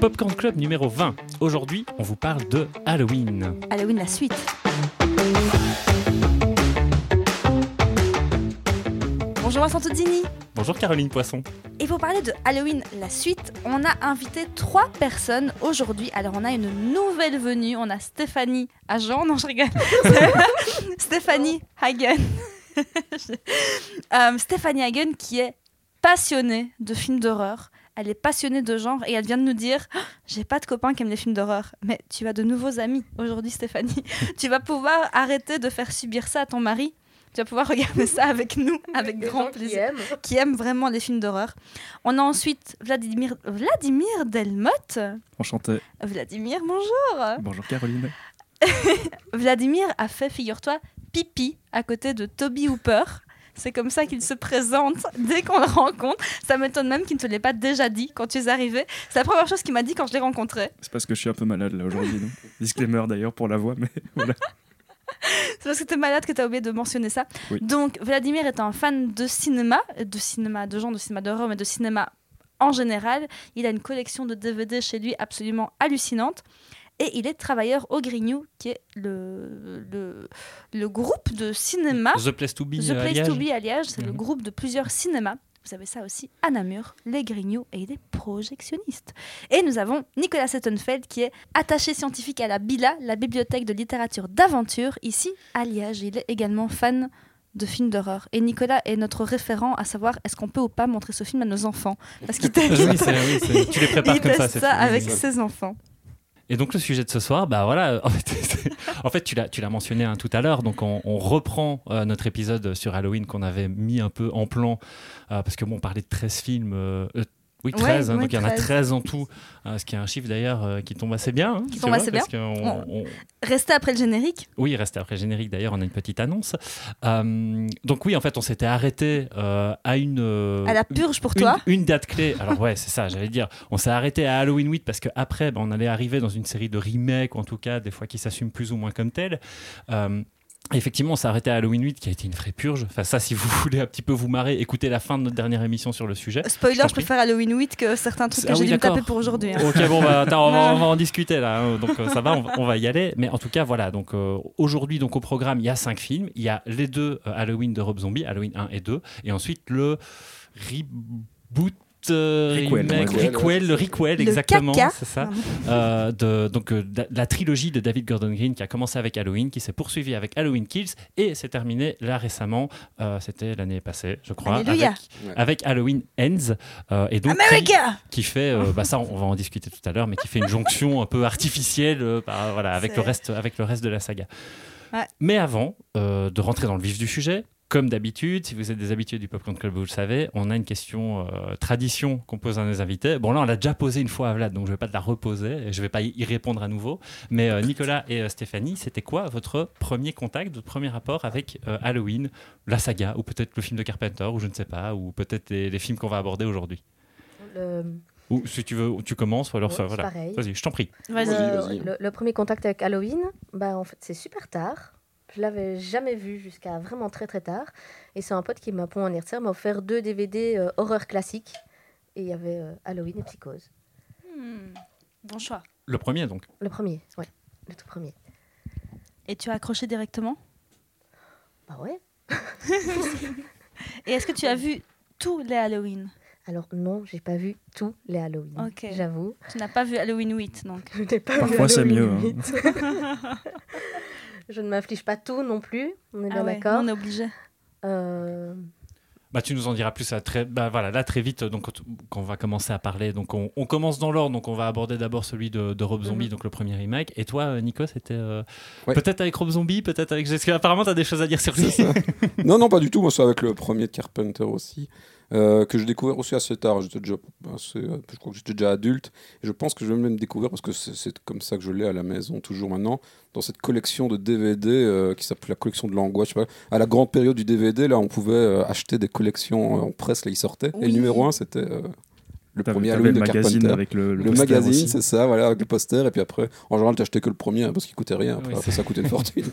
Popcorn Club numéro 20. Aujourd'hui, on vous parle de Halloween. Halloween, la suite. Bonjour Vincent Todzini. Bonjour Caroline Poisson. Et pour parler de Halloween, la suite, on a invité trois personnes aujourd'hui. Alors on a une nouvelle venue. On a Stéphanie Agent. Non, je rigole. Stéphanie Hagen. Euh, Stéphanie Hagen qui est passionnée de films d'horreur. Elle est passionnée de genre et elle vient de nous dire Ah, J'ai pas de copains qui aiment les films d'horreur, mais tu as de nouveaux amis aujourd'hui, Stéphanie. tu vas pouvoir arrêter de faire subir ça à ton mari. Tu vas pouvoir regarder ça avec nous, avec Des grand gens qui plaisir aiment. qui aime vraiment les films d'horreur. On a ensuite Vladimir, Vladimir Delmotte. Enchanté. Vladimir, bonjour. Bonjour Caroline. Vladimir a fait, figure-toi, pipi à côté de Toby Hooper. C'est comme ça qu'il se présente dès qu'on le rencontre. Ça m'étonne même qu'il ne te l'ait pas déjà dit quand tu es arrivé. C'est la première chose qu'il m'a dit quand je l'ai rencontré. C'est parce que je suis un peu malade là aujourd'hui. non Disclaimer d'ailleurs pour la voix, mais voilà. C'est parce que t'es malade que t'as oublié de mentionner ça. Oui. Donc, Vladimir est un fan de cinéma, de cinéma, de genre, de cinéma d'horreur, mais de cinéma en général. Il a une collection de DVD chez lui absolument hallucinante. Et il est travailleur au Grignou, qui est le, le, le groupe de cinéma. The Place to Be. The euh, à Place to Liège. Be à Liège, c'est le Mhm. groupe de plusieurs cinémas. Vous avez ça aussi à Namur, les Grignoux et les projectionnistes. Et nous avons Nicolas Settenfeld qui est attaché scientifique à la BILA, la bibliothèque de littérature d'aventure, ici à Liège. Il est également fan de films d'horreur. Et Nicolas est notre référent à savoir est-ce qu'on peut ou pas montrer ce film à nos enfants. Parce qu'il Ah teste, oui, c'est- oui, c'est- tu les prépares il comme ça. teste c'est ça fait. avec ses enfants. Et donc le sujet de ce soir, bah voilà, en fait, c'est- en fait, tu l'as, tu l'as mentionné hein, tout à l'heure, donc on, on reprend euh, notre épisode sur Halloween qu'on avait mis un peu en plan, euh, parce que bon, on parlait de 13 films, euh, euh, oui Ouais, 13, hein, ouais, donc il y en a 13. 13 en tout, euh, ce qui est un chiffre d'ailleurs euh, qui tombe assez bien. hein, Qui tu tombe vois, assez parce qu'on- On- on- Restez après le générique. oui, restez après le générique d'ailleurs, on a une petite annonce. Euh, donc oui, en fait, on s'était arrêté euh, à une... euh, À la une- purge pour une- toi. une, date clé. Alors ouais, c'est ça, j'allais dire. On s'est arrêté à Halloween 8 parce qu'après, ben, on allait arriver dans une série de remakes, ou en tout cas des fois qui s'assument plus ou moins comme telles. Euh, Effectivement, on s'est arrêté à Halloween 8, qui a été une vraie purge. Enfin, ça, si vous voulez un petit peu vous marrer, écoutez la fin de notre dernière émission sur le sujet. Spoiler, t'en je prie. préfère Halloween 8 que certains trucs que Ah j'ai oui, dû me d'accord. taper pour aujourd'hui. hein. Ok, bon, bah, attends, on, va, Non. on va en discuter là. hein. Donc euh, ça va, on va, on va y aller. Mais en tout cas, voilà. Donc euh, aujourd'hui, donc au programme, il y a cinq films. Il y a les deux euh, Halloween de Rob Zombie, Halloween 1 et 2, et ensuite le reboot. euh, Requel, remake, ouais. Requel, le Requel, Le exactement, caca. c'est ça. Euh, de, donc euh, de- la trilogie de David Gordon Green qui a commencé avec Halloween, qui s'est poursuivie avec Halloween Kills et s'est terminée là récemment. euh, C'était l'année passée, je crois, avec, Alléluia. Ouais. avec Halloween Ends. euh, et donc qui- America! qui fait, euh, bah ça on va en discuter tout à l'heure, mais qui fait une jonction un peu artificielle euh, par- voilà, avec, le C'est- reste, avec le reste de la saga. Ouais. Mais avant euh, de rentrer dans le vif du sujet, comme d'habitude, si vous êtes des habitués du Popcorn Club, vous le savez, on a une question euh, tradition qu'on pose à nos invités. Bon là on l'a déjà posée une fois à Vlad, donc je vais pas te la reposer, et je vais pas y y répondre à nouveau. Mais euh, Nicolas et euh, Stéphanie, c'était quoi votre premier contact, votre premier rapport avec euh, Halloween, la saga, ou peut-être le film de Carpenter, ou je ne sais pas, ou peut-être les- les films qu'on va aborder aujourd'hui Le, ou si tu veux, tu commences, ou alors Ouais, ça, c'est voilà. pareil. Vas-y, je t'en prie. Vas-y. le, vas-y. le- le premier contact avec Halloween, bah, en fait, c'est super tard. Je l'avais jamais vu jusqu'à vraiment très très tard. Et c'est un pote qui m'a, pour mon anniversaire, m'a offert deux DVD euh, horreur classique. Et il y avait euh, Halloween et Psychose. Hmm. Bon choix. Le premier, donc. Le premier, ouais. Le tout premier. Et tu as accroché directement Bah ouais. Et est-ce que tu as vu tous les Halloween Alors non, j'ai pas vu tous les Halloween. Ok. J'avoue. Tu n'as pas vu Halloween 8, donc. Je n'ai pas vu Parfois, c'est Halloween mieux, hein. huit. Je ne m'afflige pas tout non plus. On est bien Ah ouais, d'accord. On est obligé. Euh, Bah, tu nous en diras plus à très, bah, voilà, là très vite. Donc, quand- quand on va commencer à parler, donc on, on commence dans l'ordre. Donc, on va aborder d'abord celui de, de Rob Zombie, Mhm. donc le premier remake. Et toi, euh, Nico, c'était euh, Ouais. peut-être avec Rob Zombie, peut-être avec. Parce qu'apparemment, t'as des choses à dire sur lui. C'est ça. non, non, pas du tout. Moi, c'est avec le premier de Carpenter aussi, euh, que j'ai découvert aussi assez tard. J'étais déjà, assez- euh, je crois que j'étais déjà adulte. Et je pense que je vais même découvert parce que c'est c'est comme ça que je l'ai à la maison toujours maintenant, dans cette collection de DVD euh, qui s'appelle la collection de l'angoisse. je sais pas. À la grande période du DVD, là, on pouvait euh, acheter des collections euh, en presse. Là, ils sortaient. Et Oui. le numéro un, c'était euh, le T'avais- premier t'avais Halloween le de magazine Carpenter. avec le, Le, poster magazine, aussi. c'est ça, voilà, avec le poster. Et puis après, en général, t'achetais que le premier hein, parce qu'il coûtait rien. Après, Oui, après, ça coûtait une fortune.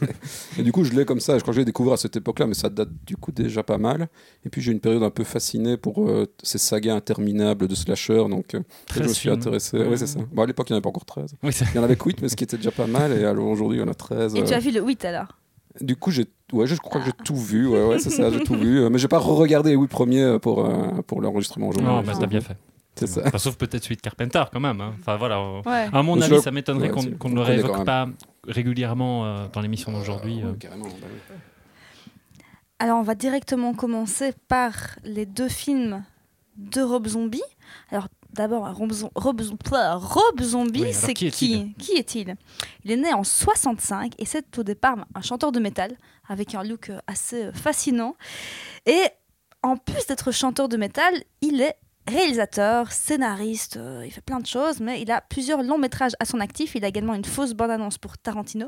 et du coup, je l'ai comme ça. Je crois que je l'ai découvert à cette époque-là, mais ça date du coup déjà pas mal. Et puis, j'ai une période un peu fascinée pour euh, ces sagas interminables de slasher. Donc, euh, je me 13 suis films. intéressé. Oui, c'est ça. Bon, à l'époque, il n'y en avait pas encore 13. Oui, c'est- Il y en avait que 8, mais ce qui était déjà pas mal. Et alors, aujourd'hui, il y en a 13. Et euh, tu as vu le 8 alors du coup, j'ai, ouais, je crois que j'ai tout vu. Ouais, ouais, c'est ça, j'ai tout vu. Euh, Mais j'ai pas regardé les huit premiers euh, pour, euh, pour l'enregistrement aujourd'hui. Non, bah, t'as bien fait. C'est ça. Enfin, sauf peut-être celui de Carpenter quand même. hein. Enfin voilà. on- Ouais. À mon Je- avis, ça m'étonnerait ouais, qu'on c'est- qu'on on hein. ne le connaît réévoque quand pas régulièrement euh, dans l'émission d'aujourd'hui. Ouais, euh. carrément, bah oui. Alors on va directement commencer par les deux films de Rob Zombie. Alors d'abord Rob, Zom- Rob Zom- Plah, Rob Zombie, Oui, alors c'est qui qui est-il Qui, est-il Il est né en 65 et c'est au départ un chanteur de métal avec un look euh, assez euh, fascinant. Et en plus d'être chanteur de métal, il est réalisateur, scénariste, euh, il fait plein de choses, mais il a plusieurs longs métrages à son actif. Il a également une fausse bande-annonce pour Tarantino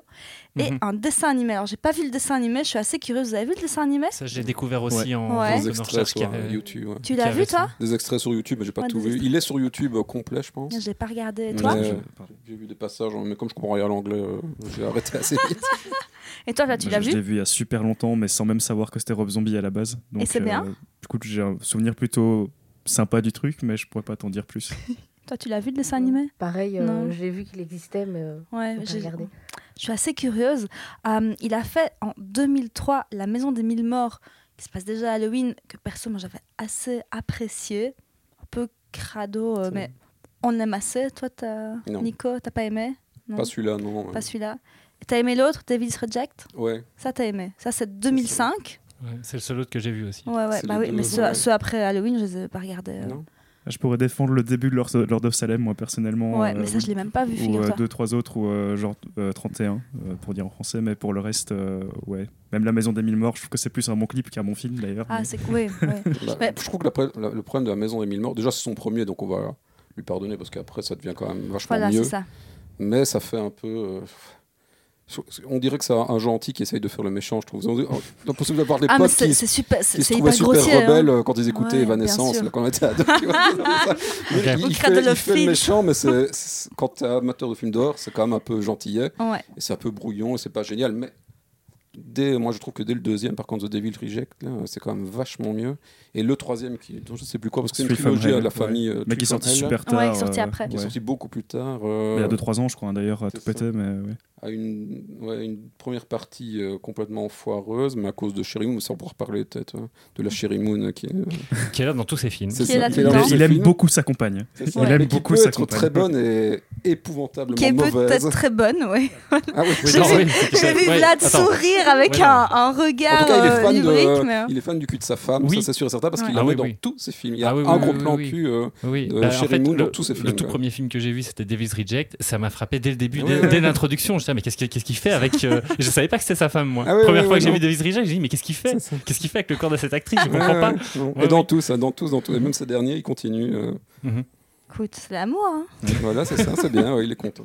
et Mhm. un dessin animé. Alors, j'ai pas vu le dessin animé, je suis assez curieuse. Vous avez vu le dessin animé Ça, j'ai découvert aussi en Ouais. faisant Des une extraits recherche sur qu'il y euh, avait- YouTube. ouais. Tu qu'il y l'as avait vu, ça. toi Des extraits sur YouTube, mais j'ai pas Ouais, tout des vu. extraits. Il est sur YouTube euh, complet, je pense. J'ai pas regardé. Et Mais, toi euh, Je- pardon. J'ai vu des passages, mais comme je comprends rien à l'anglais, euh, j'ai arrêté assez vite. Et toi, là, tu Je- l'as Je l'ai vu vu il y a super longtemps, mais sans même savoir que c'était Rob Zombie à la base. Donc, Et c'est bien Du coup, j'ai un souvenir plutôt sympa du truc, mais je pourrais pas t'en dire plus. Toi, tu l'as vu le dessin animé Pareil, Non. euh, j'ai vu qu'il existait, mais euh, Ouais, j'ai pas j'ai regardé. Je suis assez curieuse. Euh, il a fait en 2003 La Maison des Mille Morts, qui se passe déjà à Halloween, que perso, moi, j'avais assez apprécié. Un peu crado, euh, C'est mais on l'aime assez. Toi, t'as- Non. Nico, t'as pas aimé Non, Pas celui-là, non. ouais. pas celui-là. Et T'as aimé l'autre, Devil's Reject Ouais. Ça, t'as aimé. Ça, c'est 2005. Ouais, c'est le seul autre que j'ai vu aussi. Ouais, ouais. C'est Bah les oui, deux, mais ceux, ouais. ceux après Halloween, je les ai pas regardés. euh. Non. Je pourrais défendre le début de Lord, Lord of Salem, moi personnellement. Ouais, euh, mais ça, ou- je l'ai même pas vu, Ou euh, figure-toi. deux, trois autres, ou euh, genre euh, 31, euh, pour dire en français, mais pour le reste, euh, ouais. Même La Maison des Mille Morts, je trouve que c'est plus un bon clip qu'un bon film d'ailleurs. Ah, mais- c'est oui, oui. Bah, Ouais. Je trouve que la pré- la- le problème de la maison des mille morts, déjà c'est son premier, donc on va lui pardonner parce qu'après ça devient quand même vachement Voilà, mieux. c'est ça. mais ça fait un peu. euh, je- On dirait que c'est un un gentil qui essaye de faire le méchant, je trouve. On- oh, on- on- Pour ceux d'avoir des Ah, mais potes c'est qui, c'est super, qui c'est se c'est trouvaient hyper super grossier. hein. rebelles euh, quand ils écoutaient Ouais, Evanescence bien sûr. là, quand on était ados. tu vois, c'est ça. Ok. Il, On il crade fait, le il fait le film. méchant, mais c'est- c'est- quand t'es amateur de films d'horreur, c'est quand même un peu gentillet, Ouais. et c'est un peu brouillon, et c'est pas génial. Mais dès, moi, je trouve que dès le deuxième, par contre, The Devil Reject, là, c'est quand même vachement mieux. Et le troisième, qui, dont je sais plus quoi, parce que c'est une Three from trilogie à Hell, la ouais. famille. euh, mais qui est Three from sorti Hell, super Ah Ouais, tard. qui est sorti euh, après. qui est ouais. sorti beaucoup plus tard. Il y euh, a 2-3 ans, je crois, hein, d'ailleurs, à C'est tout ça. péter, mais ouais. à une, ouais, une première partie euh, complètement foireuse, mais à cause de Sherry Moon, ça on pourra reparler peut-être hein, de la Sherry Moon euh, qui est. euh, Qui est là dans tous ces films. c'est Qui est ça, là qui tout est le là temps. dans ce Il aime film. beaucoup sa compagne. C'est Il mais aime qui beaucoup peut sa être très compagne. bonne et épouvantablement Qui est mauvaise. peut-être très bonne, oui. Ah oui, Oui, J'ai non, vu- oui, c'est- J'ai vu ouais, Vlad attends. sourire avec Ouais, un, un regard en tout cas, il est, euh, fan lubrique, de, mais- il est fan du cul de sa femme, Oui. ça c'est sûr et certain, parce qu'il Ah l'a oui, mis dans oui. tous ses films. Il y a Ah oui, un oui, gros oui, plan oui, cul. euh, Oui, Euh, bah, en Sherry fait, Moon le, dans tous ses le films, tout ouais. premier film que j'ai vu, c'était Davis Reject. Ça m'a frappé dès le début, Ouais, dès, ouais, dès ouais. l'introduction. Je disais, mais qu'est-ce qu'il qu'est-ce qu'il fait avec. euh, Je savais pas que c'était sa femme, moi. Ah ouais, Première ouais, fois ouais, que j'ai non. vu Davis Reject, j'ai dit, mais qu'est-ce qu'il fait C'est ça. Qu'est-ce qu'il fait avec le corps de cette actrice Je Ouais, comprends pas. ouais, non. Ouais, et euh, dans oui. tous, hein, dans tous, dans tous, et même ces derniers, il continue. euh, Écoute, c'est l'amour. hein. voilà, c'est ça, c'est bien, ouais, il est content.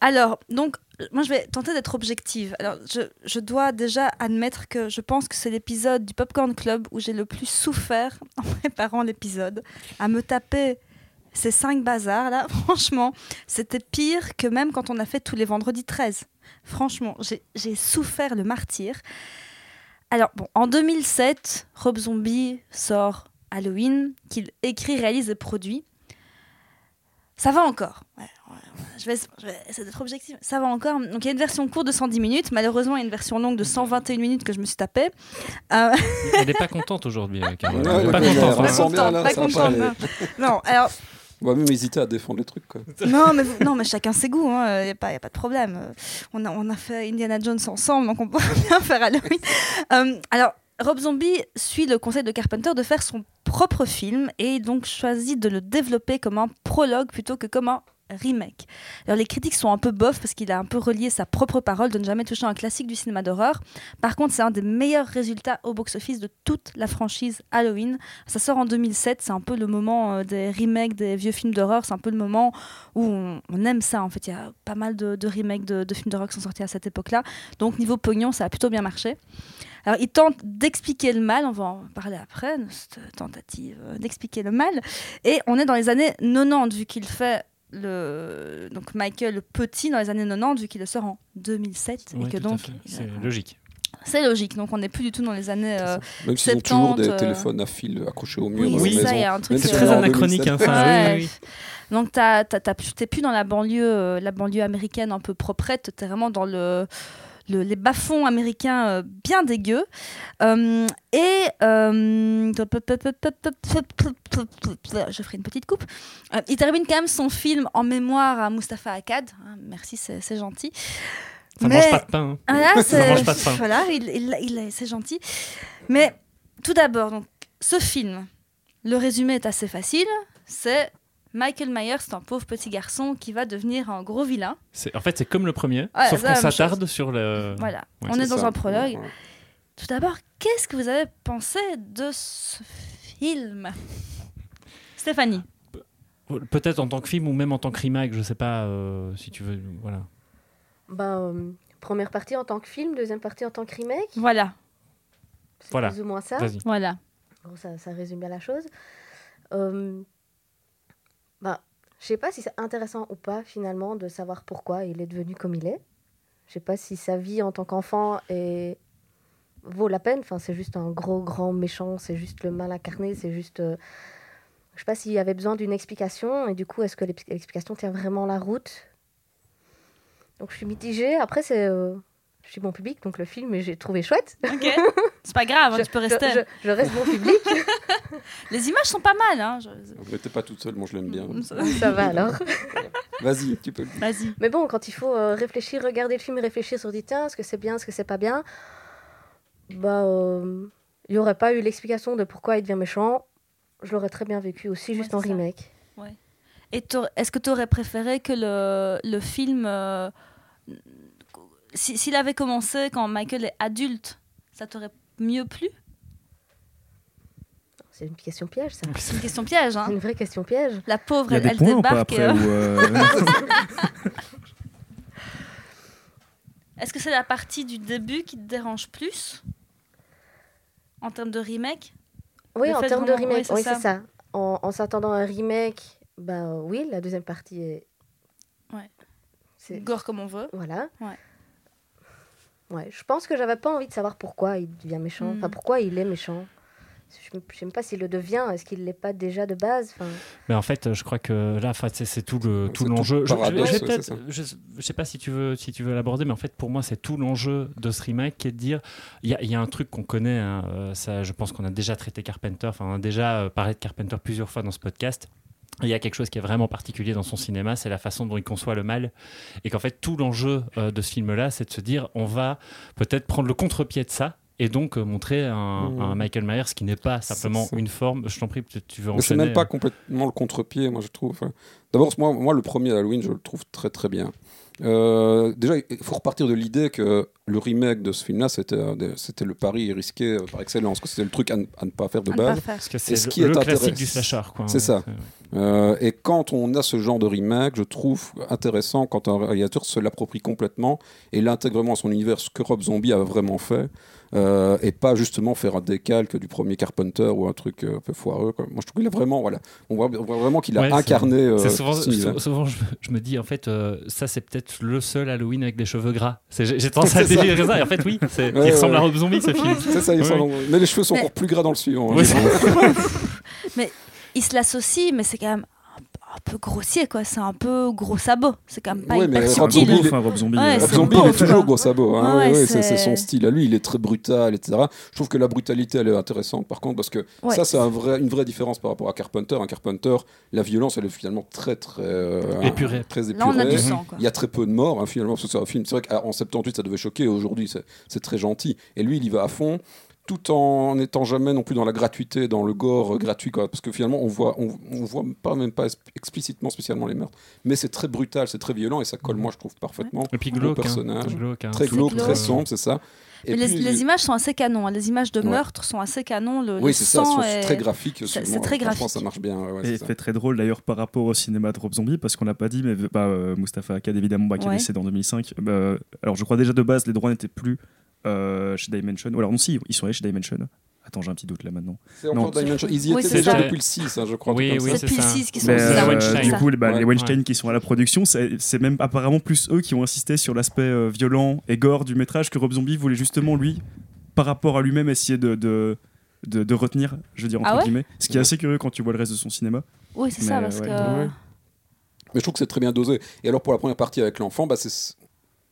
Alors, donc, euh, moi, je vais tenter d'être objective. Alors, je, je dois déjà admettre que je pense que c'est l'épisode du Popcorn Club où j'ai le plus souffert en préparant l'épisode, à me taper ces cinq bazars. Là, franchement, c'était pire que même quand on a fait tous les vendredis 13. Franchement, j'ai- j'ai souffert le martyr. Alors, bon, en 2007, Rob Zombie sort Halloween, qu'il écrit, réalise et produit. Ça va encore. Ouais, ouais, ouais. Je, vais, je vais essayer d'être objectif. Ça va encore. Donc, il y a une version courte de 110 minutes. Malheureusement, il y a une version longue de 121 minutes que je me suis tapée. Euh, Elle n'est pas contente aujourd'hui. euh, Carole. Ouais, Elle est pas ouais, contente. ouais, hein. pas ça sent contente, bien, là, pas ça va pas contente, aller. non. non, alors, On va même hésiter à défendre les trucs. Quoi. non, mais, vous- non, mais chacun ses goûts, il hein. n'y a, pas- y a pas de problème. Euh, On a, on a fait Indiana Jones ensemble, donc on peut bien faire Halloween. Euh, alors, Rob Zombie suit le conseil de Carpenter de faire son propre film et donc choisit de le développer comme un prologue plutôt que comme un remake. Alors les critiques sont un peu bof parce qu'il a un peu relié sa propre parole de ne jamais toucher un classique du cinéma d'horreur. Par contre, c'est un des meilleurs résultats au box-office de toute la franchise Halloween. Ça sort en 2007, c'est un peu le moment euh, des remakes des vieux films d'horreur, c'est un peu le moment où on, on aime ça. En fait, il y a pas mal de, de remakes de, de films d'horreur qui sont sortis à cette époque-là. Donc niveau pognon, ça a plutôt bien marché. Alors, il tente d'expliquer le mal, on va en parler après, cette tentative euh, d'expliquer le mal. Et on est dans les années 90, vu qu'il fait le. Donc, Michael Petit dans les années 90, vu qu'il le sort en 2007. Ouais, et tout que à donc. euh, fait. il- C'est logique. C'est logique, donc on n'est plus du tout dans les années. euh, Même s'ils ont toujours des 70, euh, téléphones à fil accrochés au mur. Oui, dans oui, les ça, il y maisons. a un truc. Même C'est si on très est en anachronique, 2007. hein, ça. Ouais. oui, oui, oui. Donc, t'as- t'as- t'as plus- t'es plus dans la banlieue, euh, la banlieue américaine un peu proprette, t'es vraiment dans le, le- les bas-fonds américains euh, bien dégueux. Euh, et. euh, je ferai une petite coupe. Euh, il termine quand même son film en mémoire à Mustapha Akkad. Hein, merci, c'est c'est gentil. Ça Mais- mange pas de pain. hein. ah là, Ça c'est- mange pas de pain. Voilà, il, il- il est- c'est gentil. Mais tout d'abord, donc, ce film, le résumé est assez facile. C'est Michael Myers, c'est un pauvre petit garçon qui va devenir un gros vilain. C'est- En fait, c'est comme le premier, Ouais, sauf c'est la qu'on même chose. s'attarde sur le. Voilà, Euh, Ouais, on est, C'est dans ça. un prologue. Ouais. Tout d'abord, qu'est-ce que vous avez pensé de ce film Stéphanie Peut-être en tant que film ou même en tant que remake, je sais pas euh, si tu veux. Voilà. Bah, euh, première partie en tant que film, deuxième partie en tant que remake. Voilà, C'est Voilà. plus ou moins ça. Vas-y. voilà. Bon, ça, ça résume bien la chose. Euh, bah, je sais pas si c'est intéressant ou pas finalement de savoir pourquoi il est devenu comme il est. Je sais pas si sa vie en tant qu'enfant est... vaut la peine. Enfin, c'est juste un gros grand méchant, c'est juste le mal incarné, c'est juste. euh, Je sais pas s'il y avait besoin d'une explication et du coup, est-ce que l'ex- l'explication tient vraiment la route Donc je suis mitigée. Après, c'est. euh, Je suis bon public, donc le film, j'ai trouvé chouette. Ok, c'est pas grave, hein, je, tu peux je- rester. je- je reste bon public. Les images sont pas mal. Hein. je- Mais t'es pas toute seule, moi je l'aime bien. Ça va alors. Vas-y, tu peux le dire. Vas-y. Mais bon, quand il faut euh, réfléchir, regarder le film et réfléchir sur dit tiens, est-ce que c'est bien, est-ce que c'est pas bien, bah, euh, il y aurait pas eu l'explication de pourquoi il devient méchant. Je l'aurais très bien vécu aussi, juste c'est en ça. remake. Et t'aur- est-ce que tu aurais préféré que le, le film, euh, si- s'il avait commencé quand Michael est adulte, ça t'aurait mieux plu C'est une question piège, ça. C'est une question piège. C'est Hein. une vraie question piège. La pauvre, Il y a elle, des elle points ou pas débarque. après euh, ou, euh, euh, Est-ce que c'est la partie du début qui te dérange plus en termes de remake Oui, Le en fait termes de vraiment- oui, remake, c'est oui, ça. c'est ça. En, en s'attendant à un remake, bah euh, oui, la deuxième partie est. Ouais. C'est- Gore comme on veut. Voilà. Ouais. Ouais, je pense que j'avais pas envie de savoir pourquoi il devient méchant. Enfin, Mm. pourquoi il est méchant. Je ne sais même pas s'il le devient. Est-ce qu'il l'est pas déjà de base enfin, Mais en fait, je crois que là, enfin, c'est c'est tout le C'est tout tout l'enjeu. le Je, je- paradoxe, je vais ouais, peut-être- c'est ça. je, je sais pas si tu veux si tu veux l'aborder, mais en fait, pour moi, c'est tout l'enjeu de ce remake qui est de dire, il y, a- il y a un truc qu'on connaît. hein, euh, ça, je pense qu'on a déjà traité Carpenter. Enfin, on a déjà euh, parlé de Carpenter plusieurs fois dans ce podcast. Il y a quelque chose qui est vraiment particulier dans son cinéma, c'est la façon dont il conçoit le mal. Et qu'en fait, tout l'enjeu euh, de ce film-là, c'est de se dire, on va peut-être prendre le contre-pied de ça et donc euh, montrer un, Mhm. un Michael Myers qui n'est pas C'est simplement ça. une forme. Je t'en prie, peut-être tu veux Mais c'est enchaîner. euh. hein. même pas complètement le contre-pied, moi je trouve. Enfin, D'abord, moi, moi, le premier Halloween, je le trouve très très bien. Euh, déjà, il faut repartir de l'idée que le remake de ce film-là, c'était euh, des- c'était le pari risqué euh, par excellence. que C'était le truc à ne, à ne pas faire de À ne pas base. faire. Parce que c'est ce le- qui le, est classique intéressant- du slasher. quoi. C'est ça. Euh, et quand on a ce genre de remake, je trouve intéressant quand un réalisateur se l'approprie complètement et l'intègre vraiment à son univers, ce que Rob Zombie a vraiment fait, euh, et pas justement faire un décalque du premier Carpenter ou un truc euh, un peu foireux. quoi. Moi, je trouve qu'il a vraiment, voilà, on voit, on voit vraiment qu'il a Ouais, c'est- incarné euh, C'est souvent, cet univers. sou- souvent je, me- je me dis, en fait, euh, ça, c'est peut-être le seul Halloween avec des cheveux gras. C'est- J'ai j'ai tendance à C'est ça. délirer ça. Et en fait, oui, c'est- il Ouais, ouais, ressemble à ouais. Rob Zombie, ce film. C'est ça, il Oui, ressemble- Mais les cheveux sont Mais- encore plus gras dans le suivant. hein. Oui, Il se l'associe, mais c'est quand même un, un peu grossier, quoi. C'est un peu gros sabot. C'est quand même pas Ouais, mais hyper Rob Rob subtil. Zombie, Zombie, il est- enfin, Rob Zombie, Ouais, euh, Rob Ah, c'est Zombie, beau, il est ça. Ah toujours gros sabot. Ouais, Hein, ouais, ouais, c'est c'est- c'est son style à lui. Il est très brutal, etc. Je trouve que la brutalité, elle est intéressante, par contre, parce que Ouais. ça, c'est un vrai- une vraie différence par rapport à Carpenter. Un Carpenter, la violence, elle est finalement très, très. euh, Épurée. Très Là, on a épurée. du sang, quoi. Il y a très peu de morts, hein, finalement, parce que c'est un film. C'est vrai qu'en 78, ça devait choquer. Aujourd'hui, c'est c'est très gentil. Et lui, il y va à fond. tout en n'étant jamais non plus dans la gratuité, dans le gore euh, gratuit, quoi. parce que finalement on voit, on, on voit pas même pas explicitement spécialement les meurtres, mais c'est très brutal, c'est très violent et ça colle, moi je trouve parfaitement Et puis au glauque. hein. personnage. Glauque, hein. Très C'est glauque, glauque. très sombre, c'est ça. Et Mais les, puis- euh, les images sont assez canons. hein. Les images de Ouais. meurtre sont assez canons. Le, oui, le c'est ça, sang c'est est- très graphique. euh, c'est- souvent, c'est très euh, franchement, graphique. ça marche bien. ouais, ouais, Et c'est fait très drôle d'ailleurs par rapport au cinéma de Rob Zombie, parce qu'on n'a pas dit, mais bah, euh, Mustapha Akkad évidemment, bah, qui Ouais. est décédé en 2005. Bah, alors je crois déjà de base, les droits n'étaient plus euh, chez Dimension. Ou alors non, si, ils sont allés chez Dimension. Attends, j'ai un petit doute là maintenant. C'est encore Non. Dimension. Ils y Oui, étaient c'est déjà ça. depuis le 6, hein, je crois. un Oui, truc comme oui, ça. c'est C'est depuis le ça. 6 qui sont Mais, aussi ça. euh, C'est du ça. coup, les- bah, Ouais. les Weinstein qui sont à la production, c'est c'est même apparemment plus eux qui ont insisté sur l'aspect euh, violent et gore du métrage que Rob Zombie voulait justement, lui, par rapport à lui-même, essayer de, de, de- de retenir, je veux dire, entre Ah ouais guillemets. Ce qui est assez curieux quand tu vois le reste de son cinéma. Oui, c'est ça, Mais, parce ouais. que. Ouais. Mais je trouve que c'est très bien dosé. Et alors pour la première partie avec l'enfant, bah, c'est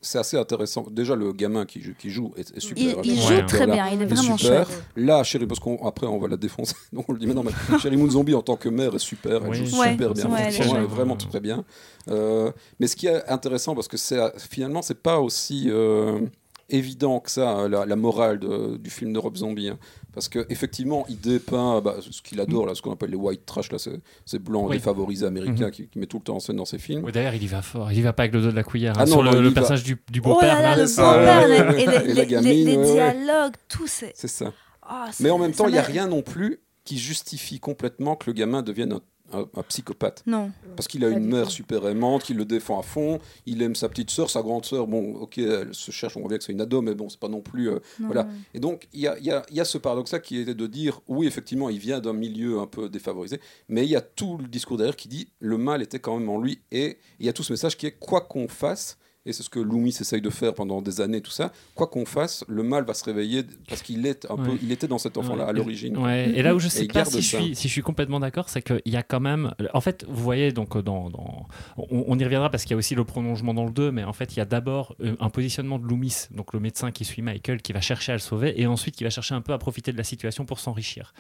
c'est assez intéressant. Déjà le gamin qui, joue- qui joue est, est super. Il, il Ouais. joue Ouais. très Voilà. bien, il est Il est vraiment super. chouette. Là, Chérie, parce qu'après on va la défoncer, donc on le dit, mais non, mais Chérie Moon Zombie en tant que mère est super, elle Oui. joue Ouais, super bien, ouais, elle franchement, est elle est géniale. vraiment très bien. Euh, mais ce qui est intéressant, parce que c'est finalement, c'est pas aussi euh, évident que ça, hein, la, la morale de- du film de Rob Zombie, hein. parce qu'effectivement, il dépeint bah, ce qu'il adore, là, ce qu'on appelle les white trash, là, ces ces blancs Oui. Mhm. défavorisés américains qui, qui met tout le temps en scène dans ses films. Ouais, D'ailleurs, il y va fort. Il y va pas avec le dos de la cuillère. Ah hein, non, sur non, il le, y le va. personnage du, du Oh beau-père. là là, là. le c'est ça, beau-père, ouais, les- et ouais. les- Et la les- les gamine, les ouais, ouais. dialogues, tout c'est. C'est ça. ah, c'est- Mais en même ça temps, il n'y a m'a- rien non plus qui justifie complètement que le gamin devienne un- un- un psychopathe. Non. Parce qu'il a Pas une du mère tout. super aimante, qui le défend à fond. Il aime sa petite sœur, sa grande sœur. Bon, ok, elle se cherche, on voit bien que c'est une ado, mais bon, c'est pas non plus. euh. non, Voilà. non. Et donc, il y a, il y a- il y a ce paradoxe-là qui était de dire oui, effectivement, il vient d'un milieu un peu défavorisé, mais il y a tout le discours derrière qui dit le mal était quand même en lui. Et il y a tout ce message qui est quoi qu'on fasse, et c'est ce que Loomis essaye de faire pendant des années, tout ça, quoi qu'on fasse, le mal va se réveiller parce qu'il est un Ouais. peu, il était dans cet enfant-là Ouais. à l'origine. Ouais, Et là où je sais il pas garde si je, ça. suis, si je suis complètement d'accord, c'est qu'il y a quand même. En fait, vous voyez, donc, euh, dans, dans- on, on y reviendra parce qu'il y a aussi le prolongement dans le 2, mais en fait, il y a d'abord euh, un positionnement de Loomis, donc le médecin qui suit Michael, qui va chercher à le sauver, et ensuite qui va chercher un peu à profiter de la situation pour s'enrichir.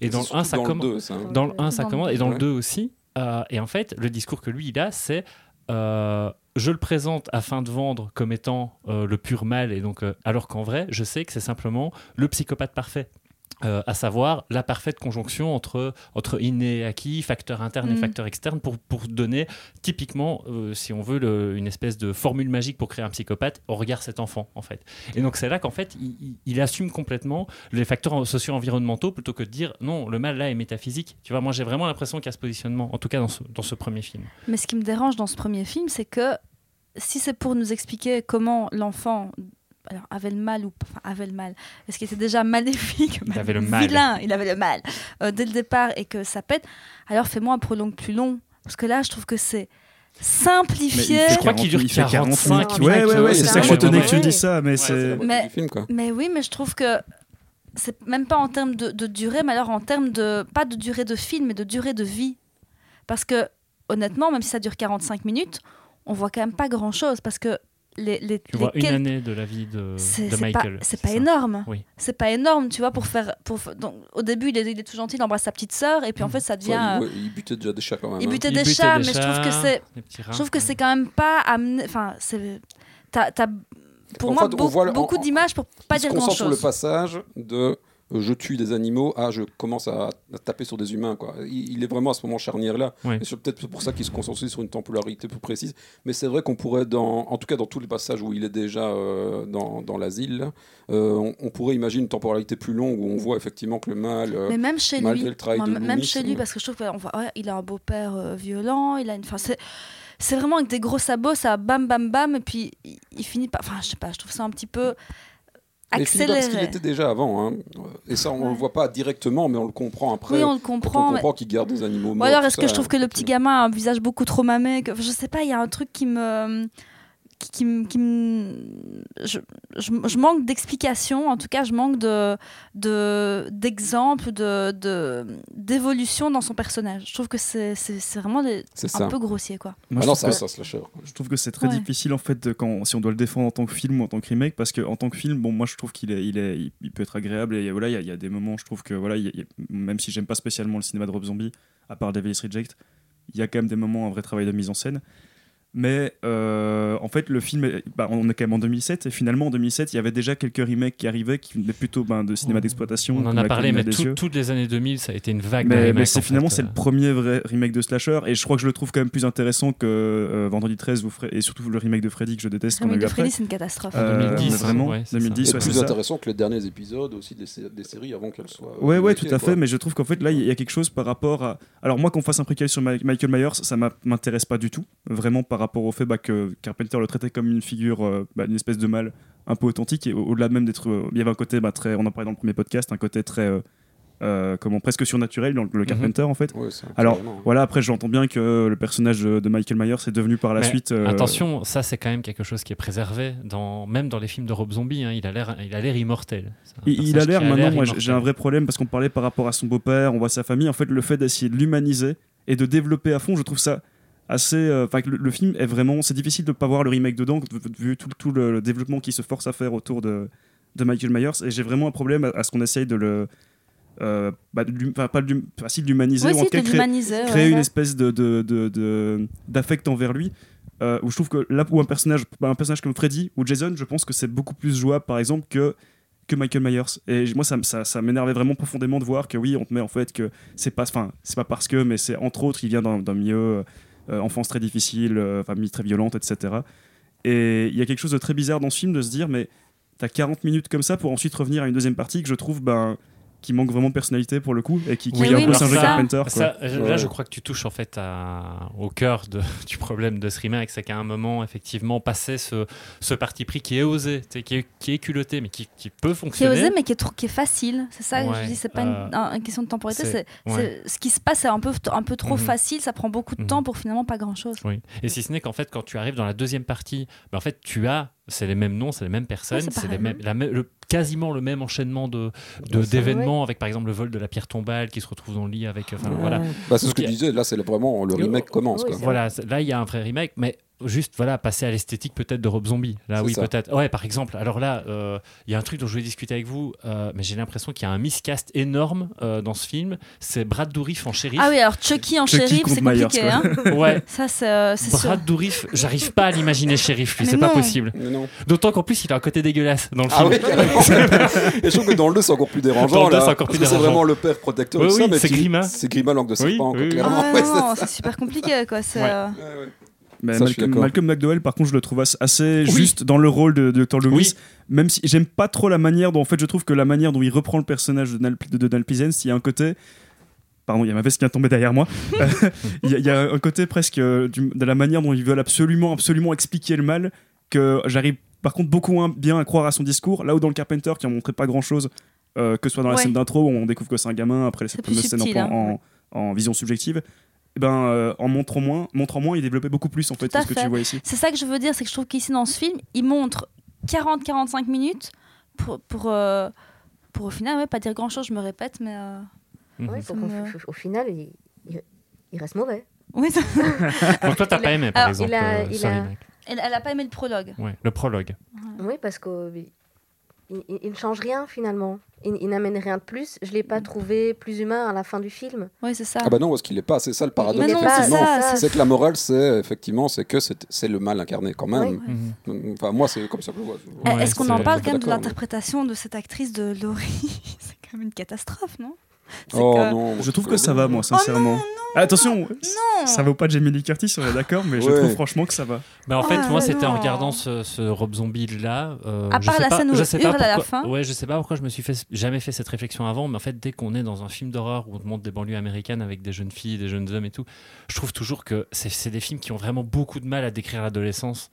Et, dans c'est le 1, surtout ça dans le commence. deux, ça, hein. Dans le 1, ça Dans le commence, et dans le Ouais. 2 aussi. Euh, et en fait, le discours que lui, il a, c'est euh, je le présente afin de vendre comme étant euh, le pur mal, et donc, euh, alors qu'en vrai, je sais que c'est simplement le psychopathe parfait. Euh, à savoir la parfaite conjonction entre, entre inné et acquis, facteur interne et Mm. facteur externe, pour, pour donner typiquement, euh, si on veut, le- une espèce de formule magique pour créer un psychopathe, on regarde cet enfant, en fait. Et donc c'est là qu'en fait, il, il- il assume complètement les facteurs en- socio-environnementaux plutôt que de dire non, le mal là est métaphysique. Tu vois, moi j'ai vraiment l'impression qu'il y a ce positionnement, en tout cas dans ce, dans ce premier film. Mais ce qui me dérange dans ce premier film, c'est que si c'est pour nous expliquer comment l'enfant alors, avait le mal ou enfin, avait le mal, est-ce qu'il était déjà maléfique, Il avait le mal. vilain, il avait le mal euh, dès le départ et que ça pète, alors fais-moi un prolong plus long parce que là, je trouve que c'est simplifié. Je crois qu'il dure il fait 45 minutes. minutes. Ouais, ouais, ouais, Ouais, c'est c'est ça. Je ça. suis étonné que tu Ouais. dis ça, mais Ouais, C'est la c'est. moitié Mais- du film, quoi. Mais oui, mais je trouve que c'est même pas en termes de, de durée, mais alors en termes de. pas de durée de film, mais de durée de vie. Parce que, honnêtement, même si ça dure 45 minutes, on voit quand même pas grand chose. Parce que les. les, Tu les vois une quel- année de la vie de, c'est de c'est pas, Michael. c'est pas ça. énorme. Oui. C'est pas énorme, tu vois, pour faire. Pour, f- donc, au début, il est, il est tout gentil, il embrasse sa petite sœur, et puis en Mm. fait, ça devient. Ouais, euh, il, ouais, il butait déjà des chats quand même. il hein. butait Il des butait chats, des mais je trouve que chats, c'est. des petits Je rats, trouve que ouais. c'est quand même pas amené. Enfin, c'est. t'as- t'as- pour En moi, fait, on beau- voit le- beaucoup on- on- d'images pour pas il se dire concentre sur le grand-chose. passage de euh, je tue des animaux à je commence à, à taper sur des humains. Quoi. Il, il est vraiment à ce moment charnière là. Ouais. Et c'est peut-être pour ça qu'il se concentre aussi sur une temporalité plus précise. Mais c'est vrai qu'on pourrait, dans, en tout cas dans tous les passages où il est déjà euh, dans, dans l'asile, euh, on, on pourrait imaginer une temporalité plus longue où on voit effectivement que le mal. euh, Mais même chez malgré lui, le travail moi, de m- même Loomis, chez lui, euh, parce que je trouve qu'on voit, ouais, il a un beau-père euh, violent, il a une, enfin, c'est, c'est vraiment avec des gros sabots, ça bam bam bam, et puis il, il finit par, enfin, je sais pas, je trouve ça un petit peu et puis, parce qu'il accéléré. était déjà avant. hein. Et ça, on ne le voit pas directement, mais on le comprend après. Oui, on le Quand comprend. on mais- comprend qu'il garde des animaux Ou morts, alors tout est-ce que ça, je trouve que le petit gamin a un visage beaucoup trop mamé que... enfin, Je sais pas, il y a un truc qui me. Qui, qui, me- qui me- je, je, je manque d'explications, en tout cas je manque de de- d'exemples, de, de, d'évolution dans son personnage. Je trouve que c'est, c'est, c'est vraiment des- C'est un ça. peu grossier. quoi. Moi, Ah je non, trouve c'est que- un slasher. Je trouve que c'est très Ouais. difficile en fait de- quand si on doit le défendre en tant que film ou en tant que remake parce que en tant que film bon moi je trouve qu'il est il est il, il peut être agréable et voilà il y a- il y, a des moments je trouve que voilà il y a- il y a- même si j'aime pas spécialement le cinéma de Rob Zombie à part Devil's Reject il y a quand même des moments un vrai travail de mise en scène Mais euh, en fait, le film, est- bah, on est quand même en 2007, et finalement en 2007, il y avait déjà quelques remakes qui arrivaient, qui venaient plutôt ben, de cinéma On- d'exploitation. On en comme a La parlé, Colline mais des tout- yeux. toutes les années 2000, ça a été une vague. de Mais, remakes, mais en c'est fait. finalement c'est Euh, le premier vrai remake de slasher et je crois que je le trouve quand même plus intéressant que euh, Vendredi 13 ou Fre- et surtout le remake de Freddy que je déteste qu'on a Famille eu de après. Freddy, c'est une catastrophe. Euh, 2010, mais vraiment ouais, c'est ça. 2010 C'est ouais, c'est plus ça. intéressant que les derniers épisodes aussi des, sé- des séries avant qu'elles soient. Ouais, ouais, tout remake, à quoi. fait, mais je trouve qu'en fait, là, il y a quelque chose par rapport à. Alors, moi, qu'on fasse un préquel sur Ma- Michael Myers, ça m'a- m'intéresse pas du tout, vraiment par rapport au fait bah, que Carpenter le traitait comme une figure, euh, bah, une espèce de mal un peu authentique, et au- au-delà même d'être. euh, il y avait un côté bah, très. On en parlait dans le premier podcast, un côté très. euh, euh, comment Presque surnaturel dans le, Mhm. le Carpenter, en fait. Ouais, c'est un- Alors, carrément, hein. Voilà, après, j'entends bien que euh, le personnage de de Michael Myers est devenu par la Mais suite. euh, Attention, ça c'est quand même quelque chose qui est préservé, dans, même dans les films de Rob Zombie. hein, il a l'air, il a l'air immortel. C'est un Il, il a personnage l'air qui maintenant, moi, j'ai immortel. j'ai un vrai problème parce qu'on parlait par rapport à son beau-père, on voit sa famille. En fait, le fait d'essayer de l'humaniser et de développer à fond, je trouve ça assez. euh, Enfin, que le, le film est vraiment. C'est difficile de ne pas voir le remake dedans, vu tout, tout le, le développement qui se force à faire autour de, de Michael Myers. Et j'ai vraiment un problème à, à ce qu'on essaye de le. euh, bah, de l'hum- enfin, pas de l'hum- enfin, si, de l'humaniser, Moi ou en aussi, tout de cas créer, l'humaniser. créer ouais. une espèce de de- de- de- d'affect envers lui euh, où je trouve que là où un personnage bah, un personnage comme Freddy ou Jason je pense que c'est beaucoup plus jouable par exemple que que Michael Myers et j- moi ça, m- ça, ça m'énervait vraiment profondément de voir que oui on te met en fait que c'est pas enfin c'est pas parce que mais c'est entre autres il vient d'un d'un milieu euh, enfance très difficile euh, famille très violente etc et il y a quelque chose de très bizarre dans ce film de se dire mais t'as 40 minutes comme ça pour ensuite revenir à une deuxième partie que je trouve ben qui manque vraiment de personnalité pour le coup et qui, qui Oui, est oui, un peu mais Singer ça- Carpenter quoi. Ça, je- Là, Ouais. je crois que tu touches en fait à- au cœur de- du problème de ce remake, c'est qu'à un moment, effectivement, passer ce, ce parti pris qui est osé, tu sais, qui est, qui est culotté, mais qui, qui peut qui est fonctionner. osé mais qui est, trop, qui est facile c'est ça que Ouais, je dis c'est pas une, euh, un- une question de temporalité c'est- c'est, c'est- ouais. ce qui se passe c'est un peu un peu trop Mhm. facile ça prend beaucoup de Mhm. temps pour finalement pas grand chose Oui. Et si ce n'est qu'en fait, quand tu arrives dans la deuxième partie, ben, en fait, tu as, c'est les mêmes noms, c'est les mêmes personnes, Ouais, c'est c'est les pareil, hein. mêmes, la mê- le- quasiment le même enchaînement de de- Ouais, ça, d'événements, avec par exemple le vol de la pierre tombale qui se retrouve dans le lit avec. enfin, Ouais. Voilà. Bah, c'est ce que Ok. je disais, là, c'est vraiment le remake commence. Oui, quoi. c'est Voilà, c'est- là il y a un vrai remake, mais juste voilà, passer à l'esthétique peut-être de Rob Zombie. Là C'est oui, ça. peut-être. Ouais, par exemple. Alors là, euh, il y a un truc dont je voulais discuter avec vous, euh, mais j'ai l'impression qu'il y a un miscast énorme euh, dans ce film. C'est Brad Dourif en shérif. ah oui alors Chucky en Chucky shérif contre c'est Myers, compliqué quoi. hein. Ouais. ça c'est, euh, c'est sûr Ah, Brad Dourif, j'arrive pas à l'imaginer shérif, lui, Mais c'est pas non. possible. Mais non. D'autant qu'en plus, il a un côté dégueulasse dans le Ah film. oui, carrément. Et je trouve que dans le 2, c'est encore plus Dans dérangeant. le deux, là, c'est encore plus parce que C'est dérangeant. vraiment le père protecteur. et Oui, tout ça, oui, mais c'est qui- Grima. C'est Grima, langue de Oui, serpent, oui, oui. Ah clairement. ouais, Ouais, non, c'est super compliqué quoi c'est, Ouais. euh, c'est- ouais, ouais. Mais Ça, je suis Malcolm, d'accord. Bah, Malcolm McDowell, par contre, je le trouve as- assez Oui. juste dans le rôle de, de Dr. Loomis. Oui. Même si j'aime pas trop la manière dont, en fait, je trouve que la manière dont il reprend le personnage de Donald, de Donald Pleasence, il y a un côté. Pardon, il y a ma veste qui vient de tomber derrière moi. il, y a, il y a un côté presque euh, du- de la manière dont ils veulent absolument, absolument expliquer le mal que j'arrive, par contre, beaucoup moins bien à croire à son discours. Là où dans le Carpenter, qui en montrait pas grand chose, que ce soit dans la Ouais. scène d'intro où on découvre que c'est un gamin après C'est cette plus fameuse scène en- subtil, hein. en, en vision subjective. eh Ben, euh, en montrant moins, montrant moins, il développait beaucoup plus en fait Tout à que ce que fait. tu vois ici. c'est ça que je veux dire c'est que je trouve qu'ici dans ce film il montre 40-45 minutes pour pour, euh, pour au final ouais, pas dire grand chose je me répète mais euh, Mhm. Ouais, faut qu'on- Ouais. faut- faut- au final, il, il- il reste mauvais. oui ça- Donc toi, t'as Il pas a- aimé, par alors, exemple, il a- euh, il ce a- remake. elle, elle a pas aimé le prologue Ouais, le prologue. Oui, parce qu'il il, il ne change rien finalement. Il, il n'amène rien de plus. Je ne l'ai Mm. pas trouvé plus humain à la fin du film. oui c'est ça Ah bah non, parce qu'il est pas. C'est ça le paradoxe. Mais non, c'est effectivement. ça, ça- C'est que la morale, c'est effectivement, c'est que c'est c'est le mal incarné quand Ouais. Mhm. même. Mm-hmm. Enfin, moi, c'est comme ça que je le vois. Eh, Ouais, Est-ce qu'on c'est- en parle je quand suis même de d'accord, l'interprétation de cette actrice de Laurie C'est quand même une catastrophe, non C'est Oh que- non. Je trouve que ça va, moi, sincèrement. Ah, Attention, ça vaut pas Jamie Lee Curtis, on est d'accord, mais je Ouais. trouve franchement que ça va. Bah, en fait, Ah, moi, c'était en non. regardant ce, ce Rob Zombie là. À part la scène où je il sais pas hurle à la pourquoi- fin. Ouais, je sais pas pourquoi je me suis fait, jamais fait cette réflexion avant, mais en fait, dès qu'on est dans un film d'horreur où on te montre des banlieues américaines avec des jeunes filles, des jeunes hommes et tout, je trouve toujours que c'est c'est des films qui ont vraiment beaucoup de mal à décrire l'adolescence.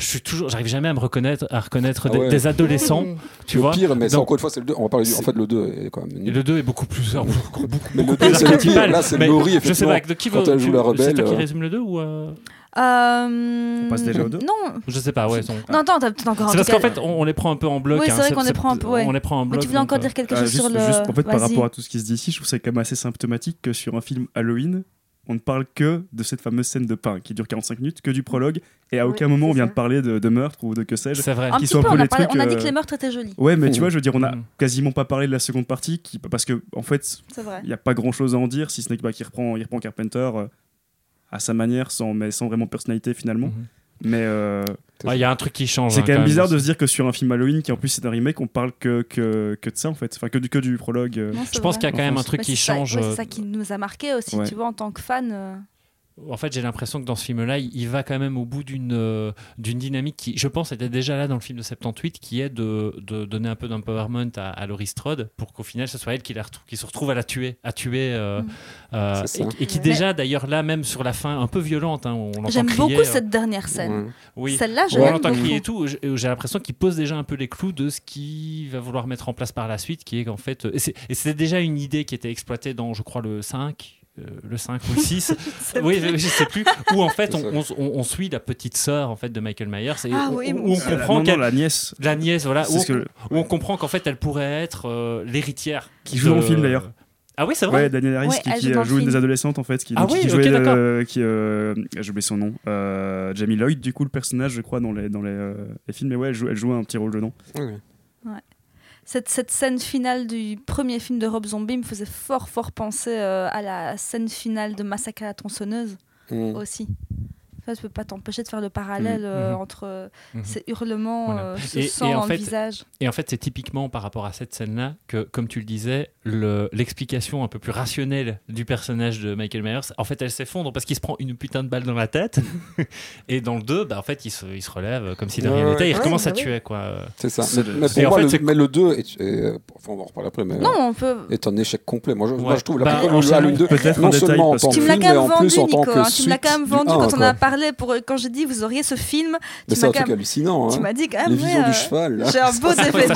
Je suis toujours, j'arrive jamais à me reconnaître, à reconnaître Ah des, ouais. des adolescents, Oui. tu le vois. pire, mais ça, Donc- encore une fois, c'est le 2. On va parler du. En C'est- fait, le 2 est quand même Et nul. le 2 est beaucoup plus, beaucoup, beaucoup Mais le plus deux, c'est le pire. archétypal. Là, c'est Mais Laurie, Je sais effectivement. pas, de qui Quand veut- elle joue la tu- C'est toi rebelle, qui euh, résume le 2 ou euh, Euh, On passe déjà au deux Non, Je sais pas, ouais. donc- non, attends, t'as peut-être encore un C'est parce truc qu'en à- fait, on, on les prend un peu en bloc. Oui, c'est hein, vrai qu'on les prend un peu, ouais. On les prend en Mais bloc. Ah, tu voulais donc, encore euh, dire quelque Euh, chose juste, sur le. juste, en fait, par Vas-y. rapport à tout ce qui se dit ici, je trouve que c'est quand même assez symptomatique que sur un film Halloween, on ne parle que de cette fameuse scène de pain qui dure 45 minutes, que du prologue, et à Ouais, aucun moment c'est on vient ça. de parler de, de meurtre ou de que sais-je. C'est vrai. Un qui petit sont un peu, peu on a, les parlé- trucs, on a dit euh, que les meurtres étaient jolis, Ouais, mais Mmh. tu vois, je veux dire, on a Mmh. quasiment pas parlé de la seconde partie, qui, parce que en fait, c'est vrai. il n'y a pas grand chose à en dire, si ce n'est que, bah, qu'il reprend, il reprend Carpenter. euh, à sa manière, sans, mais sans vraiment personnalité Ah. finalement. Mhm. Mais euh, Ouais, Il y a un truc qui change. c'est hein, quand même bizarre aussi. de se dire que sur un film Halloween, qui en plus c'est un remake, on parle que, que, que de ça en fait, enfin que du, que du prologue. euh. Non, c'est Je pense qu'il y vrai. a quand même un France. truc Ouais, qui c'est ça- change. ouais, c'est euh, ça qui nous a marqué aussi, Ouais. tu vois, en tant que fan. euh, En fait, j'ai l'impression que dans ce film-là, il il va quand même au bout d'une euh, d'une dynamique qui, je pense, était déjà là dans le film de 78, qui est de, de donner un peu d'empowerment à, à Laurie Strode pour qu'au final, ce soit elle qui, la retrouve- qui se retrouve à la tuer, à tuer, euh, Mm. euh, C'est ça. et, et qui Ouais. déjà, d'ailleurs, là même sur la fin, un peu violente, hein, on l'entend J'aime crier, beaucoup euh, cette dernière scène. Ouais. oui. Celle-là, je on l'aime l'entend beaucoup. crier et tout. j- J'ai l'impression qu'il pose déjà un peu les clous de ce qu'il va vouloir mettre en place par la suite, qui est qu'en fait, euh, et c'est- et c'était déjà une idée qui était exploitée dans, je crois, le 5. euh, le 5 ou le 6, oui, je, je sais plus, où en fait C'est on, on, on suit la petite sœur en fait de Michael Myers et Ah on- oui, où, mon on Dieu. comprend La- Euh, non, non, qu'elle la nièce. la nièce voilà où, C'est on, ce que- où on comprend qu'en fait elle pourrait être euh, l'héritière Qui joue dans le de- film, d'ailleurs. Ah oui, c'est vrai. Ouais, Daniel Harris Ouais, qui, elle qui, joue dans euh, le joue une film. des adolescentes en fait, qui, Ah qui oui, ok, jouait, d'accord. euh, qui, euh, j'ai oublié son nom, euh, Jamie Lloyd du coup le personnage je crois dans les dans les, euh, les films, mais ouais elle joue, elle joue un petit rôle dedans. Ouais. Cette, cette scène finale du premier film de Rob Zombie me faisait fort, fort penser euh, à la scène finale de Massacre à la tronçonneuse Mm. aussi. Ça, je peux pas t'empêcher de faire le parallèle euh, Mhm. entre euh, Mhm. ces hurlements, Mm. Voilà. euh, ce Et- et sang en dans fait, le visage. Et en fait, c'est typiquement par rapport à cette scène-là que, comme tu le disais, le- l'explication un peu plus rationnelle du personnage de Michael Myers, en fait, elle s'effondre parce qu'il se prend une putain de balle dans la tête. et dans le 2, bah, en fait, il se, il se relève comme si de Ouais, rien ouais. n'était. Il Ouais, recommence bah à oui. tuer, quoi. C'est ça. C'est Mais, de- mais pour Et en moi, fait, le, c'est- mais le 2 est, est- euh, enfin, on va en reparler après, mais euh, Non, on peut. est un échec complet. Moi, je, moi, Ouais. je trouve la Bah, première en le général, Halloween 2, peut-être en non seulement en détail, tant parce que Tu que- me l'as film, quand mais même en vendu, plus en Nico. tant que hein. tu me l'as suite quand même du vendu un, quand on quoi. a parlé pour euh, quand j'ai dit vous auriez ce film. tu Mais c'est m'as un truc quand même- hallucinant. Tu hein. m'as dit quand même. Les ouais, visions euh, du cheval, là. J'ai un beau DVD.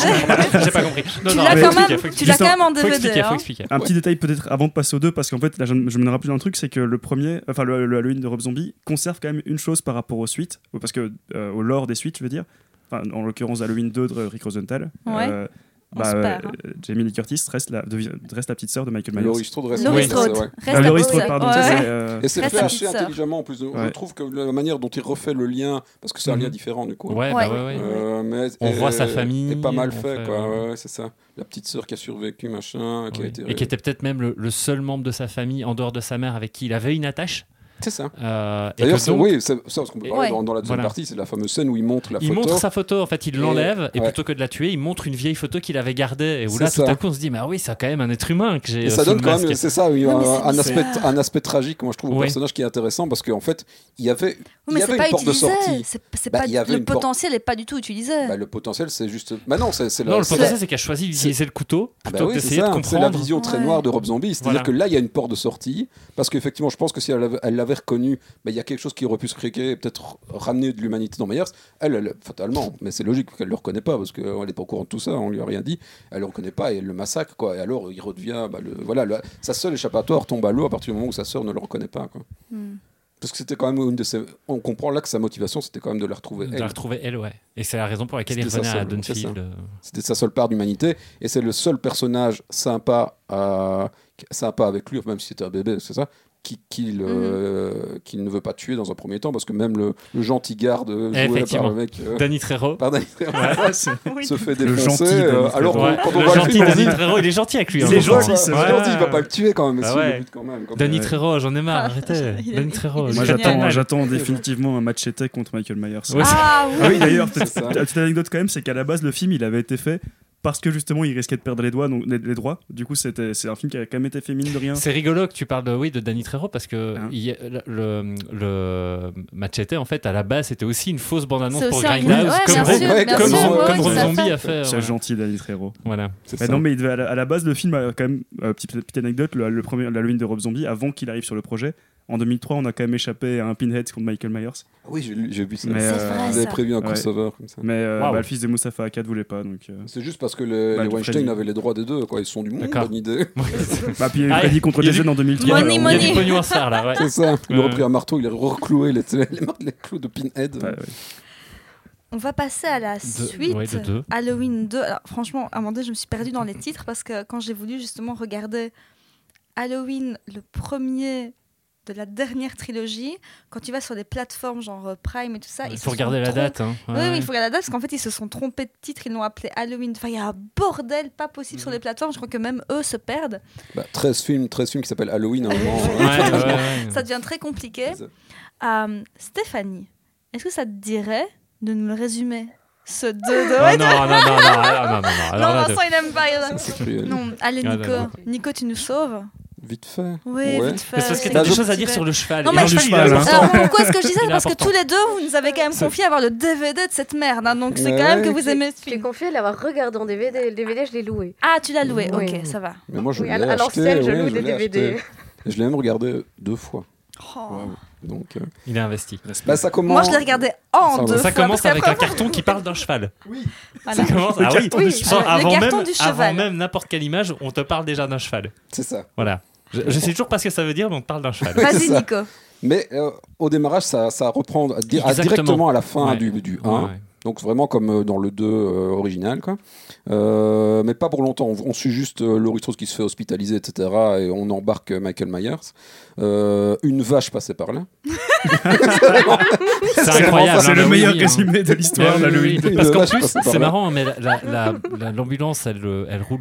J'ai pas compris. Non, Tu non, l'as mais quand faut expliquer, même- faut tu l'as expliquer. quand même en Faut DVD. expliquer, faut hein. expliquer. Un Ouais. petit détail peut-être avant de passer aux deux, parce qu'en fait, là, je, je me rappelle d'un truc, c'est que le premier, enfin le, le Halloween de Rob Zombie conserve quand même une chose par rapport aux suites, ou parce que euh, au lore des suites, je veux dire, enfin, en l'occurrence Halloween 2 de Rick Rosenthal, Ouais. euh, On bah, se euh, perd, hein. Jamie Lee Curtis reste la, devi- reste la petite sœur de Michael Myers. Laurie Strode reste Laurie reste- Strode. ouais. Reste Ah, à Laurie poser. Strode, pardon, ça, Ouais. c'est, euh, Et c'est Reste fait la assez petite sœur. intelligemment en plus. Je Ouais. trouve que la manière dont il refait le lien, parce que c'est un Mhm. lien différent du coup. Ouais, bah Ouais. ouais, ouais. Euh, mais- On et- voit sa famille, est pas mal on fait, fait, quoi. ouais. Ouais, ouais, c'est ça. La petite sœur qui a survécu, machin, qui a Oui. été. Et qui était peut-être même le, le seul membre de sa famille, en dehors de sa mère, avec qui il avait une attache. C'est ça. Euh, et D'ailleurs, que c'est- donc, oui, c'est ça, parce qu'on peut parler Ouais. dans, dans la deuxième Voilà. partie, c'est la fameuse scène où il montre la il photo. montre sa photo, en fait, il l'enlève, et, ouais. plutôt que de la tuer, il montre une vieille photo qu'il avait gardée. Et où C'est là, tout ça. à coup, on se dit, mais ah oui, c'est quand même un être humain que j'ai. Et euh, ça sous donne le quand masque. même, c'est ça, oui, Non, un, mais c'est un aspect, bizarre. un aspect tragique, moi je trouve, au Oui. personnage qui est intéressant parce qu'en fait, il y avait, Oui, il mais y c'est avait pas une porte de utilisé. sortie. C'est c'est Bah, pas il y avait le une porte- potentiel est pas du tout utilisé. Bah, le potentiel, c'est juste. Bah non, c'est c'est la- Non, le c'est la- potentiel, c'est qu'elle choisit d'utiliser le couteau Ah bah plutôt que oui, c'est d'essayer de ça, c'est la comprendre. vision très Ouais. noire de Rob Zombie. C'est-à-dire Voilà. que là, il y a une porte de sortie, parce qu'effectivement, je pense que si elle l'avait- elle l'avait reconnu, bah, il y a quelque chose qui aurait pu se créer et peut-être ramener de l'humanité dans Myers. Elle, elle, fatalement, mais c'est logique qu'elle ne le reconnaît pas, parce qu'elle n'est pas au courant de tout ça, on lui a rien dit. Elle le reconnaît pas et elle le massacre, quoi. Et alors, il redevient. bah, le- voilà, le- sa seule échappatoire tombe à l'eau à partir du moment où sa sœur ne le reconnaît pas, quoi. Hmm. Parce que c'était quand même une de ses. On comprend là que sa motivation, c'était quand même de la retrouver. De elle. la retrouver, elle, ouais. Et c'est la raison pour laquelle il C'était ça, revenait à seul, c'est ça. Dunfield. euh, C'était sa seule part d'humanité et c'est le seul personnage sympa, euh, qui- sympa avec lui, même si c'était un bébé, c'est ça, qui, qui le- Mhm. qu'il ne veut pas tuer dans un premier temps parce que même le, le gentil garde joué par Effectivement. le mec. euh, Danny Trejo. par Danny Trejo, se fait défoncer. gentil Danny euh, Trejo. alors, Ouais, quand on le voit le gentil film, on se dit, Danny Trejo, il est gentil avec lui. Il hein, est franchement. gentil, c'est c'est Ouais. gentil, il va pas le tuer quand même, mais Bah si, il ouais. le bute quand même. quand Danny même. Trejo, j'en ai marre, Ah, arrêtez. il est- Danny Trejo. il est Moi, c'est génial. j'attends, génial. j'attends définitivement un match été contre Michael Myers. Ouais, c'est- Ah oui. Ah oui, d'ailleurs, C'est petite ça. petite anecdote quand même, c'est qu'à la base, le film, il avait été fait parce que justement, il risquait de perdre les, doigts, donc, les, les droits. Du coup, c'était, c'est un film qui a quand même été fait mine de Hein. rien. C'est rigolo que tu parles de, oui, de Danny Trejo parce que Hein. il y a- le, le Machete, en fait, à la base, c'était aussi une fausse bande-annonce C'est pour aussi un- Grindhouse, Ouais, comme, bien Ro- sûr, bien comme, sûr, Ro- ouais, Euh, comme ouais, Rob ça a Zombie fait. a fait. C'est ouais. gentil, Danny Trejo. Voilà. C'est Mais ça. non, mais il devait- à, la, à la base, le film, a quand même, euh, petite, petite anecdote, le, le premier, l'Halloween de Rob Zombie, avant qu'il arrive sur le projet, en 2003, on a quand même échappé à un Pinhead contre Michael Myers. Oui, j'ai lu- j'ai vu ça. Mais, C'est euh, vrai, Ils avaient ça. prévu un Ouais. crossover comme ça. Mais euh, Waouh. bah, le fils de Mustapha Akkad voulait pas. Donc, euh. C'est juste parce que le- Bah, les du Weinstein Freddy. avaient les droits des deux, quoi. Ils se sont du monde, D'accord. bonne idée. Bah, puis il y a eu Ah, Freddy contre il y a du- Jason en 2003. Money, alors, Il y a money. du pognon à se faire là, ouais. C'est ça. Il Ouais. aurait pris un marteau, il aurait recloué les, les, les clous de Pinhead. bah, ouais. On va passer à la suite. ouais, de deux. Halloween 2. Alors, franchement, à un moment donné, je me suis perdue dans les titres parce que quand j'ai voulu justement regarder Halloween, le premier de la dernière trilogie, quand tu vas sur des plateformes genre euh, Prime et tout ça, Il ils se faut regarder sont la trompés. date. hein. Oui, Ouais, oui, ouais. il faut regarder la date parce qu'en fait, ils se sont trompés de titre, ils l'ont appelé Halloween. Enfin, il y a un bordel pas possible sur les plateformes. Je crois que même eux se perdent. Bah, 13 films, 13 films qui s'appellent Halloween à un moment. Ouais, ouais, ouais. Ça devient très compliqué. C'est ça. Euh, Stéphanie, est-ce que ça te dirait de nous le résumer Ce Ah dodo non, non, non, non, alors, non, non, non, alors Non, là, de- Vincent, il n'aime pas. il Ça, aime- c'est cruel. Non, allez, Ah, Nico. d'accord. Nico, tu nous sauves Vite fait. Oui, Ouais. vite fait. Mais c'est parce que t'as oui. Bah, des je- choses à dire sur le cheval. Non, Et mais- le cheval, il est Alors, important. Bah, Alors pourquoi est-ce que je dis ça Il est Parce que important. tous les deux, vous nous avez quand même C'est- confié à avoir le DVD de cette merde. hein, donc c'est quand Ouais, même que ouais. vous aimez ce J'ai film. confié l'avoir regardé en DVD. Le DVD, je l'ai loué. Ah, tu l'as loué. Oui. Ok, ça va. Mais moi, je Oui, l'ai à l- à acheté. l'ancienne, je ouais, loue je des l'ai DVD. acheté. Et je l'ai même regardé deux fois. Oh. Ouais, ouais. Donc, euh, Il est investi. bah, ça commence. Moi, je l'ai regardé en Ça deux. va. Ça fois, commence parce avec qu'après, un carton qui parle d'un cheval. voilà. Ça commence. Le Ah oui, carton du Je sens cheval. avant Le carton même, du avant cheval. même n'importe quelle image, on te parle déjà d'un cheval. C'est ça. Voilà. Je, je sais toujours pas ce que ça veut dire, mais on te parle d'un cheval. Vas-y, Ça. Nico. Mais euh, au démarrage, ça, ça reprend à di- à Exactement. directement à la fin Ouais. du, du 1. Ouais, ouais. Donc vraiment comme euh, dans le 2 euh, original, quoi. Euh, mais pas pour longtemps. On, on suit juste euh, Laurie Strauss qui se fait hospitaliser, etc. Et on embarque euh, Michael Myers. Euh, une vache passait par là. C'est C'est incroyable. c'est hein, le mais meilleur oui, hein. résumé de Oui, l'histoire, oui, d'Halloween. oui. Parce Une qu'en vache plus, passée par c'est là. marrant, mais la- la- la- la- l'ambulance, elle, euh, elle roule,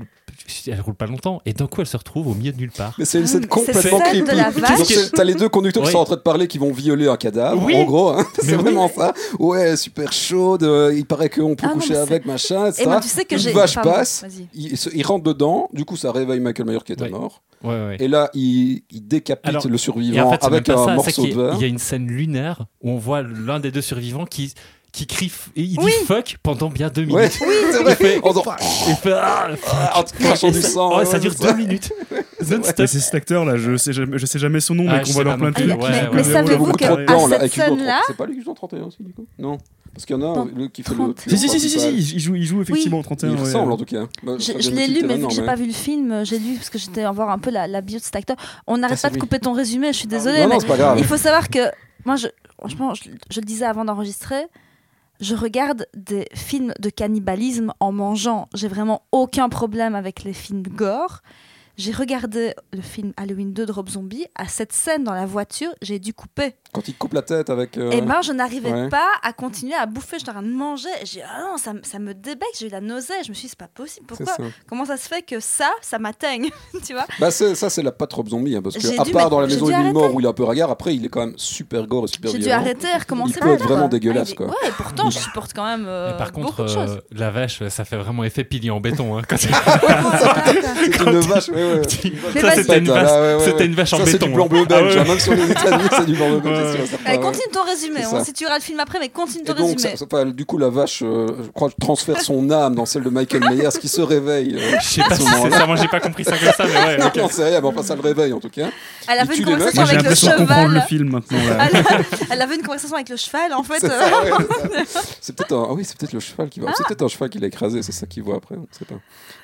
elle roule pas longtemps, et d'un coup, elle se retrouve au milieu de nulle part. Mais c'est une scène C'est complètement celle de creepy. la Donc, vache. c'est- T'as les deux conducteurs Oui. qui sont en train de parler, qui vont violer un cadavre. Oui. En gros, hein. Mais c'est oui. vraiment ça. Ouais, super chaude. euh, il paraît qu'on peut Ah non, coucher mais c'est- avec, machin, etc. Et ben, tu sais que Une j'ai. vache pardon, passe. vas-y. il, se- il rentre dedans. Du coup, ça réveille Michael Myers qui était Oui. mort. Ouais, ouais. Et là, il, il décapite Alors, le Et survivant en fait, c'est même avec pas un ça, c'est morceau qu'il de y a- verre. il y a une scène lunaire où on voit l'un des deux survivants qui qui crie f- et il dit Oui. fuck pendant bien deux Ouais, minutes. c'est Il fait, vrai. En disant, il fait, ah, fuck. Ah, en crachant Et du ça- sang. ouais, ça ouais, dure c'est ça. deux minutes. Non Mais stop. c'est cet acteur-là, je sais jamais, je sais jamais son nom, Ah, mais qu'on je voit sais dans pas plein de non plus. trucs. Ouais, qui- ouais, ouais. qui- savez-vous beaucoup que- trop à de temps. là, cette avec Hugo scène-là- Trente- C'est pas lui qui joue en 31 aussi, du coup Non. Parce qu'il y en a un Dans le- qui fait le. 30. le Si, si, si, si, si, principal. il joue, il joue effectivement au 31. Il ouais. ressemble en tout cas. Bah, Je, ça je vient l'ai de lu, Peter mais vu Manor, que j'ai mais- pas vu le film, euh, j'ai lu parce que j'étais à voir un peu la, la bio de cet acteur. On n'arrête Ah, pas c'est de lui. couper ton résumé, je suis désolée, Non, non, mais c'est pas grave. il faut savoir que moi, je, franchement, je, je le disais avant d'enregistrer, je regarde des films de cannibalisme en mangeant. J'ai vraiment aucun problème avec les films gore. J'ai regardé le film Halloween 2 de Rob Zombie. À cette scène dans la voiture, j'ai dû couper. Quand il coupe la tête avec. euh, Et ben, je n'arrivais Ouais. pas à continuer à bouffer. J'étais en train de manger. et J'ai ah non, ça, me- ça me débec. J'ai eu la nausée. Je me suis dit, c'est pas possible. c'est Pourquoi ça. Comment ça se fait que ça, ça m'atteigne Tu vois Bah c'est- ça c'est la patte Rob Zombie hein, parce que J'ai à dû part mettre- dans la j'ai maison dû il est arrêter. mort où il est un peu ragard après il est quand même super gore et super J'ai dû violent. arrêter et recommencer. Il par peut être là, vraiment quoi. dégueulasse, Ah, il est- quoi. Ouais, et pourtant, je supporte quand même euh, Et par contre, beaucoup de choses. euh, la vache, ça fait vraiment effet pilier en béton. hein, quand- Bah, C'est Quand une tu- vache. ouais, ouais. Mais ça, vas-y. c'était une Ah, vache, ouais, ouais, ouais. c'était une vache en Ça, béton. c'est du blanc hein. bleu Ah belge. hein, ouais. Même si on est États-Unis, c'est du blanc bleu belge. c'est sûr et certain, Allez, Bah, ouais. continue ton résumé. C'est On, ça. si tu iras le film après, mais continue ton Et donc, résumé. ça- ça- enfin, du coup, la vache, euh, je crois, transfère son âme dans celle de Michael Myers qui se réveille. euh. Je sais pas si c'est ça, moi j'ai pas compris ça comme ça, mais ouais. Non, ok. non, c'est rien, mais enfin, ça le réveille en tout cas. Elle il avait une tue les vaches. conversation Moi j'ai avec le l'impression de comprendre le cheval. film maintenant. là. Elle, elle avait une conversation avec le cheval, en fait. euh, C'est Ah. ça, ouais, c'est ça. C'est peut-être un... ah oui, c'est peut-être le cheval qui va. C'est peut-être un cheval qui l'a écrasé, c'est ça qu'il voit après, on ne sait pas.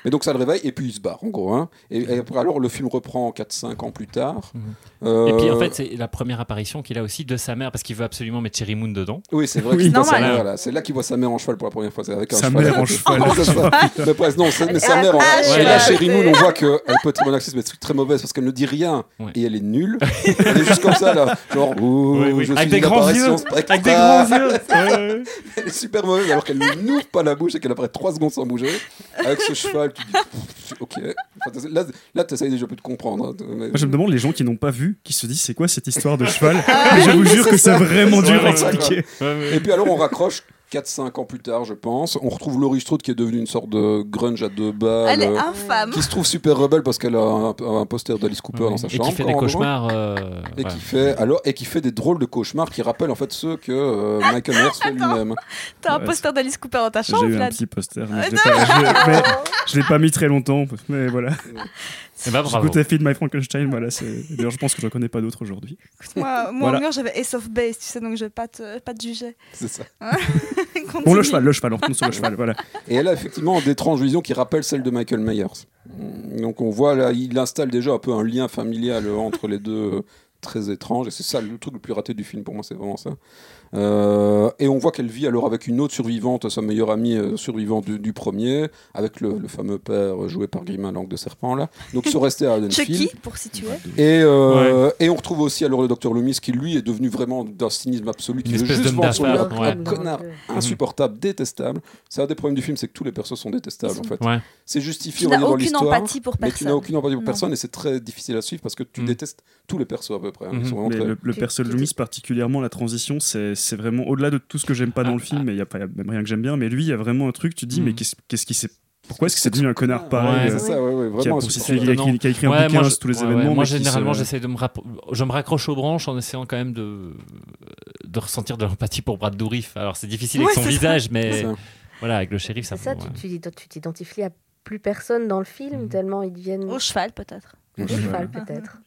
Mais donc ça le réveille et puis il se barre en gros. Hein. Et, et après, alors le film reprend 4-5 ans plus tard. Mhm. Euh, Et puis en fait, c'est la première apparition qu'il a aussi de sa mère parce qu'il veut absolument mettre Cherry Moon dedans. oui, c'est vrai. Oui, qu'il voit sa normal. mère, là. C'est là qu'il voit sa mère en cheval pour la première fois. C'est avec un Sa cheval. mère en cheval. Ouais, c'est ça. Mais après, non, c'est- mais sa mère, en... Ah, et la cheval. chérie Moon, on voit qu'elle peut être monaxiste, mais c'est très mauvaise parce qu'elle ne dit rien Ouais. et elle est nulle. elle est juste comme ça, là. Genre, ouh, Oui, oui. je suis Avec une des grands apparition yeux spectrale. Avec des grands yeux Ouais, ouais. Elle est super mauvaise alors qu'elle n'ouvre pas la bouche et qu'elle apparaît 3 secondes sans bouger. Avec ce cheval, tu dis pff, ok. Enfin, t'essayes- là, là tu déjà plus de comprendre. hein, mais- Moi, je me demande les gens qui n'ont pas vu, qui se disent c'est quoi cette histoire de cheval Et Je vous jure que c'est vraiment C'est dur à vraiment ça, expliquer. Ouais, ouais. Et puis alors on raccroche 4-5 ans plus tard, je pense. On retrouve Laurie Strode qui est devenue une sorte de grunge à deux balles. Elle est euh, infâme. Qui se trouve super rebelle parce qu'elle a un, un poster d'Alice Cooper dans sa Et chambre. qui fait en des gros. cauchemars. euh, Et ouais. qui fait alors et qui fait des drôles de cauchemars qui rappellent en fait ceux que euh, Michael Myers fait lui-même. T'as un Ouais, poster d'Alice Cooper dans ta J'ai chambre, eu un là. petit poster, mais je l'ai pas- je l'ai- mais Ah. je l'ai pas mis très longtemps. Mais voilà. Eh ben, bravo. J'écoutais Feed My Frankenstein, voilà. c'est- D'ailleurs, je pense que je connais pas d'autres aujourd'hui. Moi, moi Voilà. au mur, j'avais Ace of Base, tu sais, donc je vais pas te, pas te juger. C'est ça. Continue. Bon, le cheval, le cheval, on retourne sur le cheval, voilà. Et elle a effectivement d'étranges visions qui rappellent celles de Michael Myers. Donc on voit là, il installe déjà un peu un lien familial euh, entre les deux euh, très étrange. Et c'est ça le truc le plus raté du film pour moi, c'est vraiment ça. Euh, et on voit qu'elle vit alors avec une autre survivante, sa meilleure amie euh, survivante du, du premier, avec le, le fameux père euh, joué par Grimin Langue de Serpent là. Donc ils sont restés à Haddonfield. Chucky, pour situer. Et, euh, et on retrouve aussi alors le docteur Loomis qui lui est devenu vraiment d'un cynisme absolu, qui Une veut espèce juste d'homme vendre son d'affaires, art. ouais. Un connard euh, Mhm. insupportable, détestable. C'est un des problèmes du film, c'est que tous les persos sont détestables en fait. Ouais. C'est Tu justifié on est n'as dans aucune l'histoire. empathie pour Mais tu personne. n'as aucune empathie pour Non. personne et c'est très difficile à suivre parce que tu Mm. détestes tous les persos à peu près. hein. Ils Mhm. sont vraiment Mhm. Mais très- le, le perso de Loomis, particulièrement, la transition, c'est c'est vraiment au-delà de tout ce que j'aime pas dans Ah, le film, mais il n'y a, pas- y a même rien que j'aime bien, mais lui, il y a vraiment un truc, tu te dis, Mhm. Hmm. mais qu'est-ce qu'est-ce qui s'est. Pourquoi est-ce que c'est devenu un connard pareil Ouais, euh, c'est ça, ouais, ouais, qui a, vraiment. pour c'est- situer, il a écrit, qui a écrit un Ouais, bouquin moi, je- sur tous les ouais, ouais. événements. Moi, mais qui se- généralement, j'essaie de me rappro- je me raccroche aux branches en essayant quand même de, de ressentir de l'empathie pour Brad Dourif. Alors, c'est difficile Ouais, avec son c'est ça. visage, c'est mais ça. euh, voilà, avec le shérif, ça, C'est ça, prend, tu- ouais. tu t'ident- tu t'identifies à plus personne dans le film, Mhm. tellement ils deviennent Au cheval, peut-être. au cheval. cheval, peut-être.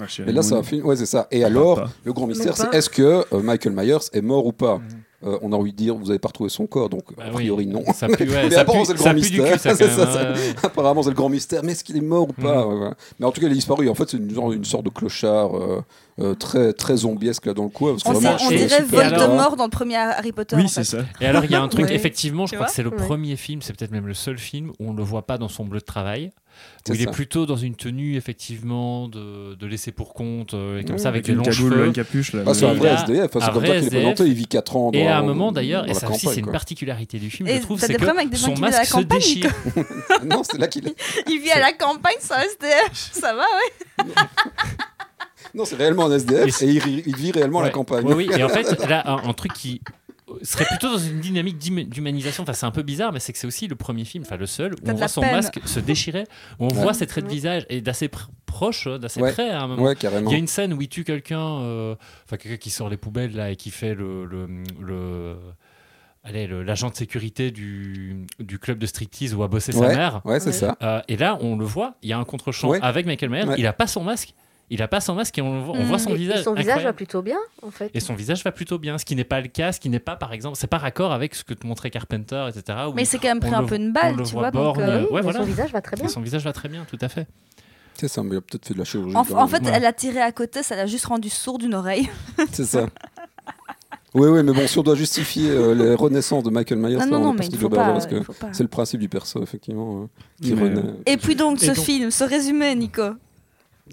Ah, chérie, Et là, c'est un mon- film. Ouais, c'est ça. Et Ah, alors, pas. le grand mystère, pas. c'est est-ce que euh, Michael Myers est mort ou pas Mhm. Euh, On a envie de dire, vous n'avez pas retrouvé son corps, donc Bah a oui. priori non. Ça pue, ouais, Mais ça apparemment, pue- c'est le ça grand pue du mystère. cul, ça, quand C'est même, hein. ça, ouais, ouais. Apparemment, c'est le grand mystère. Mais est-ce qu'il est mort ou pas Mm. Ouais, ouais. Mais en tout cas, il est disparu. En fait, c'est une, genre- une sorte de clochard euh, euh, très très zombiesque là dans le coin. Parce que On, vraiment, sait- on je- et- dirait super- et alors- Voldemort dans le premier Harry Potter. en Oui, fait. c'est ça. Et alors, il y a un truc, Ouais. effectivement, je Tu crois vois que c'est le Ouais. premier film, c'est peut-être même le seul film où on le voit pas dans son bleu de travail, où C'est il est ça. plutôt dans une tenue, effectivement, de, de laisser pour compte, euh, et comme Ouais, ça, avec, Avec les une longs cagoule, cheveux. une capuche. là, Ah, c'est mais- un vrai Et là, SDF, hein, un c'est comme vrai ça qu'il est SDF. présenté, il vit 4 ans dans Et à un moment dans d'ailleurs, la et ça aussi campagne, c'est une quoi. particularité du film, Et je trouve, t'as c'est des que problèmes avec des gens son qui vivent à la masque se campagne, déchire. Non, c'est là qu'il est. Il vit à la campagne, ça SDF. Ça va, ouais. Non, c'est réellement un SDF et il, ri- il vit réellement la Ouais. campagne. Oui, oui, et en fait, là, un, un truc qui serait plutôt dans une dynamique d'hum- d'humanisation, enfin c'est un peu bizarre, mais c'est que c'est aussi le premier film, enfin le seul, où T'as on de voit la son peine. masque se déchirer, où on Ouais. voit ses traits de Ouais. visage, et d'assez pr- proche, euh, d'assez Ouais. près à un moment. Ouais, carrément. Il y a une scène où il tue quelqu'un, euh, enfin quelqu'un qui sort les poubelles là et qui fait le, le, le- allez le- l'agent de sécurité du, du club de striptease où a bossé sa mère. Ouais, c'est Ouais. ça. Euh, et là, on le voit, il y a un contre-champ Ouais. avec Michael Myers. Ouais. Il a pas son masque, il a pas son masque et on, le voit, on Mm. voit son Et- et visage. son visage va incroyable. plutôt bien, en fait. Et son visage va plutôt bien, ce qui n'est pas le cas, ce qui n'est pas, par exemple, c'est pas raccord avec ce que te montrait Carpenter, etc. où Mais c'est quand même pris on un le peu vo- une balle, on le tu voit vois. donc, borgne, euh, ouais, Mais voilà. Ah Son visage va très bien. Et son visage va très bien, tout à fait. C'est ça, mais il a peut-être fait de la chirurgie. En, quand en même. fait, elle a tiré à côté, ça l'a juste rendu sourd d'une oreille. C'est ça. Oui, oui, mais bon, si on doit justifier euh, les renaissances de Michael Myers, Non, là, non, on non, est mais parti il de faut Global pas. Horror, parce il que faut pas. c'est le principe du perso, effectivement, euh, qui Mais- renaît. Et puis donc, Et ce donc- film, ce résumé, Nico. Bah,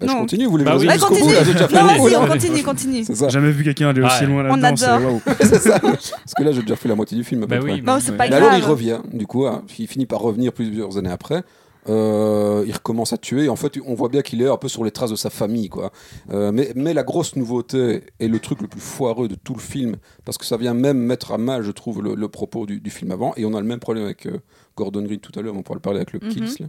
je non. continue, vous voulez Bah que je oui. dise Ouais, jusqu'au bout, continue. là, j'ai déjà fait Non, la vas-y, moitié. vas-y, on on Ouais. continue, continue. C'est ça. Jamais vu quelqu'un aller aussi Ouais. loin On là-dedans. c'est- adore. waouh. C'est ça. Parce que là, j'ai déjà fait la moitié du film. à peu Bah près. oui, Non, c'est mais- pas Et alors grave. il revient, du coup, hein, il finit par revenir plusieurs années après. Euh, il recommence à tuer. Et en fait, on voit bien qu'il est un peu sur les traces de sa famille, quoi. Euh, mais, mais la grosse nouveauté et le truc le plus foireux de tout le film, parce que ça vient même mettre à mal, je trouve, le, le propos du, du film avant. Et on a le même problème avec euh, Gordon Green tout à l'heure. On pourra le parler avec le Mhm. Kills. là.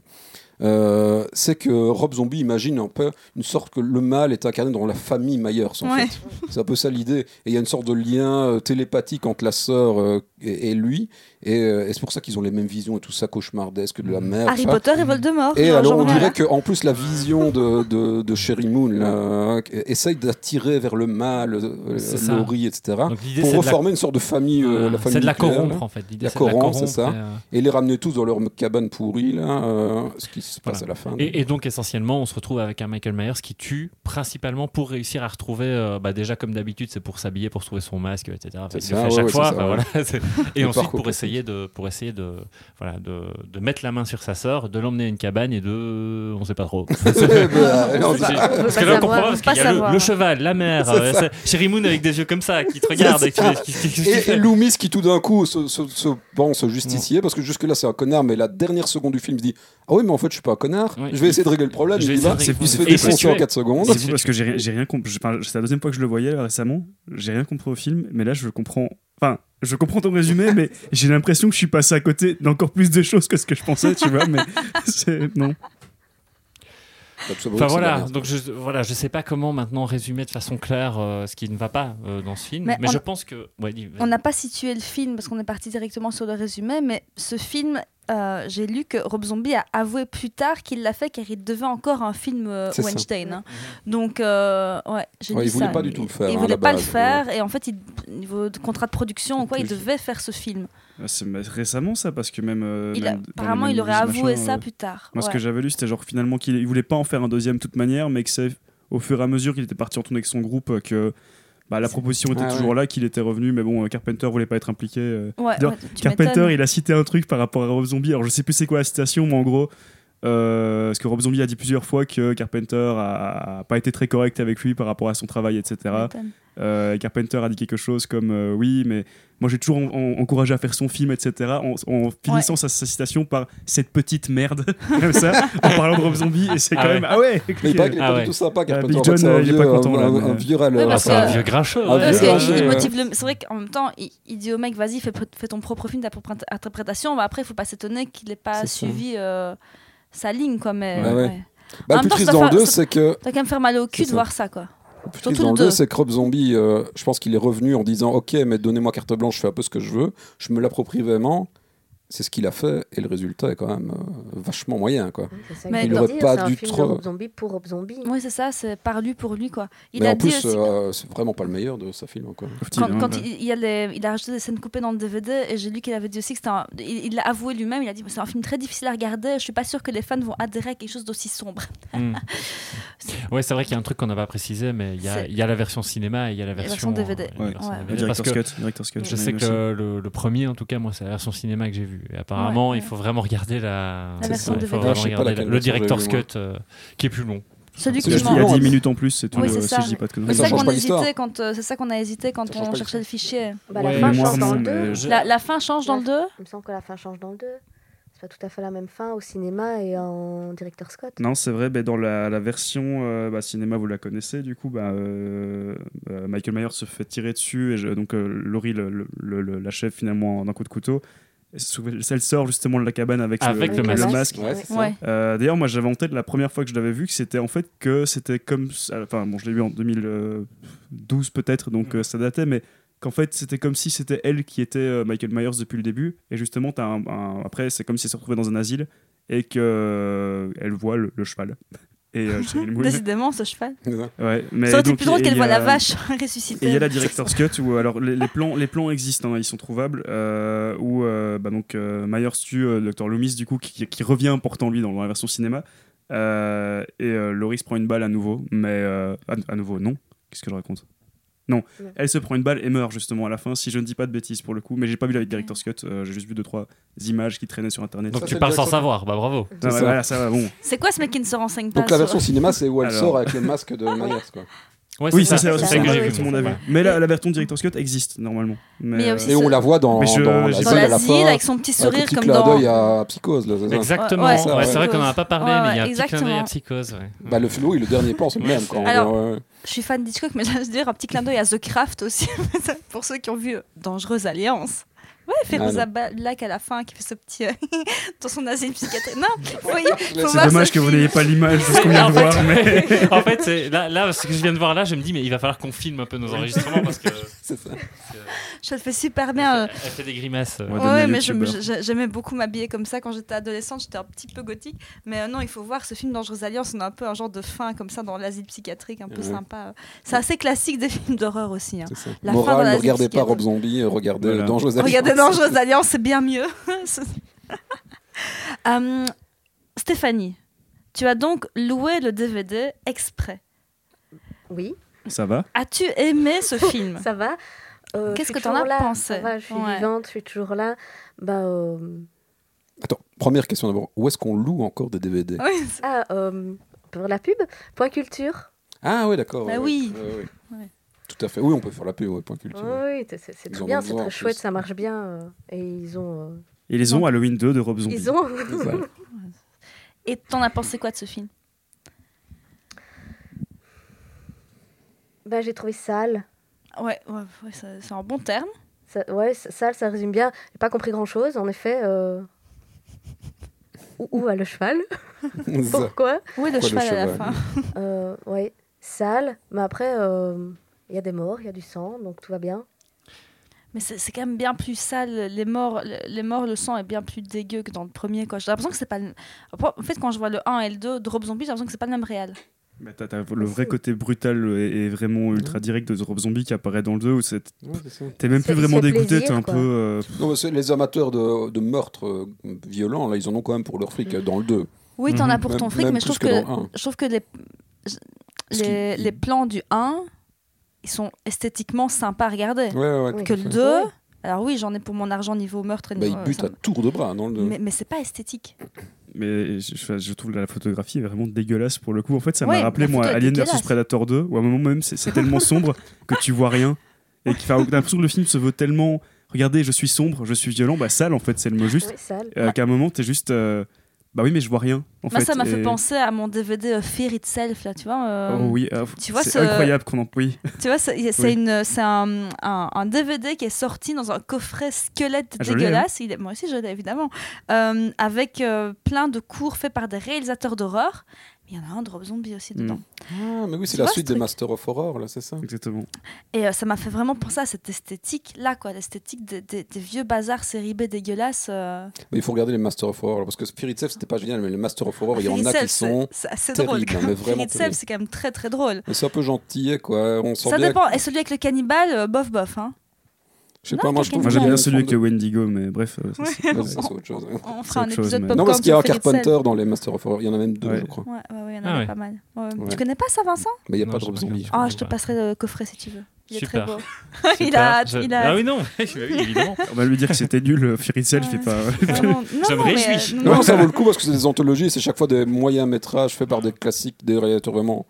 Euh, c'est que Rob Zombie imagine un peu une sorte que le mal est incarné dans la famille Myers en Ouais. fait. C'est un peu ça l'idée. Et il y a une sorte de lien euh, télépathique entre la sœur euh, et, et lui. Et, euh, et c'est pour ça qu'ils ont les mêmes visions et tout ça cauchemardesque de la mère. Hmm. Harry ça. Potter et Voldemort. hein, Et genre, alors on genre, dirait qu'en plus la vision de, de, de Sherry Moon là, euh, essaye d'attirer vers le mal euh, C'est ça. Laurie, etc. Donc l'idée, Pour c'est de la- Ah, reformer une sorte de famille, euh, la famille c'est de la nucléaire, là. corrompre en fait. L'idée, La c'est de la corrompre, c'est corrompre, ça. et, euh, Et les ramener tous dans leur cabane pourrie, là, euh, ce qui se passe Voilà. à la fin. Et, et donc essentiellement, on se retrouve avec un Michael Myers qui tue principalement pour réussir à retrouver, euh, bah, déjà comme d'habitude, c'est pour s'habiller, pour se trouver son masque, etc. Enfin, C'est il le ça, fait à ouais, chaque ouais, fois. c'est ça, enfin, ouais. voilà, c'est- et Le ensuite parcours pour essayer de, pour essayer de, voilà, de, de mettre la main sur sa sœur, de l'emmener à une cabane et de, on sait pas trop. Bah, non, c'est- On Parce que peut pas là, on savoir, comprend pas, on peut parce pas qu'il y a le, savoir. le cheval, la mer, C'est euh, ça. c'est- Sherry Moon avec des yeux comme ça, qui te regarde et qui fait- qui- qui- qui- qui Et, et fait- Loomis qui tout d'un coup se, se, se pense justicier parce que jusque là c'est un connard mais la dernière seconde du film il se dit ah oui mais en fait je suis pas un connard Ouais. je vais essayer de régler le problème Je il, vais y va. essayer de il se fait régler le problème. défoncer Et en c'est 4 secondes C'est fou parce que j'ai rien- j'ai rien compris. Enfin, c'est la deuxième fois que je le voyais là, récemment. J'ai rien compris au film, mais là je comprends. Enfin, je comprends ton résumé, mais j'ai l'impression que je suis passé à côté d'encore plus de choses que ce que je pensais, tu vois. Mais c'est non. Absolument, Enfin c'est la voilà, merde. donc je voilà, je sais pas comment maintenant résumer de façon claire euh, ce qui ne va pas euh, dans ce film, mais, Mais on- je pense que ouais, dis- vas-y. On n'a pas situé le film parce qu'on est parti directement sur le résumé, mais ce film, euh, j'ai lu que Rob Zombie a avoué plus tard qu'il l'a fait car il devait encore un film euh, C'est ça. Weinstein. hein. Donc, euh, ouais, j'ai Ouais, lu il voulait ça. pas du tout le faire, Il hein, à voulait la pas le base, faire et en fait, il, niveau de contrat de production ou quoi, il Obligé. devait faire ce film. Ah, C'est récemment ça, parce que même. euh, Il a- même dans les apparemment, il Menus, aurait avoué machin, ça euh, plus tard. Moi, ce ouais. que j'avais lu, c'était genre finalement qu'il il voulait pas en faire un deuxième de toute manière, mais que c'est au fur et à mesure qu'il était parti en tournée avec son groupe euh, que bah, la proposition était Ah ouais. toujours là, qu'il était revenu, mais bon, euh, Carpenter voulait pas être impliqué. euh. Ouais, D'ailleurs, ouais, tu m'étonnes. Carpenter, il a cité un truc par rapport à Rob Zombie. Alors, je sais plus c'est quoi la citation, mais en gros, euh, parce que Rob Zombie a dit plusieurs fois que Carpenter a, a pas été très correct avec lui par rapport à son travail, Tu etc. m'étonnes. Euh, et Carpenter a dit quelque chose comme euh, oui, mais moi j'ai toujours en- en- encouragé à faire son film, etc. En, en finissant sa, sa citation par cette petite merde, comme ça, en parlant de Rob Zombie, et c'est Ah quand ouais. même ah ouais. Mais il paraît qu'il est Ah pas ouais. du tout sympa, Carpenter. Big En fait, John, c'est un euh, il est vieux- pas content, un- là, un- mais- un vieux râleur. Ouais, Ah, parce c'est un que- vieux grincheux. Ah, ouais. Parce Ouais, qu'il ouais, ouais. motive le- C'est vrai qu'en même temps, il, il dit au mec, vas-y, fais, fais ton propre film d'interprétation. Mais après, il faut pas s'étonner qu'il n'ait pas C'est ça. suivi euh, sa ligne, quoi. Mais, Ouais, ouais. ouais. Bah, En même le plus temps, triste ça dans le fait- 2, ça- c'est que. T'as quand même faire mal au cul C'est de ça. voir ça, quoi. le plus Surtout triste le dans le 2, deux. c'est que Rob Zombie, euh, je pense qu'il est revenu en disant Ok, mais donnez-moi carte blanche, je fais un peu ce que je veux, je me l'approprie vraiment. C'est ce qu'il a fait, et le résultat est quand même euh, vachement moyen, quoi. C'est ça Mais qu'il il faut aurait dire, pas c'est un dû film trop- de Rob Zombie pour Rob Zombie. Oui, c'est ça, c'est par lui, pour lui, quoi. Il mais a en dit plus, aussi. euh, c'est vraiment pas le meilleur de sa film, quoi. hein, Quand, bah. quand il, il y a les- il a rajouté des scènes coupées dans le DVD, et j'ai lu qu'il avait dit aussi que c'était un- il il l'a avoué lui-même, il a dit c'est un film très difficile à regarder, je suis pas sûr que les fans vont adhérer à quelque chose d'aussi sombre. Mm. Ouais, c'est vrai qu'il y a un truc qu'on n'a pas précisé, mais il y, a- C'est- il y a la version cinéma et il y a la version version DVD. euh, la Ouais. version Ouais. DVD, Le parce director's que cut, director's cut, je j'en ai sais eu que aussi. le, le premier, en tout cas, moi, c'est la version cinéma que j'ai vue. Et apparemment, Ouais, il ouais. faut vraiment regarder la, La version il faut DVD. vraiment Ah, je sais pas regarder laquelle le version j'ai director's vue, moi. cut euh, qui est plus long. Celui C'est que juste je qu'il Il y a Non, 10 mais- minutes en plus, c'est tout, Oui, euh, c'est si ça. je dis pas de C'est Mais conneries. ça ça change qu'on pas a hésité l'histoire. quand euh, c'est ça qu'on a hésité quand Ça change on pas cherchait le fichier. Bah, la Ouais, fin mais moi, change dans le mais 2. je- La, la fin change dans le 2 Il me semble que la fin change dans le 2. C'est pas tout à fait la même fin au cinéma et en directeur Scott. Non, c'est vrai, ben, dans la, la version euh, bah, cinéma, vous la connaissez, du coup, bah, euh, euh, Michael Myers se fait tirer dessus, et je- donc euh, Laurie le- le- le- le- l'achève finalement d'un coup de couteau. Et sous- Elle sort justement de la cabane avec, Avec le masque. Ouais, c'est ça. Ouais. Euh, D'ailleurs, moi j'avais en tête la première fois que je l'avais vu que c'était en fait que c'était comme. Enfin, bon, je l'ai vu en 2012 peut-être, donc Mm. euh, ça datait, mais qu'en fait c'était comme si c'était elle qui était euh, Michael Myers depuis le début. Et justement, t'as un- un- après, c'est comme si elle se retrouvait dans un asile et que euh, elle voit le, le cheval. Et euh, Shailene Wood. Décidément, ce cheval. Ouais, mais Ça aurait été donc, plus drôle et qu'elle il y voit la a- vache et ressuscitée. il y a la director's cut où euh, alors les, les plans les plans existent, hein, ils sont trouvables euh, où euh, bah, donc euh, Myers tue euh, le Dr Loomis du coup qui, qui revient en portant lui dans la version cinéma Euh, et euh, Laurie se prend une balle à nouveau mais euh, à, à nouveau non qu'est-ce que je raconte non Non. elle se prend une balle et meurt justement à la fin si je ne dis pas de bêtises pour le coup mais j'ai pas vu la director's cut euh, j'ai juste vu deux trois images qui traînaient sur internet Donc Ça, tu c'est le parles sans director's cut. savoir, bah bravo. Ah, ouais, ça. voilà, ça va, bon C'est quoi ce mec qui ne se renseigne pas Donc la sur- version cinéma, c'est où elle Alors. sort avec le masque de Myers, quoi. Ouais, oui ça c'est c'est la ça version que j'ai cinéma, vu. tout le monde a vu moi. mais la, la version director's cut existe normalement mais, Mais il y a euh, aussi Et on la voit dans, Mais je- dans j'ai pas- la Dans scène à la l'asile, fin. avec son petit Avec sourire un petit comme clin dans. d'œil à, à Psychose, là, c'est ça. Exactement, Ouais, ouais, c'est vrai ouais. qu'on n'en a pas parlé, Ouais, mais il y a un ouais, petit clin d'œil exactement. à psychose. ouais. Bah, le film, oui, le dernier plan, c'est le même. Quand on Alors, voit, ouais. Je suis fan d'Hitchcock, mais j'allais dire un petit clin d'œil à The Craft aussi, pour ceux qui ont vu euh, Dangereuse Alliance. Ouais, Ah, Ferruza Black à la fin qui fait ce petit. euh, dans son asile psychiatrique. Non, oui, faut c'est voir dommage ce que vous film. n'ayez pas l'image de ce qu'on vient de En fait, voir mais en fait, c'est- là, là, ce que je viens de voir là, je me dis, mais il va falloir qu'on filme un peu nos enregistrements parce que c'est ça. Je le fais super bien. euh, elle fait des grimaces. euh. Ouais. Ouais, Madame ouais, la mais je- youtubeur. je- j'aimais beaucoup m'habiller comme ça quand j'étais adolescente. J'étais un petit peu gothique. Mais euh, non, il faut voir ce film Dangereuse Alliance. On a un peu un genre de fin comme ça dans l'asile psychiatrique, un peu Ouais. sympa. C'est assez classique des films d'horreur aussi. hein. c'est ça. La fin dans Morale, la ne regardez pas psychiatre. Rob Zombie, regardez Voilà. Dangereuse Alliance. Regardez Dangereuse Alliance, c'est bien mieux. Hum, Stéphanie, tu as donc loué le DVD exprès. Oui, ça va As-tu aimé ce film ça va. Euh, Qu'est-ce je suis que t'en toujours as là. pensé Ça va, je suis Ouais. vivante, je suis toujours là. Bah, euh, Attends, première question d'abord. Où est-ce qu'on loue encore des DVD Oui, c'est- Ah, euh, pour la pub, Point Culture. Ah oui, d'accord. Bah ouais, oui. ouais, ouais, ouais. Ouais. Oh, Tout à fait. Oui, on peut faire la pub, ouais, point culture. Oui, c'est- c'est c'est Ils très en bien, vendent c'est moins, en très chouette, plus. ça marche bien. euh, et ils ont. euh, Et les ont Halloween 2 de Rob Zombie. ils ont. C'est ça. Et t'en as pensé quoi de ce film bah, j'ai trouvé sale. Ouais, ouais, ouais, ça- c'est un bon terme. Ça, ouais, ça- sale, ça résume bien. J'ai pas compris grand chose, en effet. euh, Où, où va le cheval C'est ça. Pourquoi Oui, le Pourquoi le cheval à la cheval fin. Euh, Ouais, sale. Mais après, euh, il y a des morts, il y a du sang, donc tout va bien. Mais c'est c'est quand même bien plus sale. Les morts, le, les morts, le sang est bien plus dégueu que dans le premier. quoi. J'ai l'impression que c'est pas. le- En fait, quand je vois le 1 et le 2 de Rob Zombie, j'ai l'impression que c'est pas le même réel. Mais t'as, t'as le vrai côté brutal et, et vraiment ultra direct de Rob Zombie qui apparaît dans le 2 où c'est- Ouais, c'est ça. t'es même C'est- plus vraiment c'est dégoûté, plaisir, t'es un quoi. peu. euh, Non, mais c'est- les amateurs de, de meurtres euh, violents, là, ils en ont quand même pour leur fric euh, dans le 2. Oui, t'en Mhm. as Mm. pour ton Même- fric, même mais je trouve plus que que, dans le un. je trouve que les, qu'il- les, il- les plans du 1, ils sont esthétiquement sympas à regarder. Ouais, ouais, ouais, Oui. tout Que à le fait. 2, Ouais. alors oui, j'en ai pour mon argent niveau meurtre et Bah, niveau. euh, il bute ça à me- tour de bras dans le. mais, mais c'est pas esthétique. Mais je, je- je trouve la photographie est vraiment dégueulasse pour le coup. En fait, ça m'a Ouais, rappelé la moi photo est Alien dégueulasse. versus Predator 2, où à un moment même c'est c'est tellement sombre que tu vois rien et qui enfin, t'as l'impression que le film se veut tellement. Regardez, je suis sombre, je suis violent, bah sale en fait, c'est le mot juste. Oui, sale. Euh, Qu'à un moment t'es juste. euh, bah oui, mais je vois rien. En Moi, fait, ça m'a fait Et- penser à mon DVD euh, Fear Itself, là, tu vois. euh, Oh oui, euh, Tu vois, c'est ce- incroyable qu'on en oui. Tu vois, c'est c'est Oui. une- c'est un, un, un DVD qui est sorti dans un coffret squelette Ah, je hein. l'ai, dégueulasse. Il est- moi aussi, je l'ai évidemment. Euh, avec euh, plein de cours faits par des réalisateurs d'horreur. Mais il y en a un, Drop Zombie aussi Mm. dedans. Ah, mais oui, Tu c'est la vois, suite ce des truc Master of Horror, là, c'est ça Exactement. Et euh, ça m'a fait vraiment penser à cette esthétique-là, quoi. L'esthétique des, des- des vieux bazars série B dégueulasses. euh. Mais il faut regarder les Master of Horror, là, parce que Spirit Self, c'était pas génial, mais les Master of Horror, Oh, il y en Fear a qui Itself, sont. c'est- C'est assez drôle. terribles, quand mais même. vraiment Fear Itself, terribles. c'est quand même très, très drôle. Mais c'est un peu gentil, eh, quoi. On sent Ça bien. dépend. Et celui avec le cannibale, euh, bof, bof. Hein. Je sais Non, pas, quelqu'un moi, je trouve. Moi j'aime qu'il y a bien une celui avec forme Wendigo, mais bref. euh, ça, c'est- de- Ouais, ça, c'est autre chose. hein. On C'est fera un autre chose, épisode mais- popcorn Non, parce qu'il y a sur un Fear Itself. Carpenter dans les Master of Horror. Il y en a même deux, Ouais. je crois. Ouais, ouais, ouais, il y en a Ah ouais. pas mal. Ouais. Ouais. Tu connais pas ça, Vincent Mais il n'y a Non, pas de je Rob regarde. Zombie. je Ah, crois. Ah, comprends je te pas. passerai le coffret si tu veux. Il est Super. très beau. il Super. a hâte, Je- il a Ah hâte. oui, non, oui, évidemment. On va lui dire que c'était nul, euh, Fear Itself, c'est Ouais. pas. Vraiment. Ça me non, mais, réjouit. euh, Non, non. ça vaut le coup parce que c'est des anthologies et c'est chaque fois des moyens métrages faits par des Ah. classiques, des réalisateurs vraiment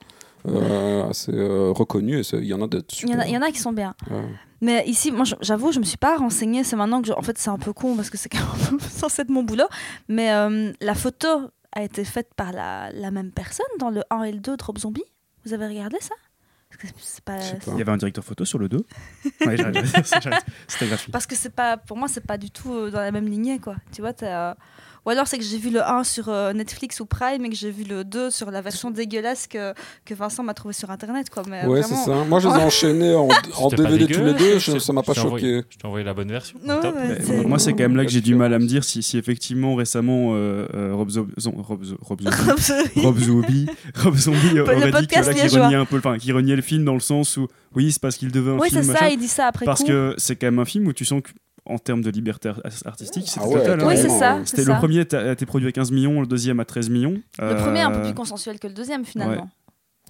euh, assez euh, reconnus. Et c'est- il y en a de Il super. y, en a, il y en a qui sont bien. Ouais. Mais ici, moi, je- j'avoue, je me suis pas renseignée. C'est maintenant que, je- en fait, c'est un peu con parce que c'est quand même censé être mon boulot. Mais euh, la photo a été faite par la, la même personne dans le 1 et le 2 Drop Zombie. Vous avez regardé ça Parce que c'est pas. Je sais pas. Il y avait un directeur photo sur le 2. Ouais, j'arrête, j'arrête. C'était gratuit. Parce que c'est pas, pour moi, c'est pas du tout euh, dans la même lignée, quoi. Tu vois, t'as, euh, ou alors c'est que j'ai vu le 1 sur euh, Netflix ou Prime et que j'ai vu le 2 sur la version dégueulasse que, que Vincent m'a trouvé sur Internet, quoi. Mais euh, Ouais, c'est vraiment- ça. Moi, je les ai enchaînés en, en C'était pas DVD tous les dégueu, deux. je- je- ça m'a pas je t'ai envoyé- choqué. Je t'ai envoyé la bonne version. Non, Top. ouais, Mais Ah, c'est- Moi, c'est quand même là que j'ai du Assurance. mal à me dire si, si effectivement récemment euh, euh, Rob, Zo- Zo- Rob, Zo- Rob Zombie, Rob Zombie. Rob Zombie, Rob Zombie aurait dit que, podcast voilà, qu'il liégeois. reniait un peu, enfin, qu'il reniait le film dans le sens où oui, c'est parce qu'il devait un Oui, film, c'est ça, machin, il dit ça après parce coup. que c'est quand même un film où tu sens qu'en termes de liberté ar- artistique, c'était Ah ouais, total. hein. Oui, c'est carrément, ça. ouais. c'est C'était le ça. premier a été produit à 15 millions, le deuxième à 13 millions. Euh, Le premier est un peu plus consensuel que le deuxième, finalement.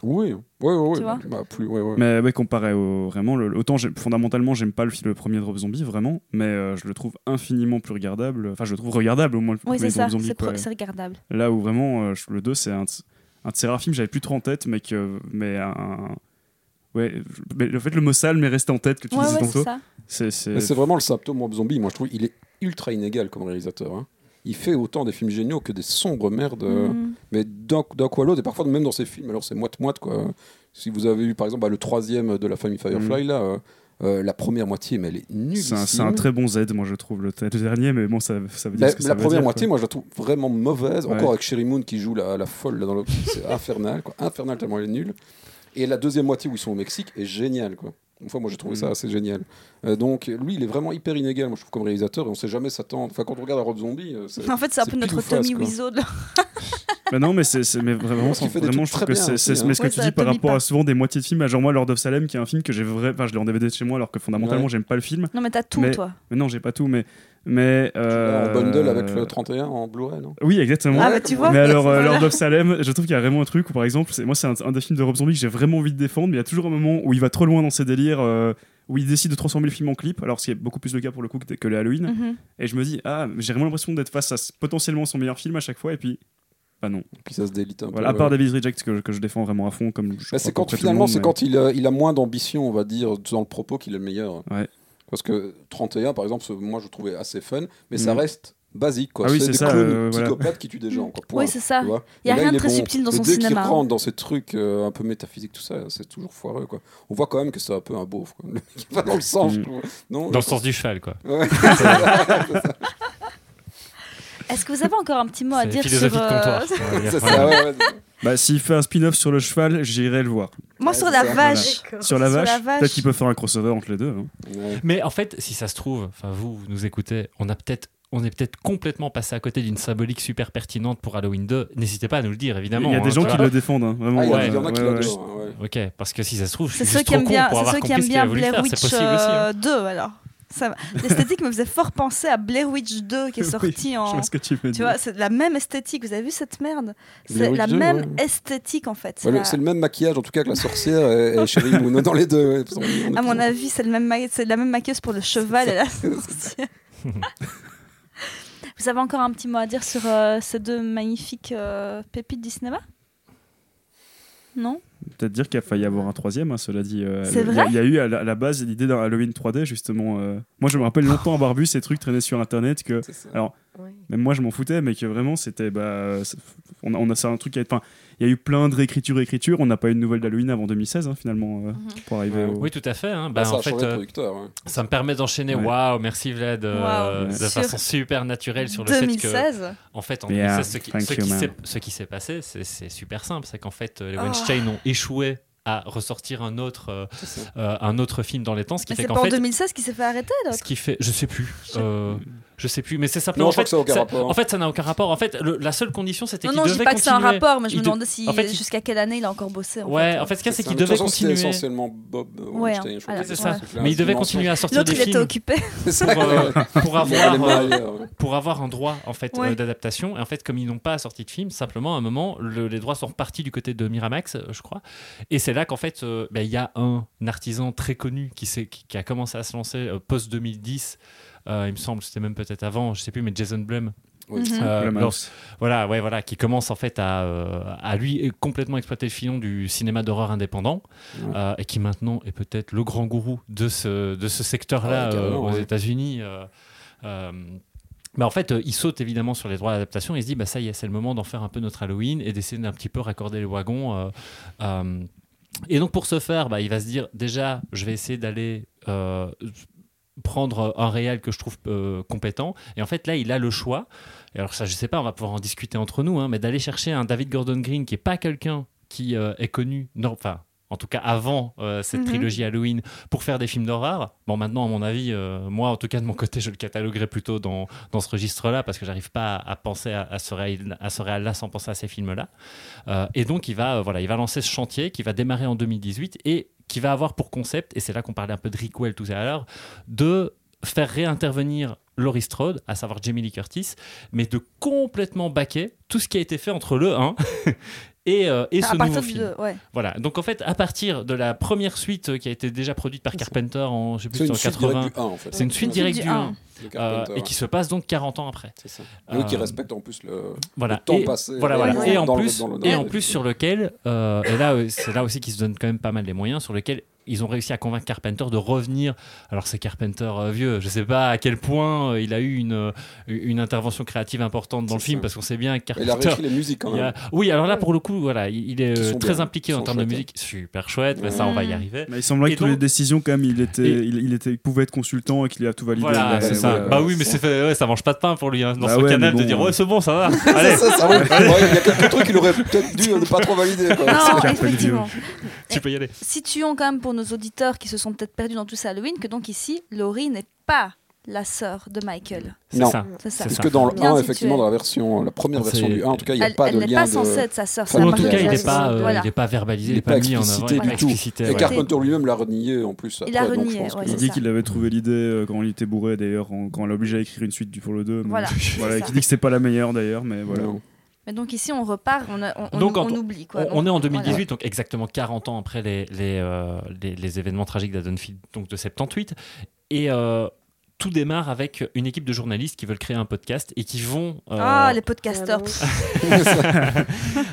Oui, oui, oui. Tu vois Bah, plus, ouais, ouais. Mais ouais, comparé au vraiment, le- autant j'ai- fondamentalement j'aime pas le, film- le premier Drop Zombie vraiment, mais euh, je le trouve infiniment plus regardable. Enfin, je le trouve regardable au moins le Oui, premier c'est ça, Drop Zombie. c'est quoi. pro- c'est regardable. Là où vraiment euh, je- le 2 c'est un, de- un de ces rares films que j'avais plus trop en tête, mais que mais un ouais, je- mais le fait le mot sale m'est resté en tête que tu Ouais, disais ouais, c'est tantôt. ça. C'est c'est Mais c'est vraiment le symptôme Rob Zombie. Moi, je trouve il est ultra inégal comme réalisateur. hein. Il fait autant des films géniaux que des sombres merdes. euh, Mhm. Mais d'un d'un coup à l'autre, et parfois même dans ces films, alors c'est moite-moite quoi. Si vous avez vu par exemple bah, le troisième de la famille Firefly, là, euh, euh, la première moitié, mais elle est nulle. Mm. c'est un, c'est un très bon Z, moi je trouve le, le dernier, mais bon, ça, ça veut dire La, ce que ça Bah, la veut première dire, moitié, quoi. moi je la trouve vraiment mauvaise. Ouais. Encore avec Sherry Moon qui joue la, la folle là, dans le. C'est infernal quoi. Infernal tellement elle est nulle. Et la deuxième moitié où ils sont au Mexique est géniale quoi. Enfin, moi j'ai trouvé Mm. ça assez génial. Euh, donc lui il est vraiment hyper inégal, moi je trouve, comme réalisateur. Et on sait jamais s'attendre. Enfin, quand on regarde à Rob Zombie, euh, c'est. En fait, c'est un peu pile ou notre face, Tommy quoi. Wiseau. de- Bah non, mais c'est c'est- mais vraiment, Parce qu'il fait des vraiment trucs je trouve très que bien c'est aussi, c'est- hein. mais ce Ouais, que tu ça, dis par Tommy rapport à Park. souvent des moitiés de films, genre moi Lord of Salem qui est un film que j'ai vrai enfin je l'ai en DVD de chez moi alors que fondamentalement Ouais. j'aime pas le film. Non, mais t'as tout, Mais- toi. Mais non, j'ai pas tout mais mais En euh, bundle avec le 31 en Blu-ray, non Oui, exactement. Ah, bah, tu vois. Mais alors, euh, Voilà. Lord of Salem, je trouve qu'il y a vraiment un truc où, par exemple, c'est- moi, c'est un, un des films de Rob Zombie que j'ai vraiment envie de défendre, mais il y a toujours un moment où il va trop loin dans ses délires, euh, où il décide de transformer le film en clip, alors c'est beaucoup plus le cas pour le coup que, que les Halloween. Mhm. Et je me dis, ah, j'ai vraiment l'impression d'être face à ce- potentiellement son meilleur film à chaque fois, et puis, bah non. Puis ça se délite un euh, Voilà, à peu. part ouais. David Reject, que, je- que je défends vraiment à fond, comme je Bah, crois c'est à peu quand près tout le finalement, monde, c'est mais- quand il a, il a moins d'ambition, on va dire, dans le propos qu'il est le meilleur. Ouais. Parce que 31, par exemple, ce- moi je trouvais assez fun, mais ça Mhm. reste basique. quoi. Ah oui, c'est c'est des ça, clowns euh, voilà. psychopathes qui tuent des gens. Quoi, point. Oui, c'est ça. Tu vois Il y a Et là, rien il de est très bon. subtil dans Et son dès qu'il cinéma. hein. rentre dans ces trucs euh, un peu métaphysiques, tout ça, c'est toujours foireux. Quoi. On voit quand même que c'est un peu un beauf. Quoi. Le mec, il va dans le sens. Mhm. je trouve. Non, Dans le sens du cheval, quoi. Ouais. C'est ça, Est-ce que vous avez encore un petit mot à C'est dire sur. philosophie de comptoir. euh, on va dire. c'est ça, ouais, ouais. Bah, s'il fait un spin-off sur le cheval, j'irai le voir. Moi, Ouais, sur c'est la ça. vache. Sur la Sur la vache, vache. peut-être qu'il peut faire un crossover entre les deux. hein. Ouais. Ah, Mais en fait, si ça se trouve, enfin vous, vous nous écoutez, on a peut-être on est peut-être complètement passé à côté d'une symbolique super pertinente pour Halloween 2. N'hésitez pas à nous le dire, évidemment. Il y a hein, des gens tu qui vois. le défendent, hein, vraiment. Ah, Il y en a- euh, il y en a qui ouais, ouais. l'adorent. hein, ouais. Ok, parce que si ça se trouve, je suis C'est ceux juste qui trop aiment con bien, pour c'est avoir ceux qui compris aiment ce qu'il a bien voulu Blair faire. C'est Witch possible aussi. hein. euh, 2, alors. Ça m'a- L'esthétique me faisait fort penser à Blair Witch 2 qui est Oui, sorti Je en. vois ce que tu veux Tu dire. vois, c'est la même esthétique. Vous avez vu cette merde C'est Blair Witch la 2, même ouais. esthétique en fait. Ouais, le- La- C'est le même maquillage en tout cas que la sorcière et, et Sherry Moon dans les deux. ouais, parce qu'on- on est À mon plus- avis, c'est le même ma- c'est la même maquilleuse pour le cheval et la sorcière. Vous avez encore un petit mot à dire sur euh, ces deux magnifiques euh, pépites du cinéma Non Peut-être dire qu'il a failli y avoir un troisième, hein, cela dit. euh, C'est le- il y a- vrai Il y a eu à la, à la base l'idée d'un Halloween 3D, justement. euh. Moi, je me rappelle longtemps avoir vu ces trucs traîner sur Internet que C'est ça. Ouais. même moi, je m'en foutais, mais que vraiment, c'était. Bah, euh, c'est- on a, on a ça, un truc qui a été- Enfin, il y a eu plein de réécritures, réécritures. On n'a pas eu de nouvelle d'Halloween avant 2016, hein, finalement, euh, Mhm. pour arriver Ouais. au. Oui, tout à fait. hein. Bah, Bah, ça a en fait, changé de euh, producteur. ouais. ça me permet d'enchaîner. Ouais. Waouh, merci Vlad, euh, Waouh, de sur- façon super naturelle sur le fait que 2016 En fait, en Yeah, 2016, ce qui, thank ce you, qui man. s'est- ce qui s'est passé, c'est- c'est super simple. C'est qu'en fait, euh, les Oh. Weinstein ont échoué à ressortir un autre, euh, C'est ça. euh, un autre film dans les temps. Ce qui Mais fait c'est pas qu'en en fait. 2016 qu'il s'est fait arrêter Ce qui fait, je sais plus, sais euh, je sais plus, mais c'est simplement. Non, en je crois fait, que ça a aucun rapport. hein. En fait, ça n'a aucun rapport. En fait, le- la seule condition, c'était Non, qu'il non, je dis devait pas que c'est un continuer. rapport, mais je Il me de- demande si en fait, il- jusqu'à quelle année il a encore bossé. En Ouais, fait. en fait, ce qu'il y a, c'est ça. qu'il De toute devait façon, continuer. C'était essentiellement Bob euh, Ouais, Weinstein, je crois. voilà. C'est que ça. ce Mais il devait film continuer à sortir L'autre, des il était films occupé. C'est ça. pour, euh, pour Il allait avoir. mal euh, ailleurs, ouais. pour avoir un droit en fait Ouais. euh, d'adaptation. Et en fait, comme ils n'ont pas sorti de film, simplement à un moment, le- les droits sont repartis du côté de Miramax, euh, je crois. Et c'est là qu'en fait, euh, ben, il y a un artisan très connu qui, s'est- qui, qui a commencé à se lancer euh, post 2010. Euh, il me semble, c'était même peut-être avant, je sais plus, mais Jason Blum. Oui. Mhm. euh, Blumhouse. lors- voilà, ouais, voilà, qui commence en fait à, euh, à lui complètement exploiter le filon du cinéma d'horreur indépendant Ouais. euh, et qui maintenant est peut-être le grand gourou de ce, de ce secteur-là Ah ouais, euh, carrément, aux ouais. États-Unis. euh, euh, bah, en fait, euh, il saute évidemment sur les droits d'adaptation et il se dit bah ça y est, c'est le moment d'en faire un peu notre Halloween et d'essayer d'un petit peu raccorder les wagons. euh, euh. et donc pour ce faire, bah, il va se dire déjà, je vais essayer d'aller euh, prendre un réel que je trouve euh, compétent. Et en fait, là, il a le choix et alors ça, je sais pas, on va pouvoir en discuter entre nous, hein, mais d'aller chercher un David Gordon Green qui est pas quelqu'un qui euh, est connu, non, enfin, en tout cas avant euh, cette Mhm. trilogie Halloween, pour faire des films d'horreur. Bon, maintenant, à mon avis, euh, moi, en tout cas de mon côté, je le cataloguerais plutôt dans, dans ce registre-là, parce que j'arrive pas à, à penser à, à ce réel, à ce réel-là sans penser à ces films-là. Euh, et donc, il va, euh, voilà, il va lancer ce chantier qui va démarrer en 2018 et qui va avoir pour concept, et c'est là qu'on parlait un peu de Rickwell tout à l'heure, de faire réintervenir Laurie Strode, à savoir Jamie Lee Curtis, mais de complètement baquer tout ce qui a été fait entre le 1 et, euh, et à ce nouveau partir du. film. Ouais. Voilà. Donc en fait, à partir de la première suite euh, qui a été déjà produite par C'est ça. Carpenter en je sais plus C'est en une suite 80, directe du 1, en fait. c'est une suite Ouais, directe Du du un. 1 de euh, Carpenter, et qui se passe donc 40 ans après. C'est ça. Et qui Euh, respecte en plus le, Voilà. le temps Et- passé. Voilà, euh, voilà. dans Et en le- plus, dans le- dans et le- en plus sur lequel, euh, et là, euh, c'est là aussi qu'ils se donnent quand même pas mal les moyens, sur lequel ils ont réussi à convaincre Carpenter de revenir. Alors c'est Carpenter euh, vieux, je sais pas à quel point euh, il a eu une, euh, une intervention créative importante dans le C'est film, ça. parce qu'on sait bien que Il a Carpenter. réécrit les musiques quand il y a- même. Oui, alors là pour le coup, voilà, il il est Qui euh, sont très bien, impliqué qui en sont termes de chouettes, musique, super chouette, bah, ça on va y arriver. Mais il semblait Et que toutes les donc- décisions, quand même, il, était, Et- il, il était, il pouvait être consultant et qu'il a tout validé. Voilà, Ouais, c'est ça. ouais, bah ouais. oui, mais c'est fait, ouais, ça mange pas de pain pour lui hein, dans Bah son ouais, canal mais de bon, dire ouais. ouais c'est bon ça va. Ah, Allez, Ça, ça, ouais. Ouais, il y a quelques trucs qu'il aurait peut-être dû euh, ne pas trop valider. Quoi. Non, Carpenter. effectivement. tu peux y aller. Situons quand même pour nos auditeurs qui se sont peut-être perdus dans tout ça Halloween que donc ici, Laurie n'est pas la sœur de Michael. C'est Non. ça. C'est Ah. ça. C'est Parce ça. Ah, que dans le Bien 1, situé. effectivement, dans la version, la première C'est- version du 1, en tout cas, il n'y a Elle pas elle de n'est pas lien censée de. être sa sœur. Ou ça Ou en marche tout cas, il n'est déjà, pas, ça. euh, Voilà. il est pas verbalisé, Il il n'est est pas pas mis en avant, explicité il est du pas tout. explicité. Et ouais. Carpenter lui-même l'a renié en plus. Il a après, donc je renié, pense que- ouais, Il c'est dit ça. qu'il avait trouvé l'idée euh, quand il était bourré d'ailleurs, en- quand on l'a obligé à écrire une suite du pour le 2. mais- Voilà, c'est voilà ça. qui dit que c'est pas la meilleure d'ailleurs, mais voilà. Non. Mais donc ici, on repart, on, a- on, on- Donc, en- on oublie. Quoi. On, Donc, on est en voilà. 2018, donc exactement 40 ans après les, les, euh, les, les événements tragiques d'Haddonfield, donc de 78. Et euh, tout démarre avec une équipe de journalistes qui veulent créer un podcast et qui vont. euh, Ah, les podcasteurs. Ah, bon.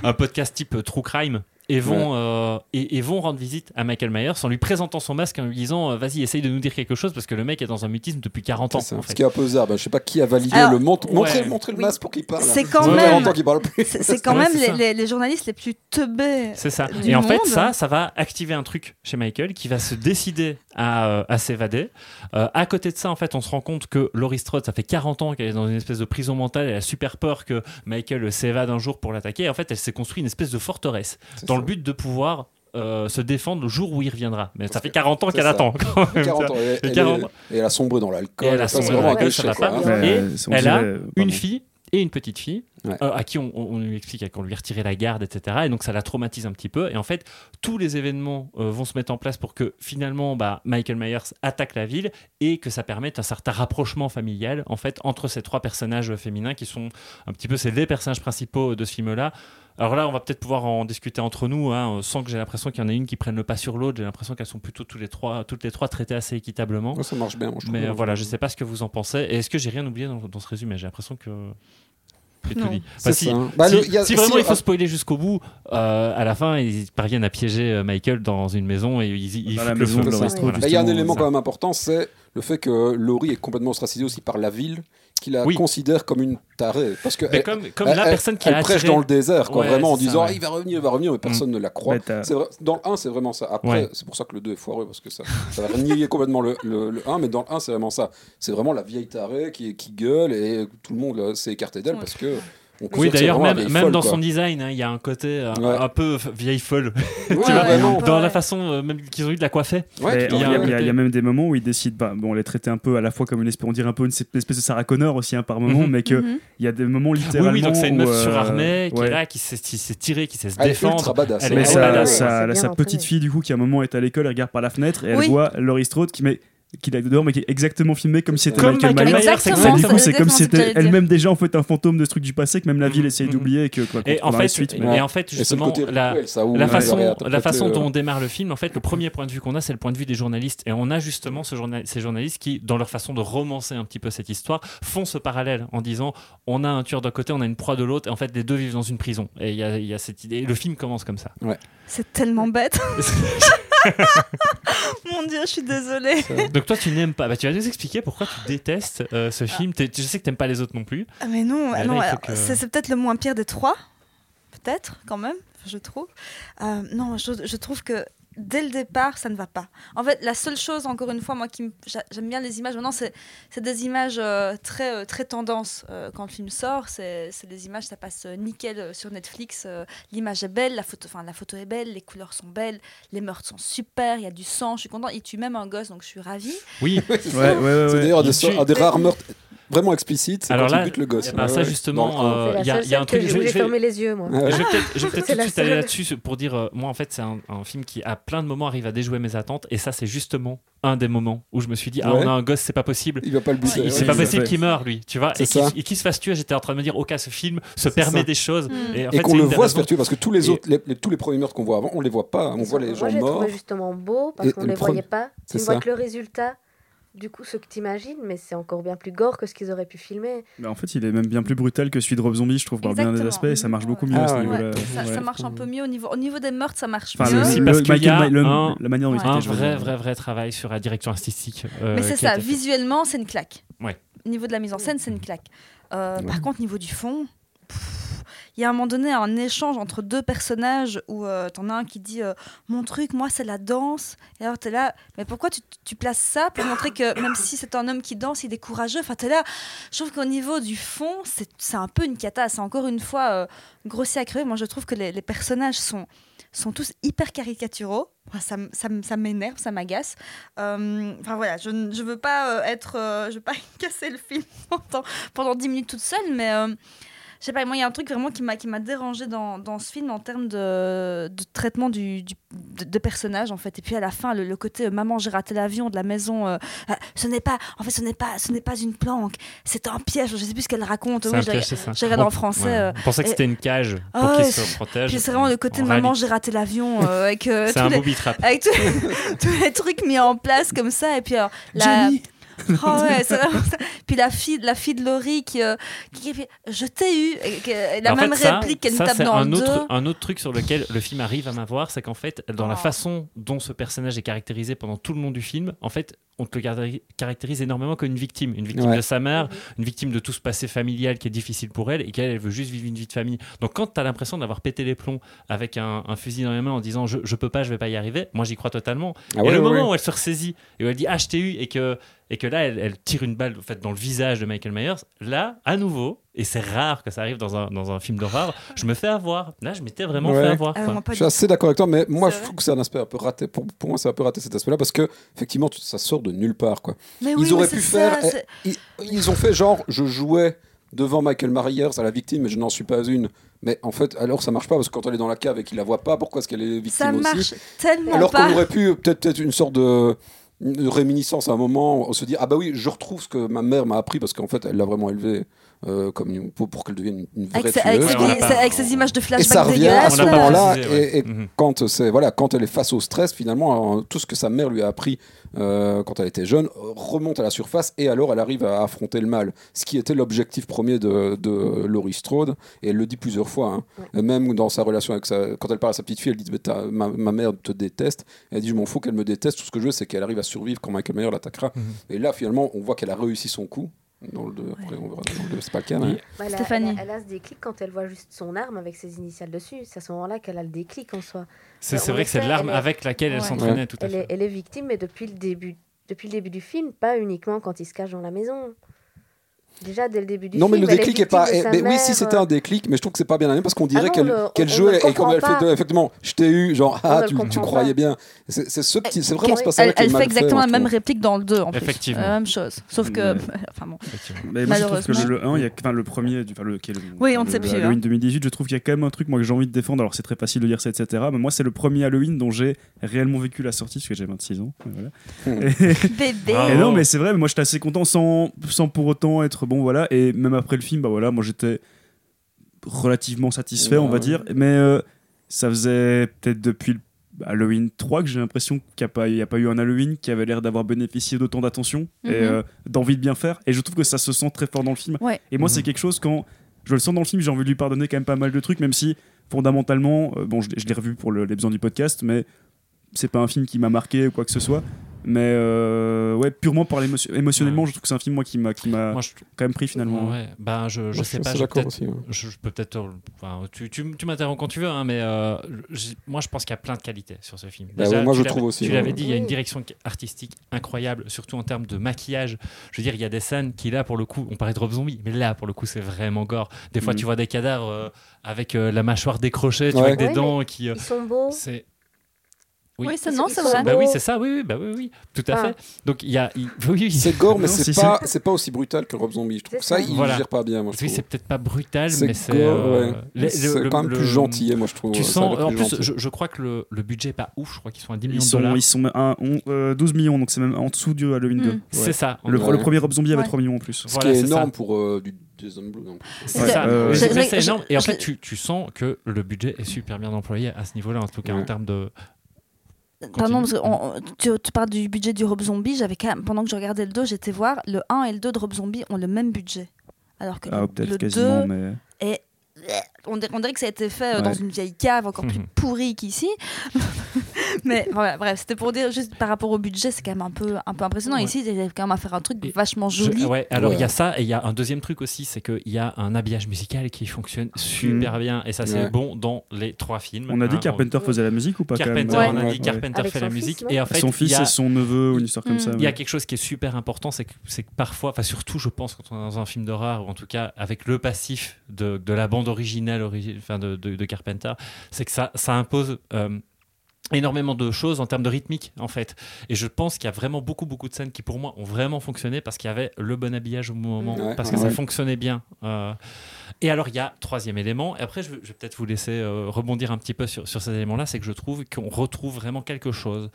un podcast type euh, True Crime et vont, euh, et, et vont rendre visite à Michael Myers en lui présentant son masque en lui disant euh, vas-y essaye de nous dire quelque chose parce que le mec est dans un mutisme depuis 40 ans C'est ça. en Ce fait. qui est un peu bizarre, bah, je sais pas qui a validé Alors, le montre. Montrez, ouais. montrez le Oui. masque pour qu'il parle. C'est bah, Ça quand fait même- longtemps qu'il parle plus. C'est c'est quand Ouais, même c'est les, ça. les- les journalistes les plus teubés. C'est ça. Euh, Du Et en fait, monde. ça, ça va activer un truc chez Michael qui va se décider à, euh, à s'évader. Euh, à côté de ça, en fait, on se rend compte que Laurie Strode, ça fait 40 ans qu'elle est dans une espèce de prison mentale. Elle a super peur que Michael s'évade un jour pour l'attaquer. Et en fait, elle s'est construit une espèce de forteresse C'est dans ça. le but de pouvoir euh, se défendre le jour où il reviendra. Mais ça Parce fait que- 40 ans c'est qu'elle ça. attend. quand même, 40 ans. Elle, elle est- 40. et elle a sombré dans l'alcool. Et elle a Enfin, c'est sombré dans vraiment un l'alcool, cliché, ça va quoi, pas. hein. Et Mais, euh, on elle a dirait- une pardon. fille et une petite fille Ouais. euh, à qui on, on- on lui explique qu'on lui a retiré la garde, etc. Et donc ça la traumatise un petit peu. Et en fait, tous les événements euh, vont se mettre en place pour que finalement bah, Michael Myers attaque la ville et que ça permette un certain rapprochement familial en fait entre ces trois personnages euh, féminins qui sont un petit peu c'est les personnages principaux de ce film-là. Alors là, on va peut-être pouvoir en discuter entre nous, hein, euh, sans que j'ai l'impression qu'il y en ait une qui prenne le pas sur l'autre. J'ai l'impression qu'elles sont plutôt tous les trois, toutes les trois traitées assez équitablement. Ouais, hein. ça marche bien, moi, je trouve. Mais euh, voilà, je sais pas ce que vous en pensez. Et est-ce que j'ai rien oublié dans, dans ce résumé J'ai l'impression que. j'ai tout Non. dit. C'est Bah, si, ça, hein. Bah, si- le- il y a- si vraiment si- il faut spoiler jusqu'au bout, euh, à la fin ils parviennent à pièger euh, Michael dans une maison et ils, ils Dans foutent la le maison feu. de Voilà. Laurie Strode, Bah, Il y a un justement, élément ça. quand même important, c'est le fait que Laurie est complètement ostracisée aussi par la ville, qui la Oui. considère comme une tarée. Parce que Mais elle- comme, comme elle- la elle- personne qui elle a prêche attiré dans le désert, quoi, Ouais, vraiment en c'est ça, disant ouais. Mm. Ah, il va revenir, il va revenir, mais personne ne la croit. Bah, t'as- C'est vrai- dans le 1, c'est vraiment ça. Après, Ouais. c'est pour ça que le 2 est foireux, parce que ça, ça va nier complètement le, le, 1, mais dans le 1, c'est vraiment ça. C'est vraiment la vieille tarée qui, qui gueule et tout le monde euh, s'est écarté d'elle Ouais. parce que. on Oui considère que c'est d'ailleurs vraiment la même, vieille même folle, dans quoi. son design hein, il y a un côté euh, Ouais. un peu f- vieille folle tu Ouais, vois, vraiment. dans la Ouais. façon euh, même qu'ils ont eu de la coiffer. Ouais, Mais tout Il à y, a- fait. il y a- ouais. il y a même des moments où ils décident, bah, bon, on les traitait un peu à la fois comme une espèce, on dirait un peu une espèce de Sarah Connor aussi hein, par moment, Mhm. mais que Mhm. il y a des moments Oui, littéralement oui, donc c'est une meuf où, euh, surarmée qui ouais. est là, qui sait, qui sait tirer, qui sait se Elle est ultra défendre. badass. Elle est Mais vraiment vraiment sa, badass. badass. sa- Ouais, la- c'est sa bien petite entraîné. fille, du coup, qui à un moment est à l'école, elle regarde par la fenêtre et elle Oui. voit Laurie Strode qui met qu'il a dehors mais qui est exactement filmé comme si c'était Comme Michael Michael Myers Myers, c'est Exactement, Et du exactement coup Exactement, Bah, c'est comme si ce que c'était j'allais dire. elle-même déjà en fait un fantôme de ce truc du passé que même la ville essaye Mhm. d'oublier et que quoi, Et qu'on en verra fait, la suite, mais- et en fait Et c'est le justement, côté la, rituel, ça, où la on façon, verrait à peu la près, façon euh, dont on démarre le film, en fait, le premier point de vue qu'on a, c'est le point de vue des journalistes. Et on a justement ce journa- ces journalistes qui, dans leur façon de romancer un petit peu cette histoire, font ce parallèle en disant on a un tueur d'un côté, on a une proie de l'autre, et en fait, les deux vivent dans une prison. Et il y a, il y a cette idée. Le film commence comme ça. C'est tellement bête. Mon dieu, je suis désolée. Donc toi, tu n'aimes pas. Bah, tu vas nous expliquer pourquoi tu détestes euh, Ah. ce film. T'es- Je sais que tu n'aimes pas les autres non plus. Ah, Mais non, Mais là, non il faut alors, que- c'est c'est peut-être le moins pire des trois, peut-être quand même, je trouve. Euh, non, je, je trouve que dès le départ, ça ne va pas. En fait, la seule chose, encore une fois, moi qui me- j'a- j'aime bien les images, maintenant, c'est c'est des images euh, très, euh, très tendance euh, quand le film sort. C'est c'est des images, ça passe euh, nickel euh, sur Netflix. euh, L'image est belle, la photo, enfin, la photo est belle, les couleurs sont belles, les meurtres sont super, il y a du sang, je suis contente. Il tue même un gosse, donc je suis ravie. Oui, Ouais, ouais, ouais, C'est ouais. d'ailleurs euh, Il des, tue. un des rares meurtres vraiment explicites. Alors Alors là, là, le gosse. eh ben, ça, justement, euh, C'est la il y a- seule il y a un scène truc- que je vais- j'ai où j'ai je vais- fermé les yeux, moi. Ouais. Je vais peut-être je vais peut-être tout C'est de la suite aller seule. là-dessus pour dire, euh, moi en fait c'est un, un film qui à plein de moments arrive à déjouer mes attentes et ça c'est justement un des moments où je me suis dit, ah Ouais. on a un gosse, c'est pas possible. Il va pas le buter. Il- ouais, c'est ouais, pas c'est possible ça. qu'il meure lui, tu vois, C'est et qu'il ça. et qu'il se fasse tuer. J'étais en train de me dire, ok, ce film se C'est permet ça. des choses. Hmm. en Et fait, qu'on c'est le une des voit se faire raisons- tuer parce que tous les Et- autres, les, les- tous les premiers meurtres qu'on voit avant, on les voit pas. On voit les gens Moi, je l'ai morts. trouvé justement beau parce Et- qu'on et ne le les voyait pas. c'est Tu ne vois ça. que le résultat. Du coup, ce que tu imagines, mais c'est encore bien plus gore que ce qu'ils auraient pu filmer. Bah, en fait il est même bien plus brutal que celui de Rob Zombie je trouve par bien des Exactement. aspects et ça marche beaucoup Ah, mieux à ce ouais. niveau-là Ouais, ça, ça Ouais. marche un peu mieux au niveau, au niveau des meurtres, ça marche Enfin, C'est mieux. aussi le- parce le- qu'il y a Michael- le- un- la manière dont il Ouais. un était vrai, vrai, vrai travail sur la direction artistique. euh, Mais c'est qui a ça, été faite. visuellement, c'est une claque. Ouais. Au niveau de la mise en scène, c'est une claque. Euh, Ouais. Par contre, niveau du fond, pff, il y a un moment donné un échange entre deux personnages où euh, t'en as un qui dit euh, Mon truc, moi, c'est la danse. Et alors, t'es là, mais pourquoi tu, tu places ça pour montrer que même si c'est un homme qui danse, il est courageux Enfin, t'es là, je trouve qu'au niveau du fond, c'est c'est un peu une cata. C'est encore une fois euh, grossier à crever. Moi, je trouve que les, les personnages sont, sont tous hyper caricaturaux. Enfin, ça m- ça m- ça m'énerve, ça m'agace. Euh, Enfin voilà, je ne je veux pas euh, être, euh, je veux pas casser le film pendant, pendant 10 minutes toute seule, mais euh, je sais pas, moi il y a un truc vraiment qui m'a qui m'a dérangé dans, dans ce film en termes de, de traitement du, du- de, de personnage en fait. Et puis à la fin, le, le côté euh, maman j'ai raté l'avion de la maison, euh, euh, ce n'est pas, en fait ce n'est pas, ce n'est pas une planque, c'est un piège. Je sais plus ce qu'elle raconte. C'est Oui, un je l'ai- piège, c'est ça. je l'ai regardé en On- français, ouais. euh, On pensait que et- c'était une cage pour Ah qu'il ouais, se protège. puis c'est vraiment le côté En maman réalité, j'ai raté l'avion euh, avec euh, C'est tous un les, booby trap. avec tous- tous les trucs mis en place comme ça et puis alors la Oh ouais, c'est vraiment ça. puis la fille la fille de Laurie qui euh, qui qui fait je t'ai eu et que- et la En même fait, ça, réplique qu'elle nous ça, tape c'est dans un le autre, dos Ah, un autre truc sur lequel le film arrive à m'avoir, c'est qu'en fait, dans la Oh. façon dont ce personnage est caractérisé pendant tout le long du film, en fait, on te le gar- caractérise énormément comme une victime. Une victime Ouais. de sa mère, une victime de tout ce passé familial qui est difficile pour elle et qu'elle, elle veut juste vivre une vie de famille. Donc quand tu as l'impression d'avoir pété les plombs avec un, un fusil dans les mains en disant je, je peux pas, je vais pas y arriver, moi j'y crois totalement. et Ah ouais, le ouais, moment ouais. où elle se ressaisit et où elle dit ah je t'ai eu et que, et que là elle, elle tire une balle en fait, dans le visage de Michael Myers, là à nouveau, et c'est rare que ça arrive dans un, dans un film d'horreur, je me fais avoir. Là je m'étais vraiment Ouais. fait avoir. Euh, quoi. moi, pas du Je suis assez d'accord avec toi, mais moi C'est je trouve que c'est un aspect un peu raté. Pour, pour moi, c'est un peu raté cet aspect-là parce que effectivement, tu- ça sort de nulle part. Quoi. Mais Ils oui, auraient mais pu c'est ça, faire- c'est- Ils, ils ont fait genre, je jouais devant Michael Myers à la victime, mais je n'en suis pas une. Mais en fait, alors ça marche pas parce que quand elle est dans la cave et qu'il la voit pas, pourquoi est-ce qu'elle est victime Ça aussi marche tellement Alors pas. qu'on aurait pu euh, peut-être peut-être une sorte de une réminiscence à un moment, on se dit ah bah oui, je retrouve ce que ma mère m'a appris parce qu'en fait elle l'a vraiment élevée euh, comme une- pour, pour qu'elle devienne une vraie Avec, ces- avec tueuse. ces- Ouais, on l'a pas- avec ces images de Et flashback ça revient à dégueulasses. ce On l'a pas là. moment-là. précisé, ouais. Et, et Mhm. quand, c'est- voilà, quand elle est face au stress, finalement, euh, tout ce que sa mère lui a appris euh, quand elle était jeune euh, remonte à la surface et alors elle arrive à affronter le mal. Ce qui était l'objectif premier de, de Laurie Strode, et elle le dit plusieurs fois. hein. Et Même dans sa relation avec sa. Quand elle parle à sa petite fille, elle dit Mais ta- ma, ma mère te déteste. Elle dit Je m'en fous qu'elle me déteste. Tout ce que je veux, c'est qu'elle arrive à survivre quand Michael Mayer l'attaquera. Mhm. Et là, finalement, on voit qu'elle a réussi son coup. Dans le deux, après, on verra dans le deux, c'est pas le cas. hein. mais- Bah, elle a- Stéphanie. Elle a, elle a ce déclic quand elle voit juste son arme avec ses initiales dessus. C'est à ce moment-là qu'elle a le déclic en soi. C'est Euh, c'est on vrai que c'est essaie, l'arme elle est- avec laquelle elle Ouais. s'entraînait, tout à Elle est, fait. elle est victime, mais depuis le début, depuis le début du film, pas uniquement quand il se cache dans la maison. Déjà dès le début du Non, mais film. le elle déclic est victime pas. de eh, sa mais oui, mère, si c'était euh, Ah un déclic, mais je trouve que c'est pas bien amené parce qu'on dirait non, qu'elle le- qu'elle on- on jouait le et quand elle comprend fait pas. effectivement, je t'ai eu, genre On ah, le tu, tu comprend croyais pas. Eh, bien. C'est c'est ce petit, c'est vraiment ce Elle, passage qui est elle mal fait exactement je la même trouve. réplique dans le 2 en plus. Effectivement. La même chose. Sauf que. Mais- enfin bon. effectivement. Mais moi, je trouve que Malheureusement. le 1, il y a, enfin, le premier, du, enfin, le, qui est le- Oui, on ne le sait plus, Halloween hein. 2018, je trouve qu'il y a quand même un truc moi, que j'ai envie de défendre. Alors, c'est très facile de dire ça, etc. Mais moi, c'est le premier Halloween dont j'ai réellement vécu la sortie, parce que j'ai 26 ans. euh, et voilà. Bébé. Ah, Et Oh. non, mais c'est vrai, mais moi, j'étais assez content sans, sans pour autant être bon, voilà. Et même après le film, bah voilà, moi, j'étais relativement satisfait, on va Ouais. dire. Mais euh, ça faisait peut-être depuis le Halloween 3 que j'ai l'impression qu'il n'y a, pas- il y a pas eu un Halloween qui avait l'air d'avoir bénéficié d'autant d'attention et Mhm. euh, d'envie de bien faire. Et je trouve que ça se sent très fort dans le film. Ouais. Et moi, Mhm. c'est quelque chose quand je le sens dans le film, j'ai envie de lui pardonner quand même pas mal de trucs, même si fondamentalement, euh, bon, je, l'ai- je l'ai revu pour le- les besoins du podcast, mais c'est pas un film qui m'a marqué ou quoi que ce soit. Mais euh, ouais, purement par l'émotion, émotionnellement, je trouve que c'est un film moi qui m'a qui m'a Moi, je, quand même pris finalement. ouais, ben, je, je sais Moi, suis pas, assez je vais d'accord peut-être aussi, ouais. je, je peux peut-être. euh, enfin, tu tu, m- tu m'interromps quand tu veux, hein, mais euh, j'ai- moi, je pense qu'il y a plein de qualités sur ce film. Bah ouais, moi, tu je l'avais- trouve aussi, Tu ouais. l'avais dit, il y a une Oui. direction qui- artistique incroyable, surtout en termes de maquillage. Je veux dire, il y a des scènes qui, là, pour le coup, on parlait de Rob Zombie, mais là, pour le coup, c'est vraiment gore. Des fois, Mhm. tu vois des cadavres euh, avec euh, la mâchoire décrochée, tu Ouais. vois, avec des Ouais, dents qui. euh, Ils sont beaux. c'est Oui. Oui, ça, Ils non, sont- c'est ils sont vrai. beaux. Bah oui, c'est ça, oui, oui, bah oui, oui, tout à Ah. fait. Donc il y a, il- oui, oui, C'est gore, mais Non, c'est si, pas, c'est pas aussi brutal que Rob Zombie. Je trouve C'est ça, ça. il Voilà. gère pas bien. Moi, je oui, trouve. c'est peut-être pas brutal, C'est mais c'est, gore, euh, ouais. le- C'est le- quand même le- plus gentil, hein, moi, je trouve. Tu ça a sens, l'air plus en plus, gentil. je, je crois que le, le budget est pas ouf, je crois qu'ils sont à 10 millions Ils de sont dollars. ils sont à on- euh, 12 millions, donc c'est même en dessous du Halloween Mm. 2. C'est ça. Le, Ouais. le premier Rob Zombie avait Ouais. 3 millions en plus. Ce qui voilà, est c'est ça. énorme pour euh, du Jason Blum. en plus. C'est Ouais, ça. euh, Mais je- mais je- c'est énorme. Et en je- fait, tu, tu sens que le budget est super bien employé à ce niveau-là, en tout cas en Ouais. termes de. Continue. Pardon, parce que on- on- tu, tu parles du budget du Rob Zombie. J'avais quand même- pendant que je regardais le 2, j'étais voir le 1 et le 2 de Rob Zombie ont le même budget. Alors que Ah, le, peut-être le 2, quasiment, mais. on, dir- on dirait que ça a été fait euh, dans Ouais. une vieille cave encore plus Mhm. pourrie qu'ici. Mais voilà, bref, c'était pour dire juste par rapport au budget, c'est quand même un peu, un peu impressionnant. Ouais. Ici, ils avaient quand même à faire un truc Et vachement Je- joli. ouais, alors il Ouais. y a ça, et il y a un deuxième truc aussi, c'est qu'il y a un habillage musical qui fonctionne super bien, et ça c'est Hmm. Ouais. bon dans les trois films. On a dit hein, Carpenter faisait la musique ou pas quand même Carpenter, Ouais. on a Ouais. dit Carpenter Avec fait son la fils, musique. non et en fait, son il y fils a- et son neveu, ou une histoire comme Mm. ça. il y a ouais. quelque chose qui est super important, c'est que, c'est que parfois, enfin surtout je pense quand on est dans un film d'horreur, ou en tout cas avec le passif de, de la bande originale origi- enfin, de, de- de Carpenter, c'est que ça, ça impose euh, énormément de choses en termes de rythmique en fait. Et je pense qu'il y a vraiment beaucoup beaucoup de scènes qui pour moi ont vraiment fonctionné parce qu'il y avait le bon habillage au bon moment, Ouais, parce que ouais. ça fonctionnait bien. Euh, et alors, il y a troisième élément, et après, je, vais- je vais peut-être vous laisser euh, rebondir un petit peu sur, sur ces éléments-là, c'est que je trouve qu'on retrouve vraiment quelque chose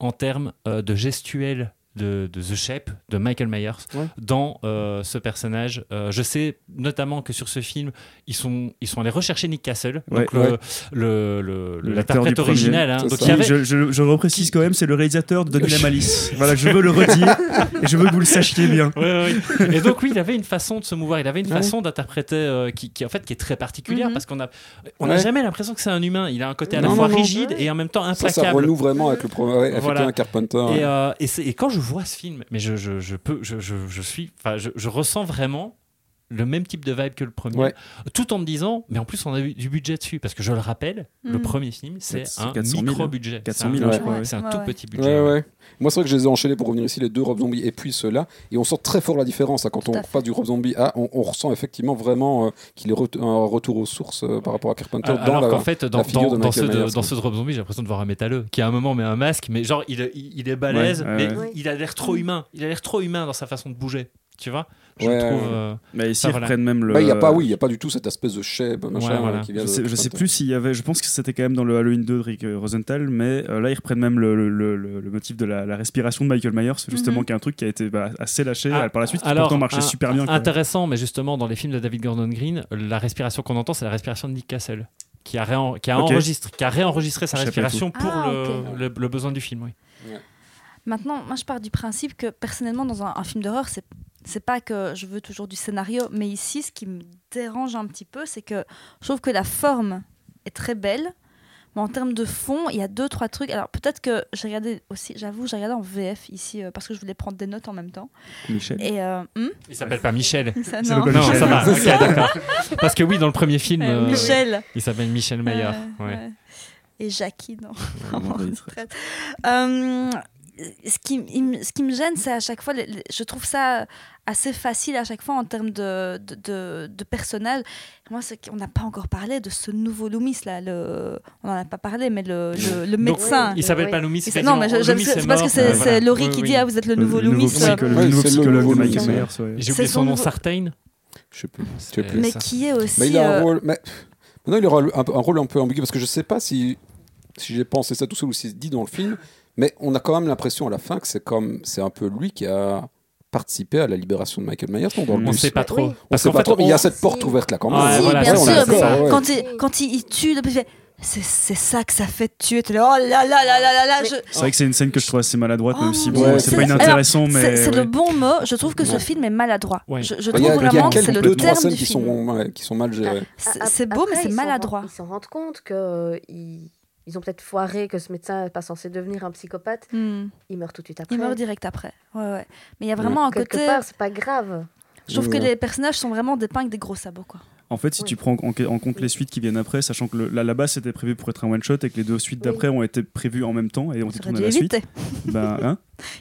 en termes euh, de gestuelle de, de The Shape, de Michael Myers, Ouais. dans euh, ce personnage. Euh, je sais notamment que sur ce film, ils sont, ils sont allés rechercher Nick Castle, donc Ouais, le- ouais. le- le- le- L'acteur l'interprète du premier. original. hein. C'est donc, ça. il y Oui, avait- je, je- je reprécise quand même, c'est le réalisateur de Denis la Malice. voilà, je veux le redire et je veux que vous le sachiez bien. Ouais, ouais, ouais. Et donc oui, il avait une façon de se mouvoir, il avait une Ouais. façon d'interpréter euh, qui, qui, en fait qui est très particulière Mhm. parce qu'on a on n'a Ouais. jamais l'impression que c'est un humain. Il a un côté à la Non, fois non, non. rigide et en même temps Ça, ça implacable. renoue vraiment avec le premier. ouais, effectivement, Voilà. Carpenter. et, ouais. euh, et, c'est- et quand je vois ce film, mais je, je, je peux, je, je, je suis, enfin, je, je ressens vraiment le même type de vibe que le premier, Ouais. tout en me disant, mais en plus on a eu du budget dessus, parce que je le rappelle, le Mhm. premier film c'est Quatre- un 400 000, micro budget, 400 c'est 000, un, ouais, je crois. ouais. c'est un Ouais, tout ouais. petit budget. Ouais, ouais. Moi, c'est vrai que je les ai enchaînés pour revenir ici, les deux Rob Zombie et puis ceux-là. Et on sent très fort la différence. hein, quand Tout on à fait. passe du Rob Zombie à. On, on ressent effectivement vraiment euh, qu'il est ret- un retour aux sources euh, par rapport à Carpenter. Alors dans la- qu'en fait, dans, figure dans, de dans Michael ceux de, Myers, dans quoi. ceux de Rob Zombie, j'ai l'impression de voir un métalleux qui à un moment met un masque, mais genre il, il, il est balèze, Ouais, ouais, mais ouais. Mm. il- il a l'air trop humain. Il a l'air trop humain dans sa façon de bouger, tu vois Je Ouais, trouve. ouais. euh, Mais ici, Ça, ils voilà. reprennent même le. Bah, il y a pas, oui, il n'y a pas du tout cette espèce de chèbe, machin, Ouais, voilà. euh, qui vient Je de sais, je sais Printemps. plus s'il y avait. Je pense que c'était quand même dans le Halloween 2 de Rick euh, Rosenthal, mais euh, là ils reprennent même le, le- le- le- le motif de la, la respiration de Michael Myers, justement, Mhm. qui est un truc qui a été bah, assez lâché Ah, euh, par la suite, qui alors, pourtant marchait un- super bien. quoi. Intéressant, mais justement, dans les films de David Gordon Green, la respiration qu'on entend, c'est la respiration de Nick Castle, qui a, réen- qui a, Ok. enregistré, qui a réenregistré sa Je sais pas du respiration pour Ah, le, ok. le- le besoin du film. Oui. Maintenant, moi, je pars du principe que personnellement, dans un, un film d'horreur, c'est c'est pas que je veux toujours du scénario, mais ici, ce qui me dérange un petit peu, c'est que je trouve que la forme est très belle, mais en termes de fond, il y a deux trois trucs. Alors peut-être que j'ai regardé aussi, j'avoue, j'ai regardé en VF ici euh, parce que je voulais prendre des notes en même temps. Michel. Et euh, hmm, Il s'appelle pas Michel. ça, C'est non. le Non, Michel. ça va. ok, d'accord. Parce que oui, dans le premier film, Euh, euh, Michel. il s'appelle Michel Mayer. Euh, ouais. ouais. Et Jackie, non. Ouais, non, mais- Euh, ce, qui, m- il me- ce qui me gêne, c'est à chaque fois, les- les- je trouve ça assez facile à chaque fois en termes de, de, de- de personnages. Moi, c'est qu'on n'a pas encore parlé de ce nouveau Loomis, là. Le, on n'en a pas parlé, mais le, le- le Donc, médecin. Il s'appelle Oui. pas Loomis. Il- non, mais je- j'aime- Loomis est c'est parce que mort. c'est Euh, c'est voilà. Laurie Oui, qui oui. dit Ah, vous êtes le nouveau le nouveau Loomis. euh, psychologue, le Ouais, nouveau c'est le psychologue de nouveau Michael Loomis, Myers. ouais. J'ai C'est oublié son son nom, nouveau- Sartain. Je sais plus. Je sais plus. mais ça. qui est aussi. Mais il a un euh, rôle. Mais maintenant, il aura un, un rôle un peu ambigu parce que je sais pas si, si j'ai pensé ça tout seul ou si c'est dit dans le film, mais on a quand même l'impression à la fin que c'est comme c'est un peu lui qui a participé à la libération de Michael Myers. Non, dans le On bus. sait pas Oui. trop. On Parce sait qu'en pas fait, trop. mais Il y a on- cette porte Si. ouverte là quand même. Ouais, si, voilà, bien ça, on sûr, est mais d'accord, ouais. quand, il, quand il, il tue, le petit fait, c'est c'est ça que ça fait de tuer. T'es là, oh là là là là là là, Mais- je- C'est vrai que c'est une scène que je trouve assez maladroite, Oh même si mon bon, Dieu, c'est c'est- pas alors, inintéressant, mais. C'est c'est le ouais. bon mot. Je trouve que ce Ouais. film est maladroit. Ouais. Je, je Il y trouve a, il y vraiment a que c'est quelques le deux trois terme scènes du qui film. sont, ouais, qui sont mal gérées. C'est- Ap- C'est beau, mais après, c'est ils s'en rend- maladroit. Ils s'en rendent compte que euh, ils, ils ont peut-être foiré, que ce médecin n'est pas censé devenir un psychopathe. Hmm. Il meurt tout de suite après. Il meurt direct après. Ouais, ouais. Mais il y a vraiment un Quelque côté. part, c'est pas grave. Je trouve que Hmm. Ouais. les personnages sont vraiment dépeints avec des gros sabots. Quoi. En fait, si tu prends en, en compte les suites qui viennent après, sachant que le, là, là-bas c'était prévu pour être un one-shot et que les deux suites Oui. d'après ont été prévues en même temps et Ils ont été auraient tournées à dû la suite. éviter. Bah, hein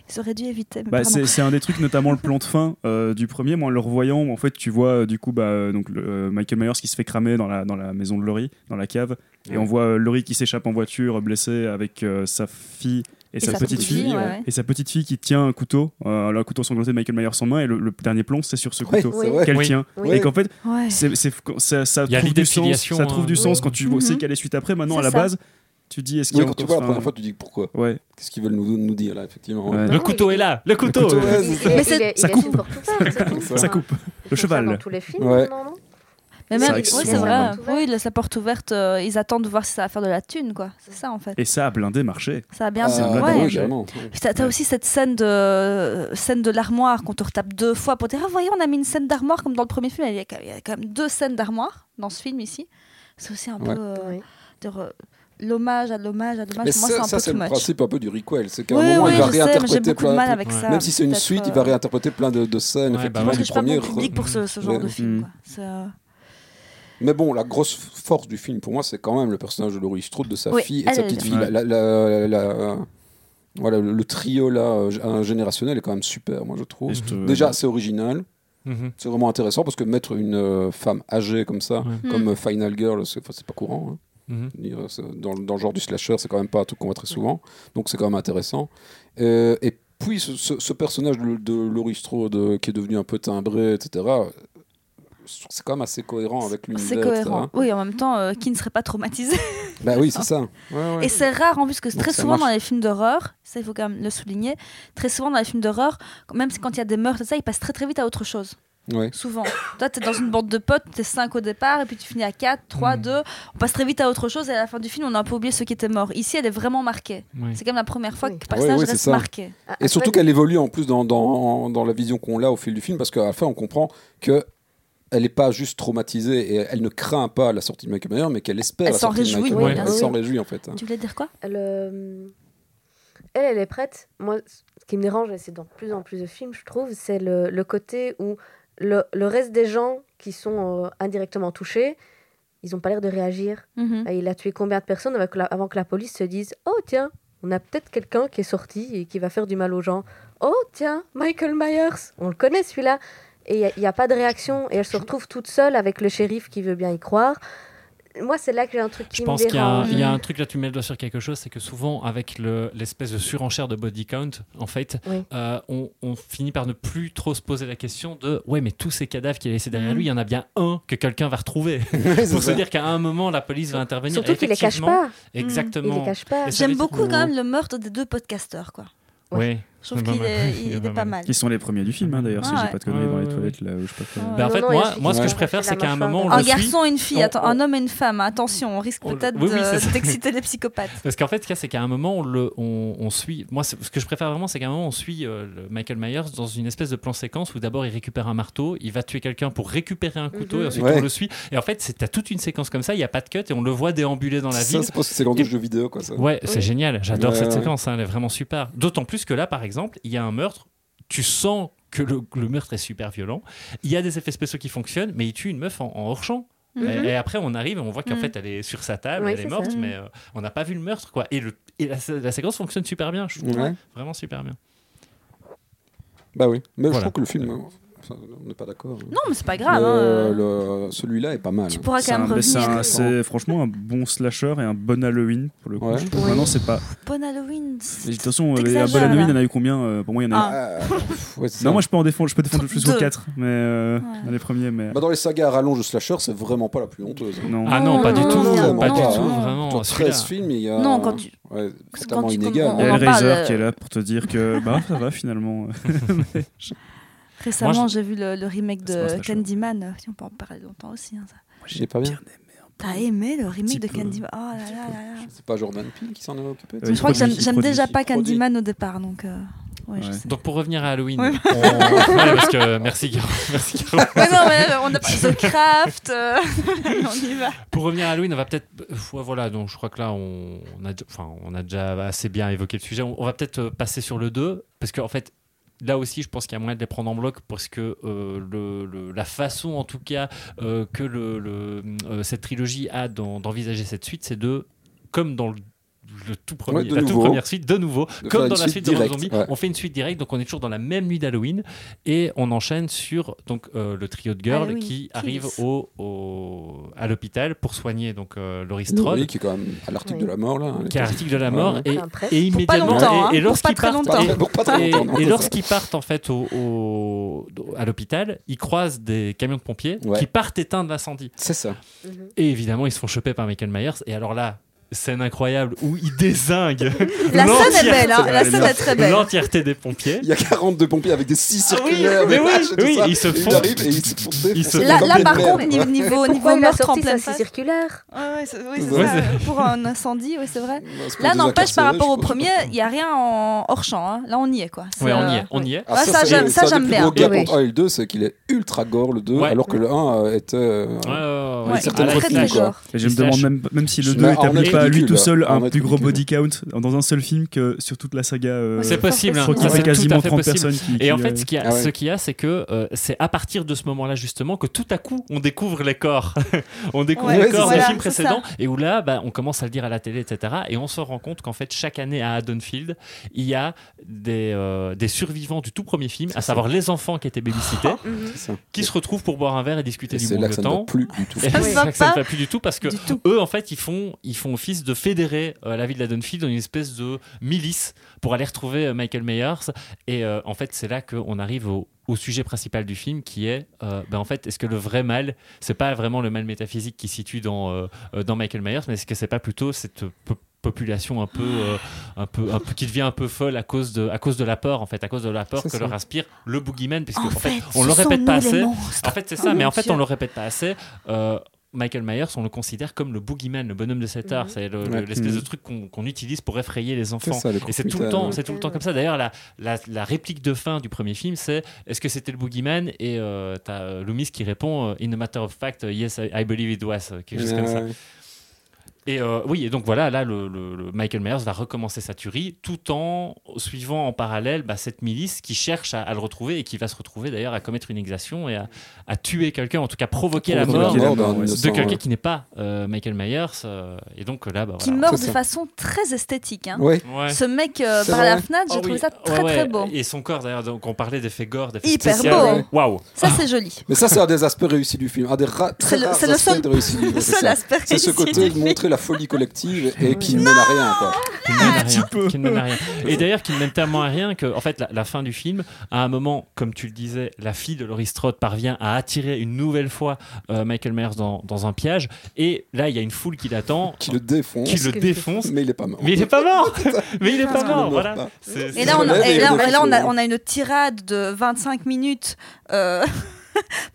Ils auraient dû éviter. mais Bah, pardon. c'est c'est un des trucs, notamment le plan de fin euh, du premier. Moi, en le revoyant, en fait, tu vois euh, du coup bah, euh, donc, le- euh, Michael Myers qui se fait cramer dans la, dans la maison de Laurie, dans la cave. Et Ouais. on voit euh, Laurie qui s'échappe en voiture, blessée avec euh, sa fille et, sa, petite fille. ouais, ouais. Et sa petite fille qui tient un couteau, euh, le couteau sanglanté de Michael Myers en main, et le, le dernier plomb, c'est sur ce Ouais, couteau c'est vrai. qu'elle Oui. tient. Oui. Et qu'en fait, Ouais. c'est, c'est- ça, ça Il y a trouve l'idée du de sens, filiation, ça trouve du hein. sens Oui. quand tu vois Mhm. sais qu'elle est suite après. Maintenant, C'est à la ça. base, tu dis est-ce qu'il Oui, y a quand tu encore vois la ça première fois, tu dis pourquoi Ouais. Qu'est-ce qu'ils veulent nous, nous dire là, effectivement. Ouais. Le Non, couteau il- est là. Le couteau. couteau, ouais. Il, il c'est ça. est, Mais c'est- il est- Ça il est coupe. film pour tout ça. c'est tout. Ça Ça Enfin, coupe. ils font Le ça cheval. Dans tous les films, Ouais. non, non Mais C'est même, vrai oui, que c'est c'est vrai. vraiment ouvert. Oui, laisse la porte ouverte. euh, ils attendent de voir si ça va faire de la thune. quoi. C'est ça, en fait. Et ça a blindé marché. Ça a bien. Ah, un bah ouais. oui, carrément. Puis T'as t'as Ouais. aussi cette scène de, euh, scène de l'armoire qu'on te retape deux fois pour dire Ah, voyez, on a mis une scène d'armoire comme dans le premier film. Il y a, quand- il y a quand même deux scènes d'armoire dans ce film ici. C'est aussi un Ouais. peu. euh, Oui. de re- l'hommage à l'hommage à l'hommage. Mais Pour moi, ça, c'est un ça, peu c'est too le much. principe un peu du requel. C'est qu'à Oui, un moment, oui, il va je sais, mais j'ai réinterpréter beaucoup de plein. mal avec Ouais. ça. Même si c'est une peut-être, suite, il euh, va réinterpréter plein de, de scènes, Ouais, bah effectivement, Moi, je du suis pas premier. hmm. bon public pour ce, ce genre de film. quoi. C'est, euh, Mais bon, la grosse force du film, pour moi, c'est quand même le personnage de Laurie Strode, de sa Oui, fille et de sa elle, petite elle- fille. Ouais. La- la- la- la- voilà, le, le trio là, euh, g- euh, générationnel est quand même super, moi, je trouve. Et je te- Déjà, c'est original. Mhm. C'est vraiment intéressant parce que mettre une euh, femme âgée comme ça, Ouais. Mm. hmm. comme euh, Final Girl, c'est enfin, c'est pas courant. hein. Mhm. Je veux dire, c'est- Dans, dans le genre du slasher, c'est quand même pas un truc qu'on voit très souvent. Donc c'est quand même intéressant. Euh, et puis ce, ce- ce personnage de, de Laurie Strode euh, qui est devenu un peu timbré, etc., euh, je trouve que c'est quand même assez cohérent avec hein. l'univers. c'est etc. cohérent. Oui, en même temps, euh, qui ne serait pas traumatisé Bah oui, c'est ça. Ouais, ouais. Et c'est rare, en plus, que Donc, très ça souvent dans marche. les films d'horreur, ça il faut quand même le souligner, très souvent dans les films d'horreur, même si quand il y a des meurtres, et ça, ils passent très très vite à autre chose. Ouais. Souvent. Toi, t'es dans une bande de potes, t'es 5 au départ, et puis tu finis à 4, 3, Mm. 2. On passe très vite à autre chose, et à la fin du film, on a un peu oublié ceux qui étaient morts. Ici, elle est vraiment marquée. Hmm. Ouais. C'est quand même la première fois Oui. que le Ah oui, personnage oui, c'est reste ça. marqué. Ah, Et surtout après, qu'elle évolue en plus dans, dans, dans la vision qu'on a au fil du film, parce qu'à la fin, on comprend que elle n'est pas juste traumatisée et elle ne craint pas la sortie de Michael Myers, mais qu'elle espère Elle la s'en sortie de réjouit, Michael oui, Myers. bien Elle sûr. s'en réjouit, en fait. hein. Tu voulais dire quoi Elle, euh, elle, elle est prête. Moi, ce qui me dérange, et c'est dans de plus en plus de films, je trouve, c'est le, le côté où le, le reste des gens qui sont euh, indirectement touchés, ils n'ont pas l'air de réagir. Mhm. Et il a tué combien de personnes avec la- avant que la police se dise Oh, tiens, on a peut-être quelqu'un qui est sorti et qui va faire du mal aux gens. Oh, tiens, Michael Myers, on le connaît celui-là. Et il n'y a, pas de réaction. Et elle se retrouve toute seule avec le shérif qui veut bien y croire. moi, c'est là que j'ai un truc qui Je me pense qu'il y, a un- dérange. il y a un truc là, tu mets le doigt sur quelque chose, c'est que souvent, avec le- l'espèce de surenchère de body count, en fait, Oui. euh, on, on finit par ne plus trop se poser la question de ouais, mais tous ces cadavres qu'il a laissés derrière Mhm. lui, il y en a bien un que quelqu'un va retrouver. Ouais, c'est Pour se ça. dire qu'à un moment, la police va intervenir. Surtout qu'il les cache Effectivement, pas. Mmh, Il Exactement. les cache pas. Et ça veut J'aime dire- beaucoup quand même le meurtre des deux podcasteurs, quoi. Ouais. Ah, Je trouve Pas qu'il mal. est, Il est il est pas pas mal. mal. Qui sont les premiers du film, hein, d'ailleurs, si Ah j'ai ouais. pas de conneries dans Ouais, les ouais, toilettes, là, ou je sais pas quoi. Ouais. Bah, en Non, fait, non, il y a moi, celui moi qui ce que va je préfère, chercher c'est la qu'à un mâchoire moment, on Un le suit. garçon et une fille, On- attends, on- un homme et une femme. hein. Attention, on risque On le- peut-être oui, oui, c'est de- ça. d'exciter les psychopathes. Parce qu'en fait, ce qu'il y a, c'est qu'à un moment, on, le, on, on suit. Moi, c'est- ce que je préfère vraiment, c'est qu'à un moment, on suit euh, le Michael Myers dans une espèce de plan séquence où d'abord il récupère un marteau, il va tuer quelqu'un pour récupérer un couteau, Mhm. et ensuite Ouais. on le suit. Et en fait, c'est t'as toute une séquence comme ça, il n'y a pas de cut, et on le voit déambuler dans la Ça, ville. c'est parce que c'est dans Et- deux jeux vidéo, quoi. Ça. Ouais, c'est Oui. génial. J'adore Ouais, cette ouais. séquence, hein, elle est vraiment super. D'autant plus que là, par exemple, il y a un meurtre. Tu sens que le, le meurtre est super violent. Il y a des effets spéciaux qui fonctionnent, mais il tue une meuf en, en hors champ. Mhm. et, et après, on arrive et on voit qu'en Mhm. fait, elle est sur sa table, Oui, elle est c'est morte, ça. mais euh, on n'a pas vu le meurtre, quoi. Et, le, et la, sé- la séquence fonctionne super bien, je trouve. Ouais. Vraiment super bien. Bah oui. Mais Voilà. je trouve que le film, euh, enfin, on n'est pas d'accord. Non, mais c'est pas grave. Le- hein, euh, le- Celui-là est pas mal. Tu hein. pourras C'est quand même un- mais c'est revenir. un- C'est franchement un bon slasher et un bon Halloween pour le coup. Ouais. Je trouve Oui. Maintenant, c'est pas. Bon Halloween. Mais De toute façon, euh, un bon T'exagères, Halloween, là. il y en a eu combien Euh, Pour moi, il y en a eu. Ah. Ah, pff, ouais, c'est Non, ça. moi, je peux en défendre. Je peux défendre plus Deux. au 4, mais euh, Ouais. dans les premiers, mais. Bah, dans les sagas à rallonge de slasher, c'est vraiment pas la plus honteuse. hein. Non. Ah non, Non, pas du non, tout, non, pas non, du non. tout, Non. vraiment. 13 celui-là. films, il y a. Non, quand tu- Ouais, c'est quand tellement tu inégal. commences- Il y hein. a en parle, Hellraiser euh. qui est là pour te dire que bah ça va finalement. Récemment, Moi, j'ai vu le, le remake C'est pas un de slasher. Candyman. Euh, si, On peut en parler longtemps aussi. hein, ça. J'ai pas bien. T'as aimé le remake Petit de peu. Candyman Oh là là là là. C'est pas Jordan Peele qui s'en est occupé Je Euh, de ça il crois que j'aime- produit, il j'aime déjà produit, pas Euh, il produit. Candyman au départ, donc. euh, Ouais, je Ouais. sais. Donc pour revenir à Halloween, Ouais. on- ouais, parce que merci Guillaume. Merci, Guillaume. Ouais, non, mais là, on a pas The Craft. euh, on y va. Pour revenir à Halloween, on va peut-être. euh, Ouais, voilà, donc je crois que là, on, on a, enfin, on a déjà assez bien évoqué le sujet. On, on va peut-être euh, passer sur le 2, parce qu'en fait, là aussi, je pense qu'il y a moyen de les prendre en bloc, parce que euh, le, le- la façon, en tout cas, euh, que le, le- euh, cette trilogie a d'en- d'envisager cette suite, c'est de, comme dans le le tout premier, Ouais, de la toute nouveau. première suite, de nouveau, De faire comme une dans la suite suite de directe, Zombie, ouais. on fait une suite directe, donc on est toujours dans la même nuit d'Halloween et on enchaîne sur donc euh, le trio de girls Halloween qui Kills. arrive au, au- à l'hôpital pour soigner donc euh, Laurie Strode, Oui, qui est quand même à l'article Oui. de la mort là. qui est à l'article de la mort Ouais. et, Enfin, presque. et Pour pas immédiatement longtemps. hein, et, et pour pas lorsqu'ils très partent longtemps. et- Pas- pas très et, longtemps, non. et lorsqu'ils partent en fait au, au- à l'hôpital, ils croisent des camions de pompiers Ouais. qui partent éteindre l'incendie. C'est ça. Mhm. Et évidemment, ils se font choper par Michael Myers. Et alors là, scène incroyable où ils désinguent La scène est l'entièreté- belle, hein, c'est la vrai, scène les est très belle. l'entièreté des pompiers. Il y a 42 pompiers avec des scies Ah oui, circulaires. mais des oui, haches et tout oui, ça. ils se Et font- arrivent et ils se font des- Ils se des font Là, pompiers là, de par merde. contre, niveau, niveau, niveau Pourquoi il a meurtre en sorti sa pleine scie face. circulaire Ouais, ouais, c'est- oui, c'est Ouais, ça. Pour un incendie, oui, c'est vrai. Ouais, c'est pour Là, des n'empêche, par incarcérés, rapport je au pense. premier, il n'y a rien en hors champ. hein. Là, on y est, quoi. C'est, Ouais, on y euh, est, on y est. Ah, Ouais, ça, c'est- j'aime- ça, c'est un j'aime des bien. plus gros gaps Oui. entre un et le 2, c'est qu'il est ultra gore le 2, Ouais. alors que le 1 était. euh, Ouais, ouais, ouais, Ouais, ouais. c'est très, À la très, film, claque. quoi. gore. Et je me Slash. demande même, même si le Mais 2 en établit être pas à lui ridicule, tout seul en un être plus gros body ridicule. count dans un seul film que sur toute la saga. euh, C'est possible, hein. je crois Ça, qu'il fait c'est tout à quasiment fait 30 possible. personnes qui. Et qui, en euh, fait, ce qu'il y a, Ah ouais. ce qu'il y a, c'est que euh, c'est à partir de ce moment-là justement que tout à coup on découvre les corps, on découvre Ouais, les corps voilà, des films c'est ça. précédents, et où là, bah, on commence à le dire à la télé, etc. Et on se rend compte qu'en fait, chaque année à Haddonfield, il y a des, euh, des survivants du tout premier film, à savoir les enfants qui étaient babysités, Mhm. c'est ça. qui se retrouvent pour boire un verre et discuter Et du c'est là monde de que ça ne va temps. plus du tout. Et Ça ne c'est va vrai que ça ne pas va plus du tout parce que Du tout. eux en fait ils font ils font office de fédérer euh, la ville d'Haddonfield dans une espèce de milice pour aller retrouver euh, Michael Myers et euh, en fait c'est là qu'on arrive au, au sujet principal du film qui est euh, ben, en fait est-ce que le vrai mal c'est pas vraiment le mal métaphysique qui se situe dans euh, euh, dans Michael Myers mais est-ce que c'est pas plutôt cette po- population un peu euh, un peu un peu qui devient un peu folle à cause de à cause de la peur en fait à cause de la peur C'est que ça. leur inspire le boogeyman puisque En en fait, fait, on ce le sont répète pas nous, les assez Ah, monstres. en fait, c'est Oh ça, mais mon en fait, Dieu. on le répète pas assez. euh, Michael Myers, on le considère comme le boogeyman, le bonhomme de 7 heures. Mhm. C'est le- le- Ouais. l'espèce de Mhm. truc qu'on qu'on utilise pour effrayer les enfants. ça, les Et c'est tout computers, le temps, ouais. c'est tout le temps comme ça. D'ailleurs, la, la, la réplique de fin du premier film, c'est est-ce que c'était le boogeyman Et euh, t'as euh, Loomis qui répond euh, In a matter of fact, yes, I, I believe it was, quelque chose comme ça. Ouais. Et euh, oui, et donc voilà, là, le, le- le Michael Myers va recommencer sa tuerie tout en suivant en parallèle bah, cette milice qui cherche à, à le retrouver et qui va se retrouver d'ailleurs à commettre une exaction et à, à tuer quelqu'un, en tout cas provoquer la Provoquer mort la mort, d'un de de innocent, quelqu'un ouais. qui n'est pas euh, Michael Myers. euh, et donc là, bah, Qui voilà. meurt C'est de ça. façon très esthétique. hein. Ouais. Ouais. Ce mec euh, C'est par la vrai. fenêtre, j'ai Ah trouvé oui, ça très ouais, très beau. Et son corps d'ailleurs, donc on parlait d'effets gore, d'effets Hyper spéciaux. beau, hein. Waouh. Ça, c'est joli. Mais ça, c'est un des aspects réussis du film. Un des ra- très C'est le- rares c'est le aspects seul- de réussis du film. Le c'est seul ça. aspect C'est ce réussi côté du de film. montrer la folie collective et qui ne mène à rien. Quoi. Qui ne mène à petit rien. peu. Qui ne mène à rien. Et d'ailleurs, qui ne mène tellement à rien que, en fait, la, la fin du film, à un moment, comme tu le disais, la fille de Laurie Strode parvient à attirer une nouvelle fois euh, Michael Myers dans, dans un piège. Et là, il y a une foule qui l'attend, Qui le défonce, qui le défonce. mais il est pas mort. Mais il n'est pas mort Mais il n'est pas Parce qu'il ne mort meurt voilà. pas. C'est- c'est- Et là, on a, Relève et et là, relève et là, on, a, sur- on a une tirade de 25 minutes euh,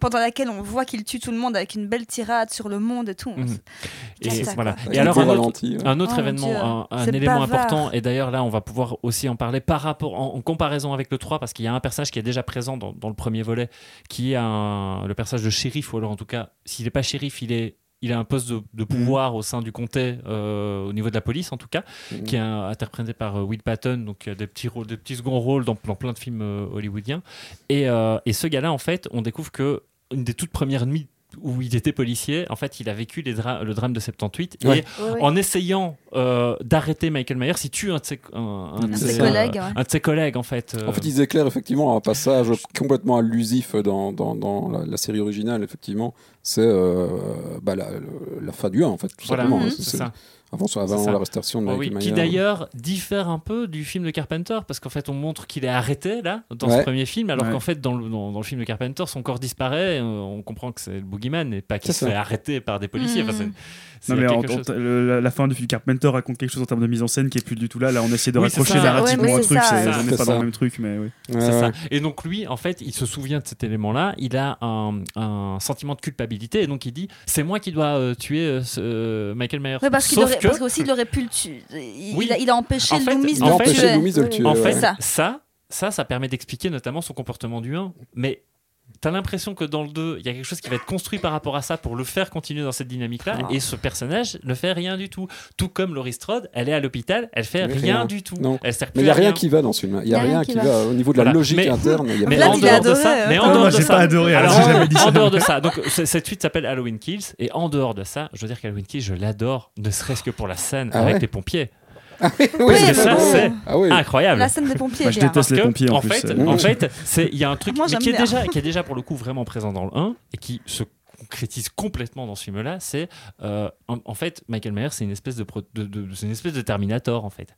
pendant laquelle on voit qu'il tue tout le monde avec une belle tirade sur le monde et tout. Mhm. Et, Qu'est-ce que ça, voilà. quoi. Avec et le alors, bon un autre, ralenti, ouais. Un autre Oh mon Dieu, événement, un, un c'est élément bavard. important, et d'ailleurs là on va pouvoir aussi en parler par rapport, en, en comparaison avec le 3, parce qu'il y a un personnage qui est déjà présent dans, dans le premier volet, qui est un- le personnage de shérif, ou alors en tout cas, s'il n'est pas shérif, il est... Il a un poste de, de pouvoir au sein du comté, euh, au niveau de la police en tout cas, Mhm. qui est un- interprété par euh, Will Patton, donc il y a des petits, rôles, des petits seconds rôles dans, dans plein de films euh, hollywoodiens. Et, euh, et ce gars-là, en fait, on découvre que une des toutes premières nuits où il était policier, en fait, il a vécu les dra- le drame de 78 Ouais. et en essayant euh, d'arrêter Michael Myers, il tue un de ses, un, un de de ses ses, collègues, euh, ouais. un de ses collègues, en fait. euh, En fait, ils éclairent effectivement un passage complètement allusif dans, dans, dans la, la série originale, effectivement. C'est euh, bah, la, le- la fin du 1, en fait, tout voilà, simplement. Mhm. hein, C'est- c'est c'est- ça. Avant, son- C'est avant ça. l'arrestation de Oui, Michael oui, Myers. qui d'ailleurs diffère un peu du film de Carpenter, parce qu'en fait, on montre qu'il est arrêté là, dans ce Ouais. premier film, alors Ouais. qu'en fait, dans le, dans, dans le film de Carpenter, son corps disparaît, euh, on comprend que c'est le boogeyman et pas qu'il C'est se ça. fait arrêter par des policiers. Enfin, c'est- Mhm. c'est Non, mais en- quelque en- chose. le- la, la fin du film Carpenter raconte quelque chose en termes de mise en scène qui est plus du tout là. Là, on essaie de Oui, c'est raccrocher ça. narrativement Ouais, un mais truc. c'est ça. c'est- On n'est pas C'est dans ça. le même truc, mais oui. Ouais, C'est ça. ouais. Et donc lui, en fait, il se souvient de cet élément-là, il a un, un sentiment de culpabilité, et donc il dit, c'est moi qui dois euh, tuer euh, ce- euh, Michael Myers. Oui, parce qu'il Sauf aurait, que- parce qu'aussi, il aurait pu le tuer. Il, Oui. il a, il a empêché En fait, Loomis Il de a en le fait, empêché tuer. Loomis de le Oui. tuer. En ouais. fait, C'est ça. ça. ça, ça permet d'expliquer notamment son comportement du 1. Mais t'as l'impression que dans le 2, il y a quelque chose qui va être construit par rapport à ça pour le faire continuer dans cette dynamique-là. Ah. Et ce personnage ne fait rien du tout. Tout comme Laurie Strode, elle est à l'hôpital, elle fait Mais rien, rien. du tout. Non. Elle sert Mais il plus n'y a à rien qui va dans ce film. Il n'y a rien qui va au niveau de la Voilà. logique Mais- interne. il y a Mais pas Vlad, en de- il a dehors de adoré, ça, euh. mais en Ah, dehors hein. moi, de j'ai ça- pas adoré, alors Alors, j'ai jamais dit en ça. dehors de ça, donc c- cette suite s'appelle Halloween Kills et en dehors de ça, je veux dire qu'Halloween Kills, je l'adore, ne serait-ce que pour la scène Ah avec ouais. les pompiers. Oui, Parce que mais ça, bon. c'est Ah oui. incroyable. La scène des pompiers. Moi, je bien. déteste les Parce que, pompiers en, plus. fait, euh, en fait, c'est il y a un truc Moi, mais j'aime qui est bien. déjà qui est déjà pour le coup vraiment présent dans le 1 et qui se concrétise complètement dans ce film-là, c'est euh, en, en fait Michael Myers, c'est une espèce de, pro- de- de- c'est une espèce de Terminator en fait.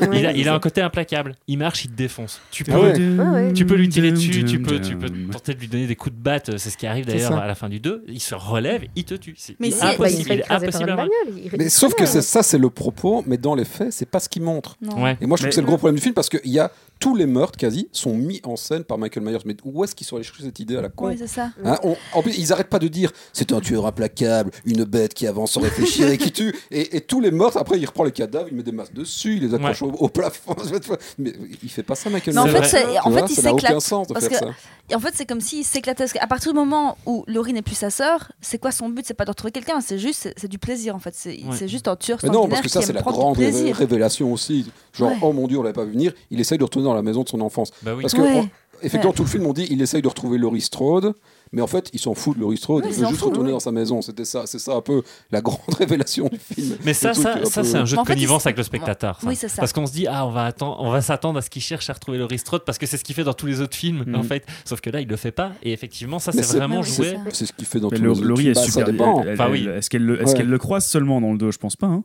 il a, il a un côté implacable. Il marche, il te défonce. Tu peux, Ah ouais. ouais. tu peux lui tirer dessus, tu peux, tu peux tenter de lui donner des coups de batte. C'est ce qui arrive C'est d'ailleurs ça. à la fin du 2. Il se relève, il te tue. C'est Mais si, impossible, bah, il se fait il est écraser impossible par à une battre. bagnole. il- il- Mais sauf que Ouais. c'est ça, c'est le propos, mais dans les faits, c'est pas ce qu'il montre. Non. Ouais. Et moi, je trouve Mais- que c'est le gros problème du film parce que il y a tous les meurtres quasi sont mis en scène par Michael Myers. Mais où est-ce qu'ils sont allés chercher cette idée à la con Oui, c'est ça. Hein, on- en plus, ils n'arrêtent pas de dire c'est un tueur implacable, une bête qui avance sans réfléchir et qui tue. Et, et tous les meurtres, après, il reprend les cadavres, il met des masses dessus, il les accroche au, au plafond. Mais il fait pas ça, Michael Mais en Myers. fait, Tu c'est- en vois, fait, il ça n'a s'éclate aucun sens de parce faire que- ça. Et en fait, c'est comme s'il s'éclatait. Parce qu'à partir du moment où Laurie n'est plus sa sœur, c'est quoi son but C'est pas de retrouver quelqu'un, c'est juste c'est- c'est du plaisir en fait. C'est Ouais. c'est juste un tueur Mais sanguinaire non, parce que ça, qui c'est aime la prendre grande du ré- plaisir. révélation aussi. Genre, Ouais. oh mon dieu, on l'avait pas vu venir. Il essaye de retourner dans la maison de son enfance. Bah oui. Parce que, Ouais. on- effectivement, tout le film, on dit il essaye de retrouver Laurie Strode, mais en fait, il s'en fout de Laurie Strode. Ouais, il ils veut s'en juste foutent, retourner ouais. dans sa maison. C'était ça, c'est ça un peu la grande révélation du film. Mais ça, Le truc ça, un ça peu- c'est un jeu Mais de en fait, connivence ils- avec le spectateur. ça. Oui, c'est ça. Parce qu'on se dit, ah, on va, attendre, on va s'attendre à ce qu'il cherche à retrouver le Strode parce que c'est ce qu'il fait dans tous les autres films, Mhm. en fait. Sauf que là, il le fait pas. Et effectivement, ça, Mais c'est vraiment Mais oui, joué. ça. C'est ce qu'il fait dans Mais tous les le- autres Laurie films. est Bah, super. Ça dépend. elle- elle- Enfin, oui. elle- Est-ce qu'elle le, est Ouais. qu'elle le croise seulement dans le 2 Je pense pas. hein.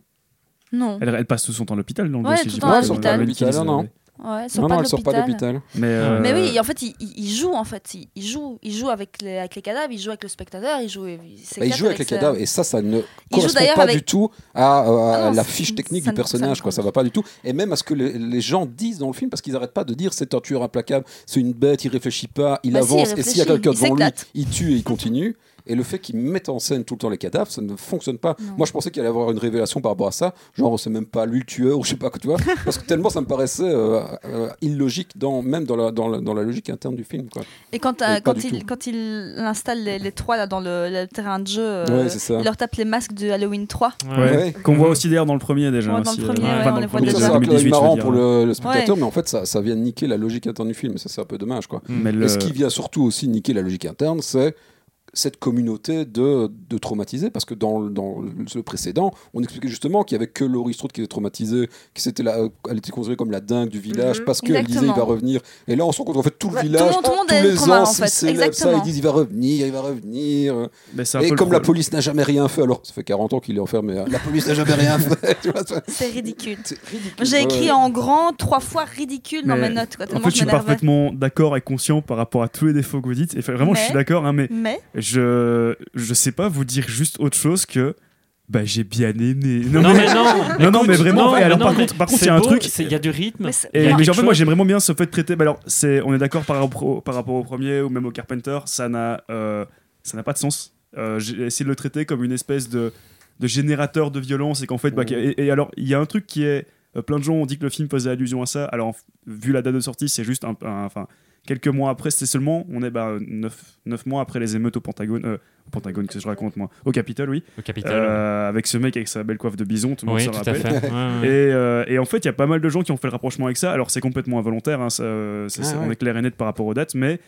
Non. Elle, elle passe tout son temps à l'hôpital dans le Ouais, 2. si tout le je dis temps pas à de l'hôpital. conneries. L'hôpital, non, non. Ouais, elle sort Non, pas non, de elle sort pas l'hôpital. d'hôpital. Mais, euh, Mais oui, et en fait, il, il- il joue en fait, il, il joue, il joue avec les, avec les cadavres, il joue avec le spectateur, il joue, il, Bah, s'éclate il joue avec les ça. cadavres et ça, ça ne Il joue correspond d'ailleurs pas avec- du tout à, euh, à Ah non, ça- la fiche technique ça du ne- ça personnage. ne quoi, ça va pas du tout. Et même à ce que les, les gens disent dans le film, parce qu'ils n'arrêtent pas de dire c'est un tueur implacable, c'est une bête, il réfléchit pas, il Bah si, il avance. et s'il y a réfléchit, quelqu'un il devant lui, s'éclate. il tue et il continue. Et le fait qu'ils mettent en scène tout le temps les cadavres, ça ne fonctionne pas. Non. Moi, je pensais qu'il allait y avoir une révélation par rapport à ça. Genre, on sait même pas lui le tueur, ou je sais pas, quoi, tu vois. Parce que tellement ça me paraissait euh, euh, illogique, dans, même dans la, dans, la, dans la logique interne du film. Quoi. Et quand, euh, Et pas quand, du il, tout. quand il installe les, les trois là, dans le, le terrain de jeu, euh, Ouais, c'est ça. il leur tape les masques de Halloween 3. Ouais. Qu'on voit aussi d'ailleurs dans le premier déjà. Ouais, dans le aussi, premier, ouais, enfin, on dans les le voit premier déjà. de ça, ça 2018, peut être je veux marrant dire. pour le, le spectateur, mais en fait, ça, ça vient niquer la logique interne du film. Et ça, c'est un peu dommage, quoi. Mais Et le- ce qui vient surtout aussi niquer la logique interne, c'est cette communauté de, de traumatisés. Parce que dans, le- dans le précédent, on expliquait justement qu'il y avait que Laurie Strode qui était traumatisée, qui c'était la, elle était considérée comme la dingue du village Mhm. parce qu'elle disait il va Exactement. revenir. Et là, on se rend compte en fait tout le Ouais, tout le village, monde- tout le monde tous est les traumatisé, ans, en fait. s'ils célèbrent ça, Exactement. ils disent il va revenir, il va revenir. mais c'est un Et peu le comme la problème. police n'a jamais rien fait, alors ça fait 40 ans qu'il est enfermé, hein, la police n'a jamais rien fait. tu vois, ça- C'est ridicule. c'est ridicule. J'ai Ouais. écrit en grand trois fois ridicule dans Mais mes notes. Quoi, En tellement fait, je suis m'énervais. parfaitement d'accord et conscient par rapport à tous les défauts que vous dites. Et fa- vraiment, je Mais- suis d'accord, hein, mais Mais je je sais pas vous dire juste autre chose que bah j'ai bien aimé. Non, mais non Non, non, écoute, mais vraiment, et mais alors, par mais contre- par contre, il y c'est a un beau, truc- c'est- Il y a du rythme. Mais c'est- Il y Et, a mais quelque en fait, moi, chose. j'aime vraiment bien ce fait de traiter. Bah, alors, c'est, on est d'accord par, rapport au- par rapport au premier ou même au Carpenter, ça n'a, euh, ça n'a pas de sens. Euh, j'ai essayé de le traiter comme une espèce de, de générateur de violence et qu'en fait, bah, Mhm. Mmh. qu'il y a- et, et alors, il y a un truc qui est, euh, plein de gens ont dit que le film faisait allusion à ça. Alors, en f- vu la date de sortie, c'est juste un, un- enfin, quelques mois après. C'était seulement, on est bah, 9, mois après les émeutes au Pentagone, euh, au Pentagone, qu'est-ce que je raconte moi, au Capitole, oui, Au capital. Euh, avec ce mec avec sa belle coiffe de bison, tout le monde oui, s'en tout à rappelle. fait. Ouais, ouais. Et, euh, et en fait, il y a pas mal de gens qui ont fait le rapprochement avec ça. Alors, c'est complètement involontaire, hein, ça, euh, c'est- Ah c'est- ouais. on est clair et net par rapport aux dates, mais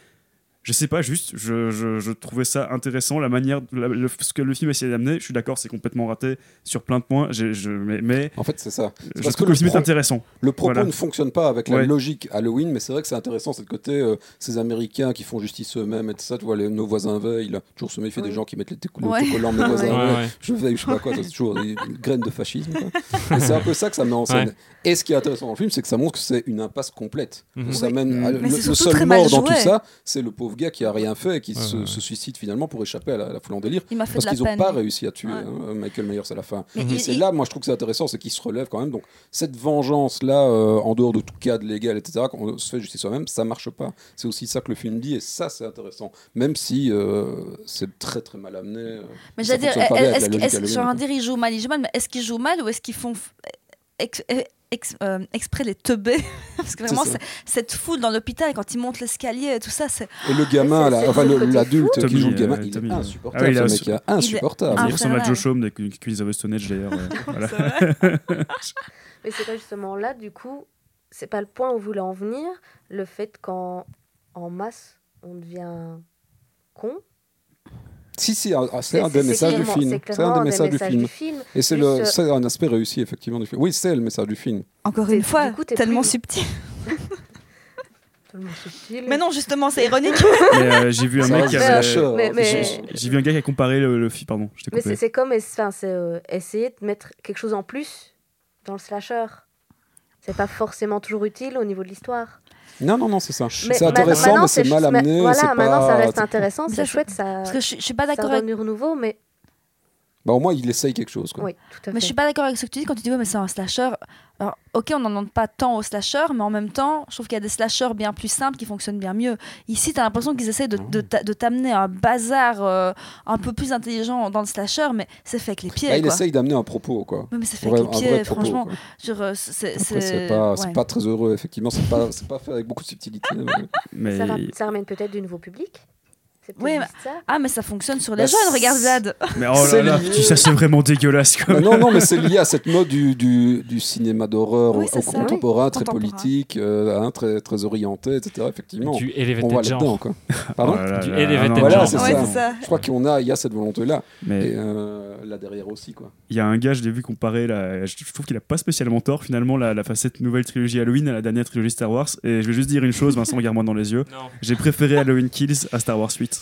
je sais pas, juste, je, je- je trouvais ça intéressant, la manière, la- le- ce que le film essayait d'amener. Je suis d'accord, c'est complètement raté sur plein de points, j'ai- je, mais, mais En fait, c'est ça. C'est je parce trouve que que le le film est pro- intéressant. Le propos Voilà. ne fonctionne pas avec la Ouais. logique Halloween, mais c'est vrai que c'est intéressant, c'est le côté euh, ces Américains qui font justice eux-mêmes et tout ça. Tu vois, les- nos voisins veillent, là, toujours se méfier des Oui. gens qui mettent les Ouais. collants mes voisins Ouais, veillent. ouais. Je veille, je sais pas quoi, ça, c'est toujours une graine de fascisme. quoi. Et c'est un peu ça que ça met en scène. Ouais. Et ce qui est intéressant dans le film, c'est que ça montre que c'est une impasse complète. Mhm. Ça mène à- Mais le, c'est le surtout seul très mal mort dans joué. tout ça, c'est le pauvre gars qui a rien fait et qui Ouais, se, ouais, ouais. se suicide finalement pour échapper à la, la foule en délire. il m'a fait Parce de la qu'ils n'ont peine. pas réussi à tuer Ouais. hein, Michael Myers à la fin. Mais Et il- c'est il- là, moi, je trouve que c'est intéressant, c'est qu'il se relève quand même. Donc, cette vengeance-là, euh, en dehors de tout cadre légal, etc., qu'on se fait justice soi-même, ça marche pas. C'est aussi ça que le film dit, et ça, c'est intéressant. Même si euh, c'est très, très mal amené. euh, Mais ça j'allais dire, fonctionne pas bien avec est-ce la que- logique est-ce que Halloween, sur quoi. un dire, ils jouent mal, ils jouent mal, mais est-ce qu'ils jouent mal ou est-ce qu'ils font f- ex- euh, ex- euh, exprès les teubés Parce que vraiment, ça. c'est- cette foule dans l'hôpital, quand ils montent l'escalier et tout ça, c'est Et le gamin, c'est- là, c'est- enfin, c'est le- le côté l'adulte fou. qui joue le Tommy, gamin, euh, il Tommy, est euh. insupportable. Ah oui, il a ce mec, un- il est insupportable. Ah, il ressemble à infernal. Joe Chaume de Queens of the Stone Age, d'ailleurs. euh, voilà. Mais c'est pas justement là, du coup, c'est pas le point où vous voulez en venir, le fait qu'en en masse, on devient con. Si, si, ah, ah, c'est un des c'est messages du clairement- film. c'est C'est un clairement des messages du film. film. Et c'est Juste, le- euh, c'est un aspect réussi, effectivement, du film. Oui, c'est le message du film. encore T'es- une fois du coup, t'es tellement pris. subtil. Tout le monde se file. Mais non, justement, c'est ironique. Mais, euh, j'ai vu un Ça mec reste qui du avait- slasher, hein, mais- c'est mais- juste- J'ai vu un gars qui a comparé le, le film, pardon, je t'ai Mais c'est coupé. c'est comme es- enfin, c'est, euh, essayer de mettre quelque chose en plus dans le slasher. C'est pas forcément toujours utile au niveau de l'histoire. Non, non, non, c'est ça. Mais C'est ma- intéressant, maintenant, mais c'est mal juste- ma- amené. Voilà, c'est maintenant pas- ça reste intéressant, Mais ça, c'est chouette, ça, Parce que je, je suis pas ça d'accord avec. donne du renouveau, mais Bah, au moins, il essaye quelque chose. Quoi. oui, tout à Mais je fait. suis pas d'accord avec ce que tu dis quand tu dis ouais, mais c'est un slasher. Alors, ok, on n'en demande pas tant aux slashers, mais en même temps, je trouve qu'il y a des slashers bien plus simples qui fonctionnent bien mieux. Ici, tu as l'impression qu'ils essaient Ah de, de ta- de t'amener un bazar euh, un peu plus intelligent dans le slasher, mais c'est fait avec les pieds. Bah, il quoi. essaye d'amener un propos, quoi. Ouais, mais c'est fait Vrai- avec un les vrai pieds, propos. franchement. quoi. Sur, euh, c'est, Après, c'est c'est- pas, c'est ouais. pas très heureux, effectivement. C'est pas, c'est pas fait avec beaucoup de subtilité. mais- Mais Ça, ra- ça ramène peut-être du nouveau public. C'est peut-être Oui, juste ça. Ah, mais ça fonctionne sur les Bah, jeunes, c'est- regarde Zad. mais oh là C'est là, lié. putain, ça c'est vraiment dégueulasse comme Bah, non, non, mais c'est lié à cette mode du, du, du cinéma d'horreur Oui, au- c'est au ça. contemporain, très Contemporain. politique, euh, hein, très, très orienté, etc. Effectivement, Du Elevated on va Genre. là-dedans, quoi. Pardon Ah Oh là Du là, Elevated non, Genre. Voilà, c'est ouais, ça. c'est ça. Je crois qu'on a, il y a cette volonté-là. Mais Et euh, là derrière aussi, quoi. il y a un gars, je l'ai vu comparer, là, je je trouve qu'il a pas spécialement tort finalement la, la facette nouvelle trilogie Halloween à la dernière trilogie Star Wars. Et je vais juste dire une chose, Vincent, regarde-moi dans les yeux. J'ai préféré Halloween Kills à Star Wars 8.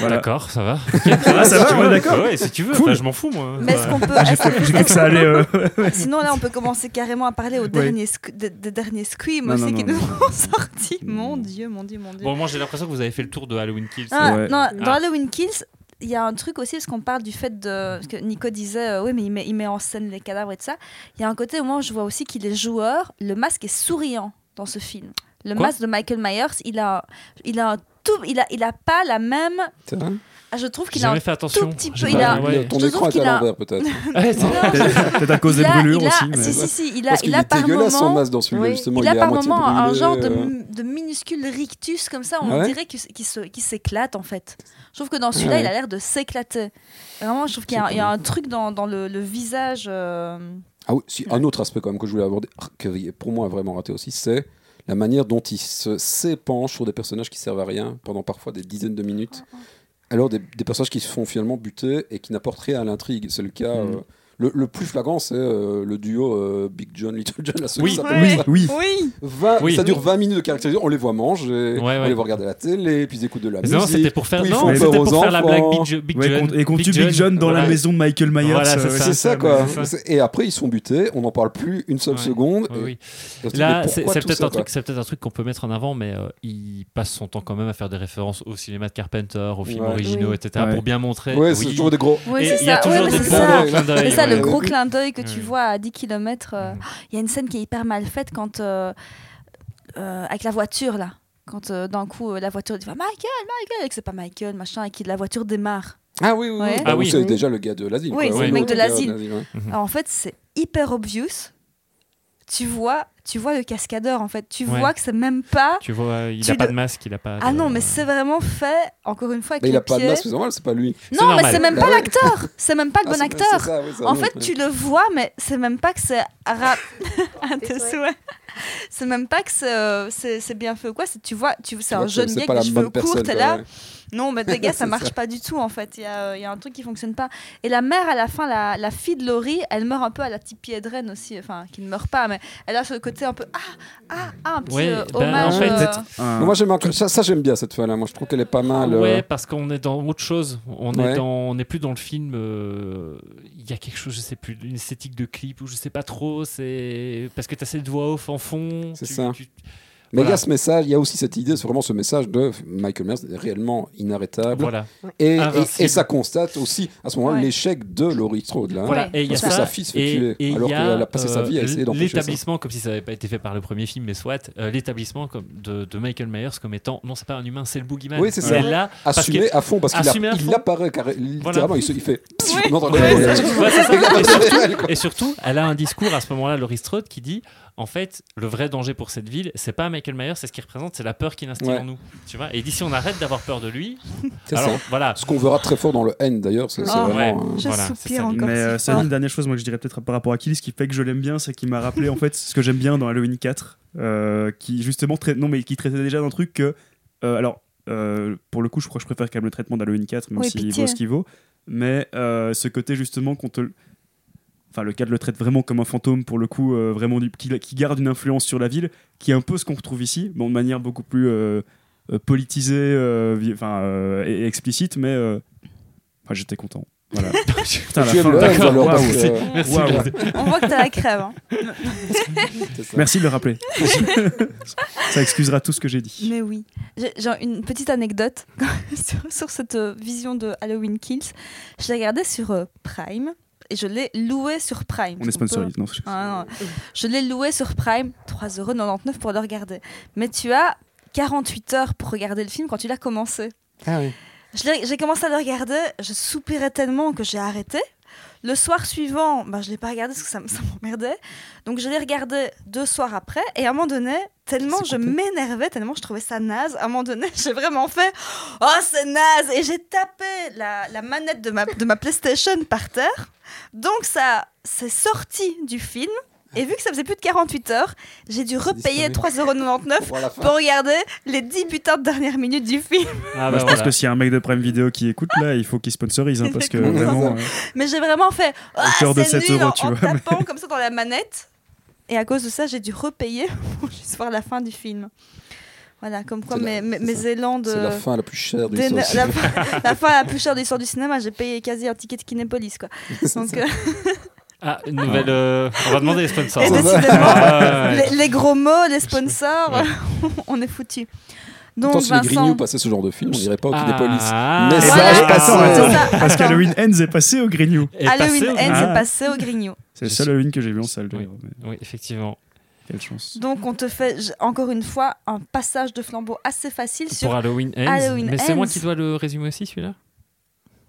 Voilà. D'accord, ça va. Ah, ça va, Si tu on est veux. d'accord. Ouais, si tu veux, Cool. Enfin, je m'en fous, moi. Mais est-ce Ouais. qu'on peut. Ah, J'ai est-ce cru, que- j'ai cru que ça allait. euh, Sinon, là, on peut commencer carrément à parler aux derniers, squ- des, des derniers screams Non, aussi non, qui non, Mm. nous ont sortis. Non. Mon dieu, mon dieu, mon dieu. Bon, moi, j'ai l'impression que vous avez fait le tour de Halloween Kills. Ah, Ouais. non, dans Ah. Halloween Kills, il y a un truc aussi, parce qu'on parle du fait de. Parce que Nico disait, euh, oui, mais il met, il met en scène les cadavres et tout ça. Il y a un côté où moi, je vois aussi qu'il est joueur. Le masque est souriant dans ce film. Le Quoi masque de Michael Myers, il a, il a un tout. Il a, il a pas la même. C'est vrai Bah, Ah, je trouve J'ai qu'il a un jamais fait attention. petit peu, J'ai il a- pas- ouais. Ton Je écran trouve était qu'il a- à l'envers, peut-être. Ouais, c'est- Peut-être peut-être à cause des il a- brûlures il a- aussi. mais- Si, si, si, il a, Parce qu'il il a est par dégueulasse son moment, masque dans celui-là, Oui. justement. il a est à par moitié moment un brûlé, genre de, euh. de minuscule rictus comme ça, on Ah ouais Ah dirait qu'il s- qu'il se- qu'il s'éclate en fait. Je trouve que dans celui-là, Ouais. il a l'air de s'éclater. Vraiment, je trouve qu'il y, a- C'est il y a un truc dans, dans le, le visage. euh, Ah oui, si, un autre aspect quand même que je voulais aborder, qui est pour moi vraiment raté aussi, c'est la manière dont il se s'épanche sur des personnages qui servent à rien pendant parfois des dizaines de minutes. Alors des, des personnages qui se font finalement buter et qui n'apportent rien à l'intrigue. C'est le cas. Mm. euh, le, le plus flagrant, c'est euh, le duo euh, Big John, Little John, la Oui, oui. Oui, Oui, 20 Oui. Ça dure 20 minutes de caractérisation, on les voit manger, Ouais, ouais. on les voit regarder la télé, puis ils écoutent de la Mais musique. non, c'était pour faire, Oui, ils non, font c'était peur pour aux faire la blague enfants. Big, Jo- Big Ouais, John. qu'on- et qu'on tue Big John dans la voilà. maison de Michael Myers. Voilà, c'est euh, ouais. C'est ça, quoi. c'est ça. Et après, ils sont butés, on n'en parle plus une seule Ouais. seconde. Oui, et- oui. parce que, Là, mais c'est pourquoi c'est tout peut-être ça, un quoi truc, c'est peut-être un truc qu'on peut mettre en avant, mais euh, il passe son temps quand même à faire des références aux cinémas de Carpenter, aux films Ouais. originaux, Oui. etc., Ouais. pour bien montrer. Ouais, oui. c'est toujours des gros. oui Et c'est il y a ça. toujours Ouais, des mais c'est bons euh, ça. gros clins C'est d'œil, ça le ouais. gros clin d'œil que tu Mm. vois à 10 km. euh, Mm. Il y a une scène qui est hyper mal faite quand. euh, euh, avec la voiture, là. Quand euh, d'un coup, euh, la voiture dit Michael, Michael, et que c'est pas Michael, machin, et que la voiture démarre. Ah oui, oui, Ouais. oui. Ah Bah, oui. C'est déjà le gars de l'asile. Oui, quoi. c'est le Ouais, mec l'autre de gars l'asile. ouais. Mm. Alors, en fait, c'est hyper obvious. Tu vois, tu vois le cascadeur, en fait. Tu Ouais. vois que c'est même pas. Tu vois, il Tu n'a pas le- de masque, il n'a pas. Ah de- non, mais c'est vraiment fait, encore une fois, avec Mais il les a pas de pieds. masque, c'est normal, c'est pas lui. C'est non, mais normal. c'est même Bah pas ouais. l'acteur C'est même pas le Ah, bon c'est- acteur c'est ça, oui, ça, En non, fait, ouais. tu le vois, mais c'est même pas que c'est ara- à tes Tes souhaits. souhaits. C'est même pas que c'est, euh, c'est c'est bien fait ou quoi. c'est- Tu vois, tu c'est Tu vois un que jeune c'est gars pas avec des la cheveux bonne courts, personne, t'es quoi, là. ouais. Non, mais les gars, ça C'est marche ça. pas du tout en fait. Il y, a, euh, il y a un truc qui fonctionne pas. Et la mère, à la fin, la, la fille de Laurie, elle meurt un peu à la petite pied de reine aussi. Enfin, qui ne meurt pas, mais elle a ce côté un peu ah ah ah un petit Ouais, euh, bah, en hommage. fait, euh, Peut-être un- Mais Moi, j'aime encore- ça, ça j'aime bien cette fin-là. Moi, je trouve qu'elle est pas mal. euh, Ouais, parce qu'on est dans autre chose. On est Ouais. dans, on n'est plus dans le film. euh, Il y a quelque chose, je sais plus, une esthétique de clip ou je sais pas trop. C'est parce que tu as cette voix off en fond. C'est tu- ça. tu- Mais il y Voilà. a ce message, il y a aussi cette idée, c'est vraiment ce message de Michael Myers est réellement inarrêtable. Voilà. Et, Invincible. et, et ça constate aussi à ce moment-là Ouais. l'échec de Laurie Strode. Là, hein. Voilà, et il y a Parce que ça, sa fille se fait et- tuer, et alors il y a, euh, qu'elle a passé sa vie à essayer d'empêcher ça. L'établissement, comme si ça n'avait pas été fait par le premier film, mais soit, euh, l'établissement comme de, de Michael Myers comme étant non, c'est pas un humain, c'est le boogeyman. Oui, c'est Il est ça. là, parce assumé à fond parce qu'il Assumé a- à il fond. apparaît carré- littéralement il, se, il fait Ouais. Non, non, Ouais, non, non, c'est- non. ouais, c'est ça. Il a Et passé surtout- elle, quoi. Et surtout, elle a un discours à ce moment-là, Laurie Strode, qui dit en fait, le vrai danger pour cette ville, c'est pas Michael Myers, c'est ce qu'il représente, c'est la peur qu'il instille Ouais. en nous. Tu vois Et d'ici, on arrête d'avoir peur de lui. C'est Alors ça. voilà. ce qu'on verra très fort dans le N d'ailleurs c'est c'est Ah, vraiment ouais. euh, Je Voilà, c'est ça, soupire encore. Mais euh, si c'est fort. une dernière chose moi que je dirais peut-être par rapport à Killy, ce qui fait que je l'aime bien, c'est qu'il m'a rappelé en fait ce que j'aime bien dans Halloween 4, euh, qui justement traite, non mais qui traitait déjà d'un truc que, euh, alors euh, pour le coup je crois que je préfère quand même le traitement d'Halloween 4, même Oui, s'il pitié. vaut ce qu'il vaut, mais euh, ce côté justement qu'on te, enfin le cadre le traite vraiment comme un fantôme pour le coup, euh, vraiment du- qui, qui garde une influence sur la ville, qui est un peu ce qu'on retrouve ici, mais de manière beaucoup plus euh, euh, politisée, euh, vi- enfin euh, et, et explicite, mais euh, enfin, j'étais content. Voilà. Putain, la tu aimes fin, le N d'accord, alors waouh, parce c'est- que Merci. Waouh. Grace. On voit que t'as la crève. hein. c'est ça. Merci de le rappeler. ça excusera tout ce que j'ai dit. Mais oui. J'ai j'ai une petite anecdote sur, sur cette euh, vision de Halloween Kills. Je l'ai regardée sur euh, Prime et je l'ai louée sur Prime. On est sponsorisé. sponsorisé. Non, je- Ah, non. Je l'ai loué sur Prime, 3,99€ pour le regarder. Mais tu as 48 heures pour regarder le film quand tu l'as commencé. Ah oui. Je l'ai- J'ai commencé à le regarder, je soupirais tellement que j'ai arrêté. Le soir suivant, ben, je ne l'ai pas regardé parce que ça, m- ça m'emmerdait. Donc je l'ai regardé deux soirs après et à un moment donné, tellement je C'est coupé. m'énervais, tellement je trouvais ça naze, à un moment donné, j'ai vraiment fait « Oh, c'est naze !» Et j'ai tapé la, la manette de ma, de ma PlayStation par terre. Donc ça c'est sorti du film. Et vu que ça faisait plus de 48 heures, j'ai dû repayer 3,99€ Pour la fin. pour regarder les 10 putains de dernières minutes du film. Ah, bah, Moi, je pense voilà. que s'il y a un mec de Prime Vidéo qui écoute là, il faut qu'il sponsorise hein, parce que Exactement. vraiment, euh, Mais j'ai vraiment fait ah, cœur de c'est 7 nul euros, en, tu en vois, tapant comme ça dans la manette. Et à cause de ça, j'ai dû repayer pour juste voir la fin du film. Voilà, comme quoi C'est mes, la- mes, c'est mes ça. élans de. c'est la fin la plus chère du d'éner- film la, fin, la fin la plus chère de l'histoire du cinéma, j'ai payé quasi un ticket de Kinépolis. Quoi. Donc, euh, Ah, une nouvelle. euh, on va demander les sponsors. et ça. décidément, Ah, ouais. les, les gros mots, les sponsors, on est foutus. Donc, Tant si les Vincent. grignoux passaient ce genre de film on dirait pas au Ah, Kinépolis Et Message voilà, passé. attends, c'est attends, ça, parce attends. qu'Halloween Ends est passé au Grignou. Et Halloween passer au- Ends Ah. est passé au Grignou. C'est le Je seul suis- Halloween que j'ai vu en salle. d'ailleurs, mais Oui, effectivement. Quelle chance. Donc on te fait j- encore une fois un passage de flambeau assez facile sur Pour Halloween Ends. Halloween mais c'est moi Ends. qui dois le résumer aussi, celui-là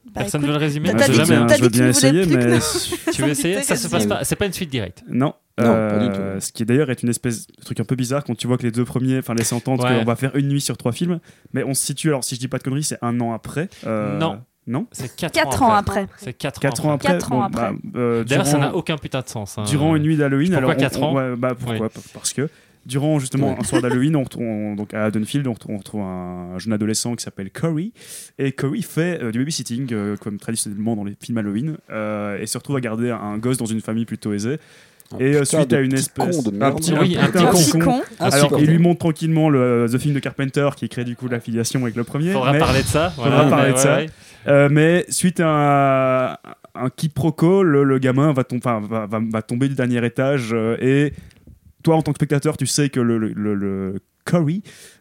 Bah, Personne ne écoute, veut le résumer t'as- on t'as sait dit- jamais. hein. t'as je veux dit que bien tu voulais essayer, plus que mais Tu veux essayer t'as Ça se dit- passe pas. C'est pas une suite directe. non. Non, pas du euh, Ce qui d'ailleurs est une espèce de truc un peu bizarre quand tu vois que les deux premiers, enfin laissez entendre Ouais. qu'on va faire une nuit sur trois films, mais on se situe alors si je dis pas de conneries, c'est un an après. euh, Non. Non. C'est 4, 4 ans après. C'est 4 Quatre ans. ans après. après. Quatre ans après. bah, euh, D'ailleurs, ça durant- n'a aucun putain de sens. hein. durant une nuit d'Halloween. Pourquoi alors on- quatre on- ans ouais, bah, Pourquoi p- Parce que durant justement Ouais. un soir d'Halloween, on retrouve- on- donc à Haddonfield, on retrouve, on retrouve un jeune adolescent qui s'appelle Corey. Et Corey fait euh, du babysitting, euh, comme traditionnellement dans les films Halloween, euh, et se retrouve à garder un, un gosse dans une famille plutôt aisée. Et, euh, suite à une espèce- Con de un merde. Ah, petit- Oui, un Un con. petit con. con. alors, il lui montre tranquillement le, euh, The Film de Carpenter qui crée du coup l'affiliation avec le premier. Faudra mais- parler de ça. Faudra voilà, parler mais de ça. Euh, mais suite à un, un quiproquo, le, le gamin va, tom- enfin, va, va- va tomber du dernier étage euh, et toi, en tant que spectateur, tu sais que le, le, le- le Corey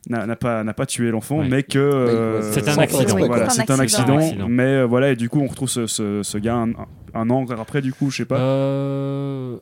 n'a n'a pas, n'a pas tué l'enfant, Ouais. mais que euh, Ouais, C'est un sans- accident. voilà, Ouais, c'est un accident. accident. Mais euh, voilà, et du coup, on retrouve ce, ce- ce gars un, un an après, du coup, je sais pas. Euh,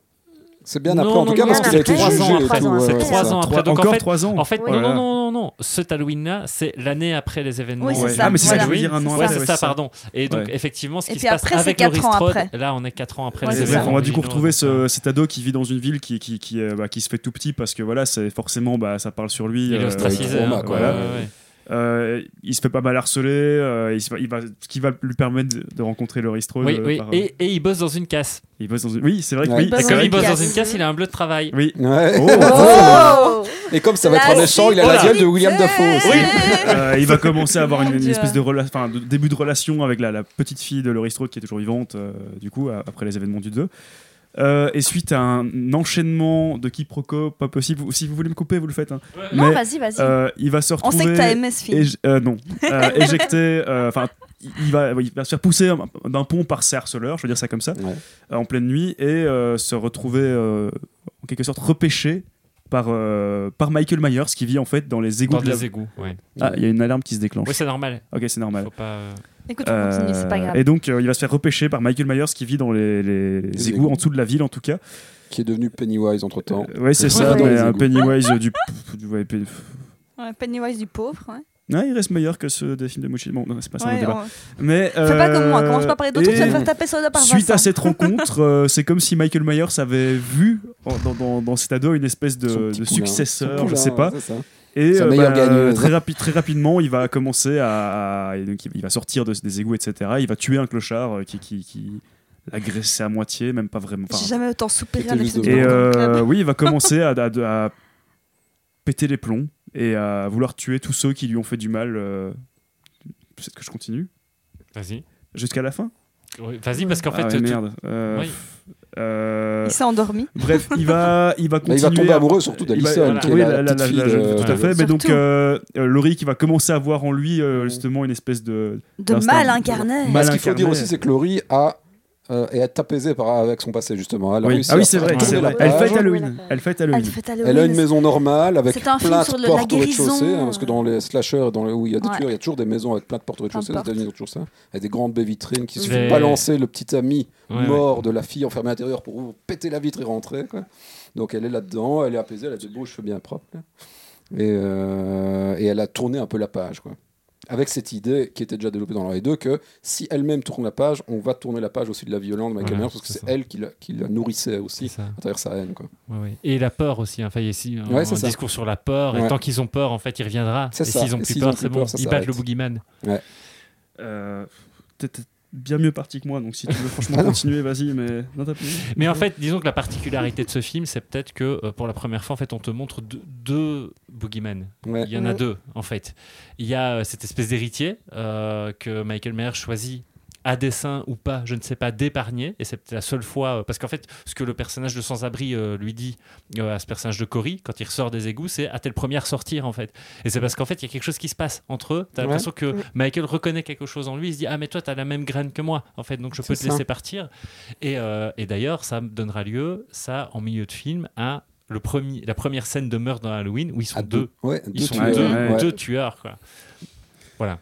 C'est bien Non, après, en non, tout cas, non, parce qu'il a été trois jugé. ans et après. tout, ouais, C'est ouais, trois ça. ans après. Trois- Donc, en encore fait- trois ans. En fait, non, Voilà. non, non, non, non. Cet Halloween-là, c'est l'année après les événements. Oui, c'est Ouais. ça. Ah, mais c'est ça que je veux Voilà. dire, un an Ouais, après. c'est ouais, ça, c'est ça. pardon. Et donc, Ouais. effectivement, ce Et qui puis se passe après, c'est avec quatre Laurie ans Strode, après. là, on est 4 ans après Ouais, les c'est Et ça. événements. on va du coup originaux, retrouver donc, euh, ce- cet ado qui vit dans une ville qui, qui, qui, euh, bah, qui se fait tout petit parce que voilà, c'est forcément, bah, ça parle sur lui. Il est euh, ostracisé. trauma, hein, quoi. ouais, voilà. ouais, ouais. Euh, il se fait pas mal harceler, euh, il se va- il va- ce qui va lui permettre de, de rencontrer Laurie Strode. Oui, euh, oui. par- Et, et il bosse dans une casse. il bosse dans une- Oui, c'est vrai que Ouais. oui. Il Et bosse comme dans il une bosse dans casse. une casse, il a un bleu de travail. Oui. Ouais. Oh. Oh Et comme ça va être La alléchant, il a suite. la gueule de William Dafoe aussi. hein, Euh, il va commencer à avoir une, Mon une Dieu. espèce de, rela- enfin, de début de relation avec la, la petite fille de Laurie Strode qui est toujours vivante, euh, du coup, a- après les événements du 2. Euh, et suite à un enchaînement de quiproquo, pas possible. Vous- Si vous voulez me couper, vous le faites. hein. Non, Mais, vas-y, vas-y. euh, il va se On retrouver. sait que t'as aimé ce film. Éje- euh, non, Euh, éjecté, euh, enfin, il- il va, il va se faire pousser d'un pont par ses harceleurs, je veux dire ça comme ça, Ouais. euh, en pleine nuit, et euh, se retrouver euh, en quelque sorte repêché par, euh, par Michael Myers qui vit en fait dans les égouts. Dans de la- des égouts. ouais. Ah, il y a une alarme qui se déclenche. Oui, c'est normal. Ok, c'est normal. Faut pas. euh, Écoute, on continue, c'est pas Euh, grave. et donc, euh, il va se faire repêcher par Michael Myers qui vit dans les, les- les Les égouts, égouts. en dessous de la ville en tout cas. Qui est devenu Pennywise entre temps. Euh, ouais, c'est ça, Ouais. mais un égouts. Pennywise euh, du. du- ouais, pe- Ouais, Pennywise du pauvre. ouais. Ouais, il reste meilleur que ceux des films de Mouchi. Bon, non, c'est pas ça le Ouais, débat. on- Mais, Fais pas comme moi, euh, commence pas à parler d'autres, et tu vas te faire taper sur le dos par Suite à Vincent. cette rencontre, euh, c'est comme si Michael Myers avait vu en- dans, dans, dans cet ado une espèce Son Euh, de, petit de poulain. Son successeur, poulain, je sais pas. c'est ça. Et euh, bah, Sa meilleure gagneuse. très, rapi- très rapidement, il va commencer à. à- et donc, il- il va sortir de- des égouts, etc. Il va tuer un clochard euh, qui, qui, qui l'agressait à moitié, même pas vraiment. Enfin, J'ai jamais autant soupiré C'était à un juste film et devant. de euh, club. oui, il va commencer à, à- à péter les plombs et à vouloir tuer tous ceux qui lui ont fait du mal. euh, Peut-être que je continue Vas-y. Jusqu'à la fin Oui, Vas-y, parce qu'en Ah fait. ouais, tu- merde. Euh, Oui. euh, Il s'est endormi. Bref, il va, il va Mais continuer. Bah, il va tomber à- amoureux surtout il va- d'Alison, voilà. qui est oui, la, la- la- petite la- fille. la- de- tout à fait. Surtout. Mais donc, euh, euh, Laurie qui va commencer à voir en lui euh, justement une espèce de. De Non, c'est mal un- incarné. Mal Ce qu'il faut incarné. dire aussi, c'est que Laurie a, euh, est apaisée par, avec son passé, justement. Elle a Oui. réussi Ah à oui, c'est vrai. faire c'est tourner vrai. la Elle page. fête à Halloween. Elle fête Halloween. Elle Ah, fait Elle a Halloween, une maison normale avec C'est un film plein sur le- de la portes au rez-de-chaussée. guérison. hein, parce que dans les slashers dans les- où il y a des Ouais. tueurs, il y a toujours des maisons avec plein de portes au rez-de-chaussée. Plein Les de États-Unis ont toujours ça. Avec des grandes baies vitrines qui Je suffit de vais- balancer le petit ami Ouais, ouais. mort de la fille enfermée à l'intérieur pour ouvrir- péter la vitre et rentrer. quoi. Donc elle est là-dedans, elle est apaisée, elle a des beaux cheveux bien propres. là. Et, euh, et elle a tourné un peu la page. Quoi. Avec cette idée qui était déjà développée dans les 2 que si elle-même tourne la page, on va tourner la page aussi de la violence de Michael Voilà, Myers, parce que c'est c'est ça. elle qui la, qui la nourrissait C'est aussi ça. à travers sa haine. Quoi. Ouais, ouais. Et la peur aussi. Hein. Enfin, il y a ici un, Ouais, c'est un ça. discours sur la peur. Ouais. Et tant qu'ils ont peur, en fait, il reviendra. C'est et ça. s'ils ont Et plus s'ils ont peur, plus c'est peur, bon. ça ils battent le s'arrête. boogeyman. Euh, T'es t'es bien mieux parti que moi, donc si tu veux franchement Ah non. continuer, vas-y. Mais non, t'as plus. Mais en Mhm. fait, disons que la particularité de ce film, c'est peut-être que euh, pour la première fois, en fait, on te montre deux, deux boogeymen. Ouais. Il y en a Ouais. deux, en fait. Il y a euh, cette espèce d'héritier euh, que Michael Mayer choisit à dessein ou pas, je ne sais pas, d'épargner. Et c'est peut-être la seule fois, euh, parce qu'en fait, ce que le personnage de Sans-Abri euh, lui dit euh, à ce personnage de Cory, quand il ressort des égouts, c'est à telle première sortir, en fait. Et c'est parce qu'en fait, il y a quelque chose qui se passe entre eux. T'as Ouais. l'impression que Ouais. Michael reconnaît quelque chose en lui. Il se dit, ah, mais toi, t'as la même graine que moi, en fait, donc je peux te C'est ça. laisser partir. Et, euh, et d'ailleurs, ça me donnera lieu, ça, en milieu de film, à le premier, la première scène de meurtre dans Halloween, où ils sont À deux. Ouais, Ils deux sont tueurs. deux, ouais, ouais. deux tueurs, quoi. Voilà.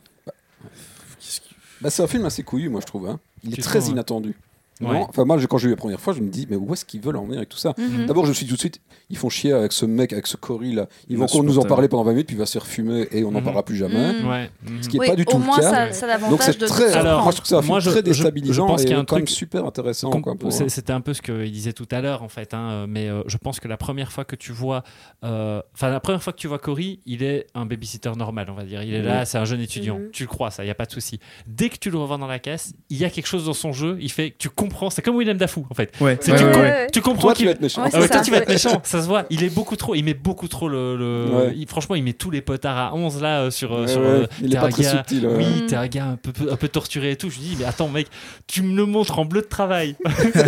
Qu'est-ce que- Bah, c'est un film assez couillu, moi, je trouve. hein. Il est Tu très sens, ouais. inattendu. Ouais. Non, enfin moi, je- quand j'ai vu la première fois, je me dis, mais où est-ce qu'ils veulent en venir avec tout ça Mhm. D'abord, je me suis dit tout de suite, ils font chier avec ce mec, avec ce Cory là. Ils vont encore nous en Insupportable. parler pendant 20 minutes, puis il va se faire fumer et on n'en Mhm. parlera plus jamais. Mhm. Ouais. Mm. Ce qui n'est Oui, pas du tout au moins le cas. ça, Ouais. ça a Donc l'avantage c'est de très, te Alors, moi je trouve que c'est un film moi, je- très je- je déstabilisant pense et qu'il y a un quand même truc- super intéressant. Com- quoi, pour- euh, c'est- C'était un peu ce qu'il disait tout à l'heure, en fait. hein, euh, mais euh, je pense que la première fois que tu vois. euh, Enfin, la première fois que tu vois Cory, il est un babysitter normal, on va dire. Il est là, c'est un jeune étudiant. Mm-hmm. Mhm. Tu le crois, ça, il n'y a pas de souci. Dès que tu le revois dans la caisse, il y a quelque chose dans son jeu, il fait que tu comprends. C'est comme Willem Dafoe, en fait. Ouais. C'est Ouais, tu, ouais, com- ouais. tu comprends Toi, tu qu'il. vas être méchant. Ouais, Ah ouais, c'est toi, ça. tu vas être méchant, ça se voit. Il est beaucoup trop, il met beaucoup trop le. le- Ouais. il- franchement, il met tous les potards à 11 là euh, sur. euh, Ouais, sur ouais, euh, il t'es n'est pas un très gars- subtil. ouais. oui, Mm. t'es un gars un peu, peu- un peu torturé et tout. Je lui dis, mais attends, mec, tu me le montres en bleu de travail.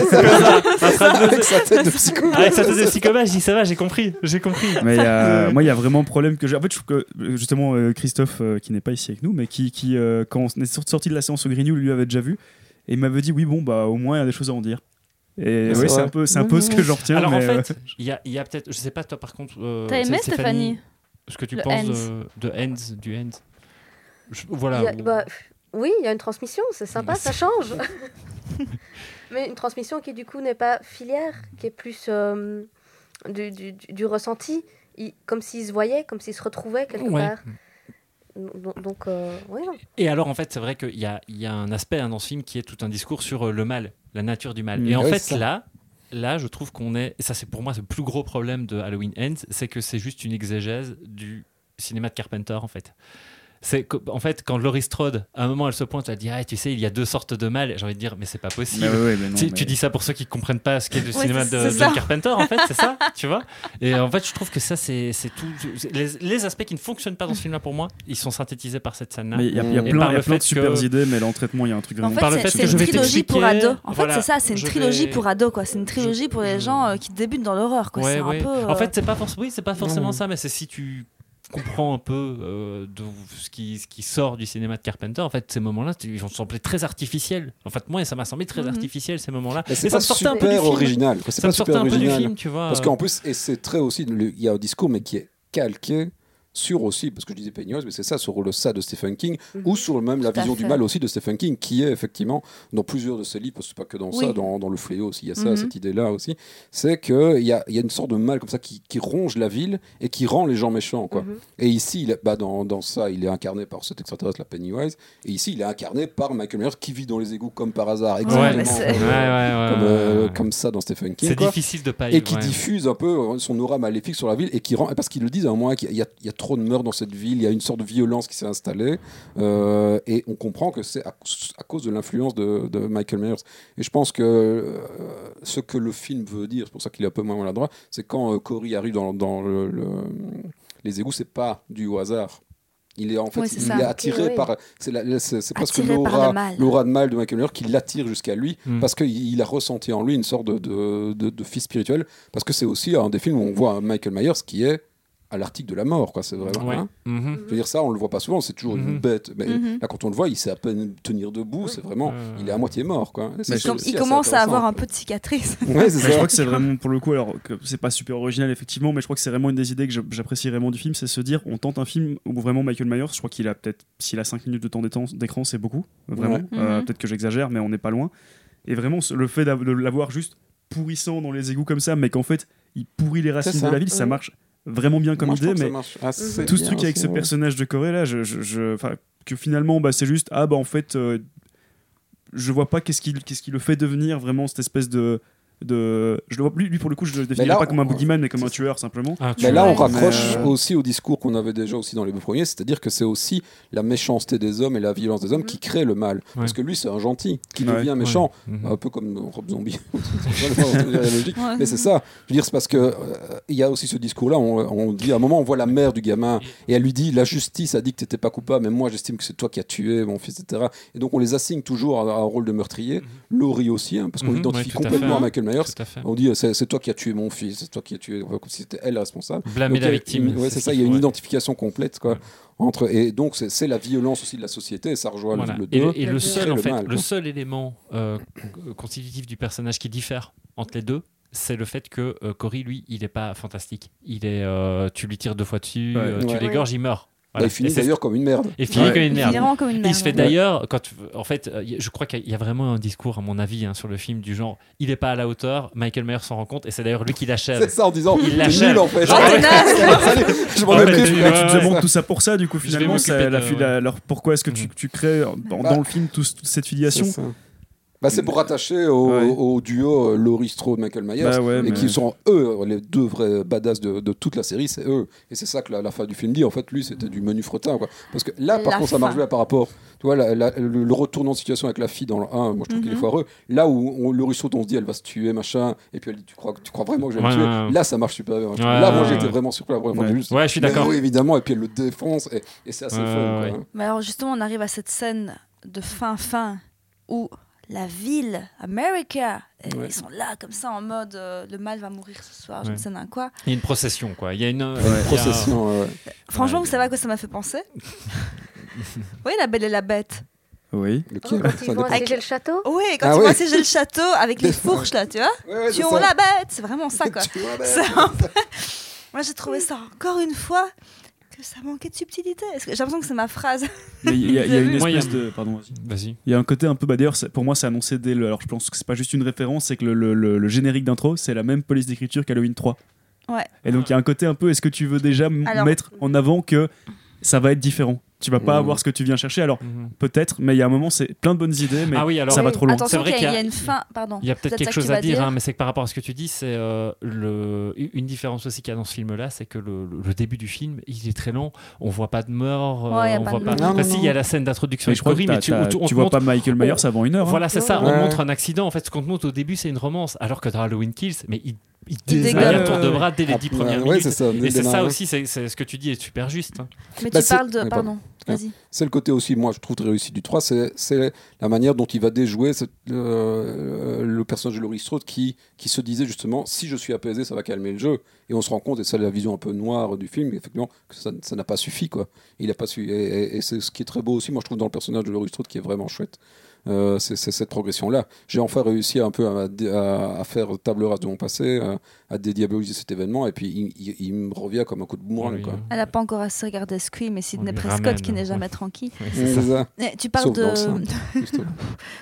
ça sera Avec sa tête de psycho. Avec sa tête de psychomage, je dis, ça va, j'ai compris, j'ai compris. Mais il y a- Euh. moi, il y a vraiment un problème que j'ai. En fait, je trouve que euh, justement euh, Christophe, euh, qui n'est pas ici avec nous, mais qui, qui euh, quand on est sorti- sorti de la séance au Grignou, lui avait déjà vu et il m'avait dit oui, bon, bah au moins il y a des choses à en dire. Et Ah, C'est ouais, c'est vrai. un peu, c'est un peu ce que j'en retiens. Alors en mais, euh, fait, il y a, il y a peut-être, je sais pas toi par contre. euh, T'as aimé, Stéphanie Ce que tu Le penses Hans. de, de Hans, du Hans. Je- Il y a- voilà. bah, pff, oui, il y a une transmission, c'est sympa, Ouais, ça change. Mais une transmission qui, du coup, n'est pas filière, qui est plus euh, du, du- du- du ressenti, Il- comme s'ils se voyaient, comme s'ils se retrouvaient quelque Ouais. part. Donc, donc, euh, ouais, non. Et alors en fait, c'est vrai qu'il y a, il y a un aspect hein, dans ce film qui est tout un discours sur euh, le mal, la nature du mal. Mm. Et en Ouais, fait c'est ça. là, là, je trouve qu'on est, et ça c'est pour moi le plus gros problème de Halloween Ends, c'est que c'est juste une exégèse du cinéma de Carpenter en fait. C'est que- en fait quand Laurie Strode, à un moment, elle se pointe, elle dit ah tu sais il y a deux sortes de mal. J'ai envie de dire mais c'est pas possible. mais ouais, ouais, mais non, Tu, mais- tu dis ça pour ceux qui comprennent pas ce qu'est le Ouais, cinéma c'est- de c'est John ça. Carpenter, en fait, c'est ça, tu vois. Et en fait, je trouve que ça, c'est c'est tout. c'est- Les, les aspects qui ne fonctionnent pas dans ce film-là, pour moi, ils sont synthétisés par cette scène-là. mais il y a, il y a Et hein. plein, par il y a le plein de fait super que- idées, mais là, en traitement, il y a un truc En vraiment. Par le fait, fait c'est- que c'est une je vais trilogie pour t'expliquer, ados. En voilà, fait, c'est ça, c'est une je trilogie vais- pour ados, quoi. C'est une je- trilogie pour les je- gens euh, qui débutent dans l'horreur, quoi. Ouais, c'est ouais. un peu. euh, En fait, c'est pas forcément. Oui, c'est pas forcément Non. ça, mais c'est si tu comprends un peu euh, de ce qui, ce qui sort du cinéma de Carpenter, en fait, ces moments-là, tu- ils ont semblé très artificiels. En fait, moi, ça m'a semblé très Mhm. artificiel ces moments-là. Mais Et c'est ça pas me sortait un peu du super film. original. quoi. Ça C'est pas me sortait super un peu du film, original. tu vois. Parce qu'en plus, et c'est très aussi, le- il y a un discours, mais qui est calqué sur aussi, parce que je disais Pennywise, mais c'est ça, sur le ça de Stephen King, Mhm. ou sur même la Tout à vision du fait. mal aussi de Stephen King, qui est effectivement dans plusieurs de ses livres, parce que c'est pas que dans ça, Oui. dans, dans Le Fléau aussi, il y a ça, Mhm. cette idée-là aussi, c'est qu'il y a, il y a une sorte de mal comme ça qui, qui ronge la ville et qui rend les gens méchants, quoi. Mhm. Et ici, il est- bah, dans, dans ça, il est incarné par cet extraterrestre, la Pennywise, et ici, il est incarné par Michael Myers, qui vit dans les égouts comme par hasard, exactement mais c'est- comme, Ouais, ouais, ouais, comme, ouais, euh, ouais. comme ça dans Stephen King. c'est quoi difficile de pas et qui ouais. diffuse un peu euh, son aura maléfique sur la ville et qui rend parce qu'ils le disent à un moment qu'il y, a- il y a trop de meurtres dans cette ville il y a une sorte de violence qui s'est installée euh, et on comprend que c'est à, cause- à cause de l'influence de, de Michael Myers et je pense que euh, ce que le film veut dire c'est pour ça qu'il est un peu moins maladroit c'est quand euh, Cory arrive dans, dans le- le- les égouts c'est pas du au hasard il est en fait Oui, c'est il ça. est attiré Oui, oui. par c'est la- la- c'est c'est presque Attiré par le l'aura mal. l'aura de mal de Michael Myers qui l'attire jusqu'à lui Mm. parce qu'il il a ressenti en lui une sorte de, de, de- de fils spirituel parce que c'est aussi un des films où on voit un Michael Myers qui est à l'article de la mort, quoi. C'est vraiment. Ouais. hein. Mhm. Je veux dire ça, on le voit pas souvent. C'est toujours Mhm. Mm-hmm. une bête. Mais Mhm. là, quand on le voit, il sait à peine tenir debout. C'est vraiment, Euh. il est à moitié mort, quoi. Et c'est Mais je- Donc, aussi il assez commence à avoir un intéressant. peu de cicatrice. Ouais, c'est Mais je ça. crois que c'est vraiment pour le coup, alors que c'est pas super original effectivement, mais je crois que c'est vraiment une des idées que je- j'apprécie vraiment du film, c'est se dire on tente un film où vraiment Michael Myers, je crois qu'il a peut-être, s'il a 5 minutes de temps d'étan- d'écran, c'est beaucoup, vraiment. Ouais. Euh, Mhm. Peut-être que j'exagère, mais on n'est pas loin. Et vraiment, ce- le fait d'av- de l'avoir juste pourrissant dans les égouts comme ça, mais qu'en fait il pourrit les racines ça. de la ville, ça Ouais. marche vraiment bien comme Moi, je idée, trouve que ça mais marche assez tout ce bien truc avec aussi, ce ouais. personnage de Corée là, je, je- je- enfin, que finalement bah, c'est juste ah bah en fait euh, je vois pas qu'est-ce qui qu'est-ce qui le fait devenir vraiment cette espèce de de je le vois lui, lui pour le coup je le définis là, pas comme un on- boogeyman mais comme un c'est- tueur simplement. Ah, tu Mais là, vois. on raccroche Mais, euh, aussi au discours qu'on avait déjà aussi dans les deux premiers, c'est-à-dire que c'est aussi la méchanceté des hommes et la violence des hommes qui crée le mal. Parce que lui, c'est un gentil qui Ouais. devient méchant, Euh, Mhm. un peu comme Rob Zombie. C'est pas vraiment la logique. Ouais. Mais c'est ça. Je veux dire, c'est parce que euh, il y a aussi ce discours-là. On, on dit à un moment, on voit la mère du gamin et elle lui dit la justice a dit que t'étais pas coupable, mais moi j'estime que c'est toi qui as tué mon fils, etc. Et donc on les assigne toujours à, à un rôle de meurtrier. Laurie aussi, hein, parce qu'on Mhm, identifie ouais, tout à complètement fait. Michael Myers. Tout à fait. On dit euh, c'est c'est toi qui as tué mon fils, c'est toi qui as tué, enfin, comme si c'était elle la responsable. Blâmer Donc, la il y a- victime. ouais, c'est ce ça, il qu'il y a une faut, ouais. identification complète. Quoi, Ouais. entre, et donc, c'est- c'est la violence aussi de la société, et ça rejoint le- Voilà. le Et, 2. le- et le seul, le en fait, mal, le quoi. seul élément euh, con- constitutif du personnage qui diffère entre les deux, c'est le fait que euh, Cory, lui, il n'est pas fantastique. Il est, euh, tu lui tires deux fois dessus, Ouais. euh, tu Ouais. l'égorges, il meurt. Bah, Voilà. il finit Et c'est- d'ailleurs comme une merde. Et finit Ouais. comme une Il merde. est vraiment comme une merde. Il se fait ouais. d'ailleurs, quand en fait, euh, je crois qu'il y a vraiment un discours, à mon avis, hein, sur le film du genre, il n'est pas à la hauteur, Michael Myers s'en rend compte, et c'est d'ailleurs lui qui l'achève. C'est ça en disant, Il t'es l'achève. nul en fait. Genre, Oh, t'es naze Je m'en Ouais, ai mais pris, je tu- me- Et tu te ouais, demandes tout ça pour ça, du coup, Je vais finalement, ça- m'occuper la de- fi- la- alors pourquoi est-ce que tu, Mhm. tu crées euh, dans Bah. le film tout- toute cette filiation C'est ça. Bah, c'est pour rattacher au, Ouais. au duo euh, Laurie Strode Michael Myers Bah ouais, et mais- qui sont eux les deux vrais badass de, de toute la série c'est eux et c'est ça que la, la fin du film dit en fait lui c'était du menu fretin quoi. parce que là par La contre ça marche fin. bien par rapport tu vois la- la- le, le retournement de situation avec la fille dans le 1 moi je trouve qu'il est Mhm. foireux là où on, Laurie Strode on se dit elle va se tuer machin et puis elle dit tu crois, tu crois vraiment que je vais Ouais, me tuer ouais, ouais. là ça marche super bien hein, Ouais, là moi ouais, j'étais ouais. vraiment surpris la première fois Ouais. juste Ouais, je suis mais d'accord. oui, évidemment et puis elle le défonce et, et c'est assez Ouais, fun quoi, ouais. hein. Mais alors justement, on arrive à cette scène de fin fin où la ville, America, et Ouais. ils sont là comme ça en mode euh, le mal va mourir ce soir, je Ouais. ne sais d'un quoi. Il y a une procession, quoi. Il y a une, il y a- Une procession euh, ouais, ouais. Franchement, Ouais. vous savez à quoi ça m'a fait penser Oui, la belle et la bête. Oui. Oh, Lequel quand Ça ils vont dépend. assiéger le château Oui, quand Ah tu oui. vois si j'ai le château avec les fourches là, tu vois, Ouais, ouais, c'est tuons ça. la bête, c'est vraiment ça quoi. Tu vois, bah, Ça, Moi, j'ai trouvé ça encore une fois que ça manquait de subtilité. Est-ce que- J'ai l'impression que c'est ma phrase. Mais il y, a- il y a une Moi, il y a- espèce de. Pardon, vas-y. Vas-y. Il y a un côté un peu. Bah, D'ailleurs, c'est- pour moi, c'est annoncé dès le. Alors, je pense que c'est pas juste une référence, c'est que le, le- le- le générique d'intro, c'est la même police d'écriture qu'Halloween 3. Ouais. Et donc, il y a un côté un peu. Est-ce que tu veux déjà m- Alors- mettre en avant que ça va être différent Tu vas pas Mmh. Mhm. avoir ce que tu viens chercher. Alors, peut-être, mais il y a un moment, c'est plein de bonnes idées, mais ah oui, alors. ça va trop loin. C'est Attention, vrai qu'il y, a- qu'il y a- il y a une fin. Pardon. Il y a peut-être C'est quelque ça que tu chose à vas dire, hein, mais c'est que par rapport à ce que tu dis, c'est euh, le... une différence aussi qu'il y a dans ce film-là, c'est que le, le- le début du film, il est très lent. On voit pas de mort, euh, Ouais, il y a on pas voit de pas. mort. Enfin, Non, si, non, il y a la scène d'introduction Mais avec je crois que Cory, mais t'as- tu, t'as- on te- on tu te vois montre- pas Michael Myers avant une heure. hein. Voilà, c'est ça. Ouais. On montre un accident. En fait, ce qu'on te montre au début, c'est une romance, alors que dans Halloween Kills, mais il, il Il désingue dégomme. à tour de bras dès les Ah, dix ouais, premières ouais, minutes. c'est ça, dès Et le c'est ça démarrage. aussi, c'est c'est- ce que tu dis est super juste. hein. Mais Bah, tu c'est- parles de. Ouais, Pardon. Vas-y. C'est le côté aussi, moi je trouve très réussi du 3, c'est- c'est la manière dont il va déjouer cette- euh, le personnage de Laurie Strode qui, qui se disait justement si je suis apaisé, ça va calmer le jeu. Et on se rend compte, et c'est la vision un peu noire du film, effectivement, que ça ça n'a pas suffi. Quoi. Il a pas su, et et- et c'est ce qui est très beau aussi, moi je trouve, dans le personnage de Laurie Strode qui est vraiment chouette. euh, c'est c'est cette progression-là. J'ai enfin réussi un peu à, à- à faire table rase de mon passé, à, à dédiaboliser cet événement, et puis il, il- il me revient comme un coup de boomerang. Oui, quoi. euh, Elle n'a pas encore assez regardé Scream et Sidney On lui Prescott ramène, qui n'est ouais. jamais tranquille. oui, c'est ça. C'est ça, Eh, Tu parles, Sauf dans le sein. de, justement.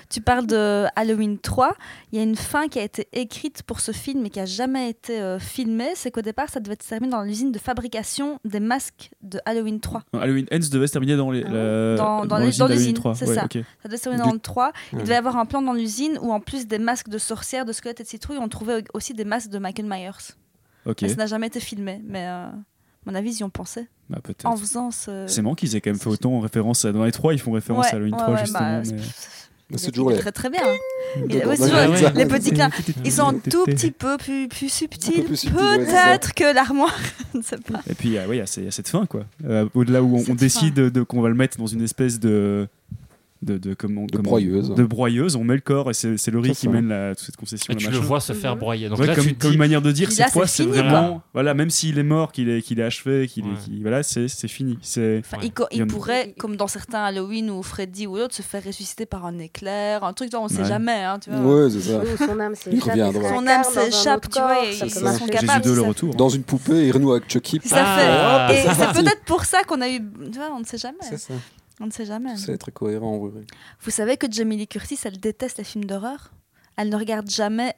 tu parles de Halloween 3. Il y a une fin qui a été écrite pour ce film et qui n'a jamais été euh, filmée. C'est qu'au départ, ça devait être terminé dans l'usine de fabrication des masques de Halloween 3. Non, Halloween Ends devait se terminer dans les. Ah. la- Dans- dans les- l'usine dans d'Halloween l'usine, 3. c'est Ouais, ça. ok. Ça devait se terminer Du- dans le 3. Il Ouais. devait y avoir un plan dans l'usine où, en plus des masques de sorcières, de squelettes et de citrouilles, on trouvait aussi des masques de Michael Myers. Ok. Mais ça n'a jamais été filmé. Mais euh, à mon avis, ils y ont pensé. Bah, peut-être. En faisant ce. C'est marrant qu'ils aient quand même fait autant en référence à dans les 3, ils font référence Ouais, à Halloween ouais, 3 ouais, justement. bah, c'est- mais- Mais Il c'est est toujours les, Très très bien. hein. Il- D'accord, ouais, c'est bah, toujours ouais, les- ouais. les petits clins. Ils sont un Tété. tout petit peu plus, plus subtils, plus subtils, ouais, c'est ça. peut-être que l'armoire, je ne sais pas. Et puis euh, ouais, il y, a- il y a cette fin quoi. Euh, Au-delà où on, Cette on décide de, qu'on va le mettre dans une espèce de de, de comment De comment- broyeuse. De broyeuse, on met le corps et c'est c'est Laurie C'est qui ça. mène la, toute cette concession. Et la tu le machin. vois se faire Mhm. broyer. Donc Ouais, là, comme, tu te comme dis, une manière de dire Puis là, cette fois c'est c'est fini, vraiment quoi. voilà même s'il est mort qu'il est qu'il est achevé qu'il est Ouais. qu'il- voilà c'est c'est fini c'est Enfin, Ouais. il, co- il Il y en a- pourrait, comme dans certains Halloween ou Freddy ou l'autre, se faire ressusciter par un éclair, un truc, dont on ne sait Ouais. jamais. hein, tu vois. Ouais, c'est ça. Oui, où son âme Il s'échappe. reviendra. il se Son âme réincarne dans un s'échappe, autre tu vois, corps, et ça ils peut c'est sont ça. marcher. Jésus capables. de le ça- retour. hein. Dans une poupée, il renoue avec Chucky. Ça Ah, fait. Et c'est c'est parti. peut-être pour ça qu'on a eu. Tu vois, on ne sait jamais. C'est ça. On ne sait jamais. C'est très cohérent en vrai. Vous savez que Jamie Lee Curtis, elle déteste les films d'horreur. Elle ne regarde jamais.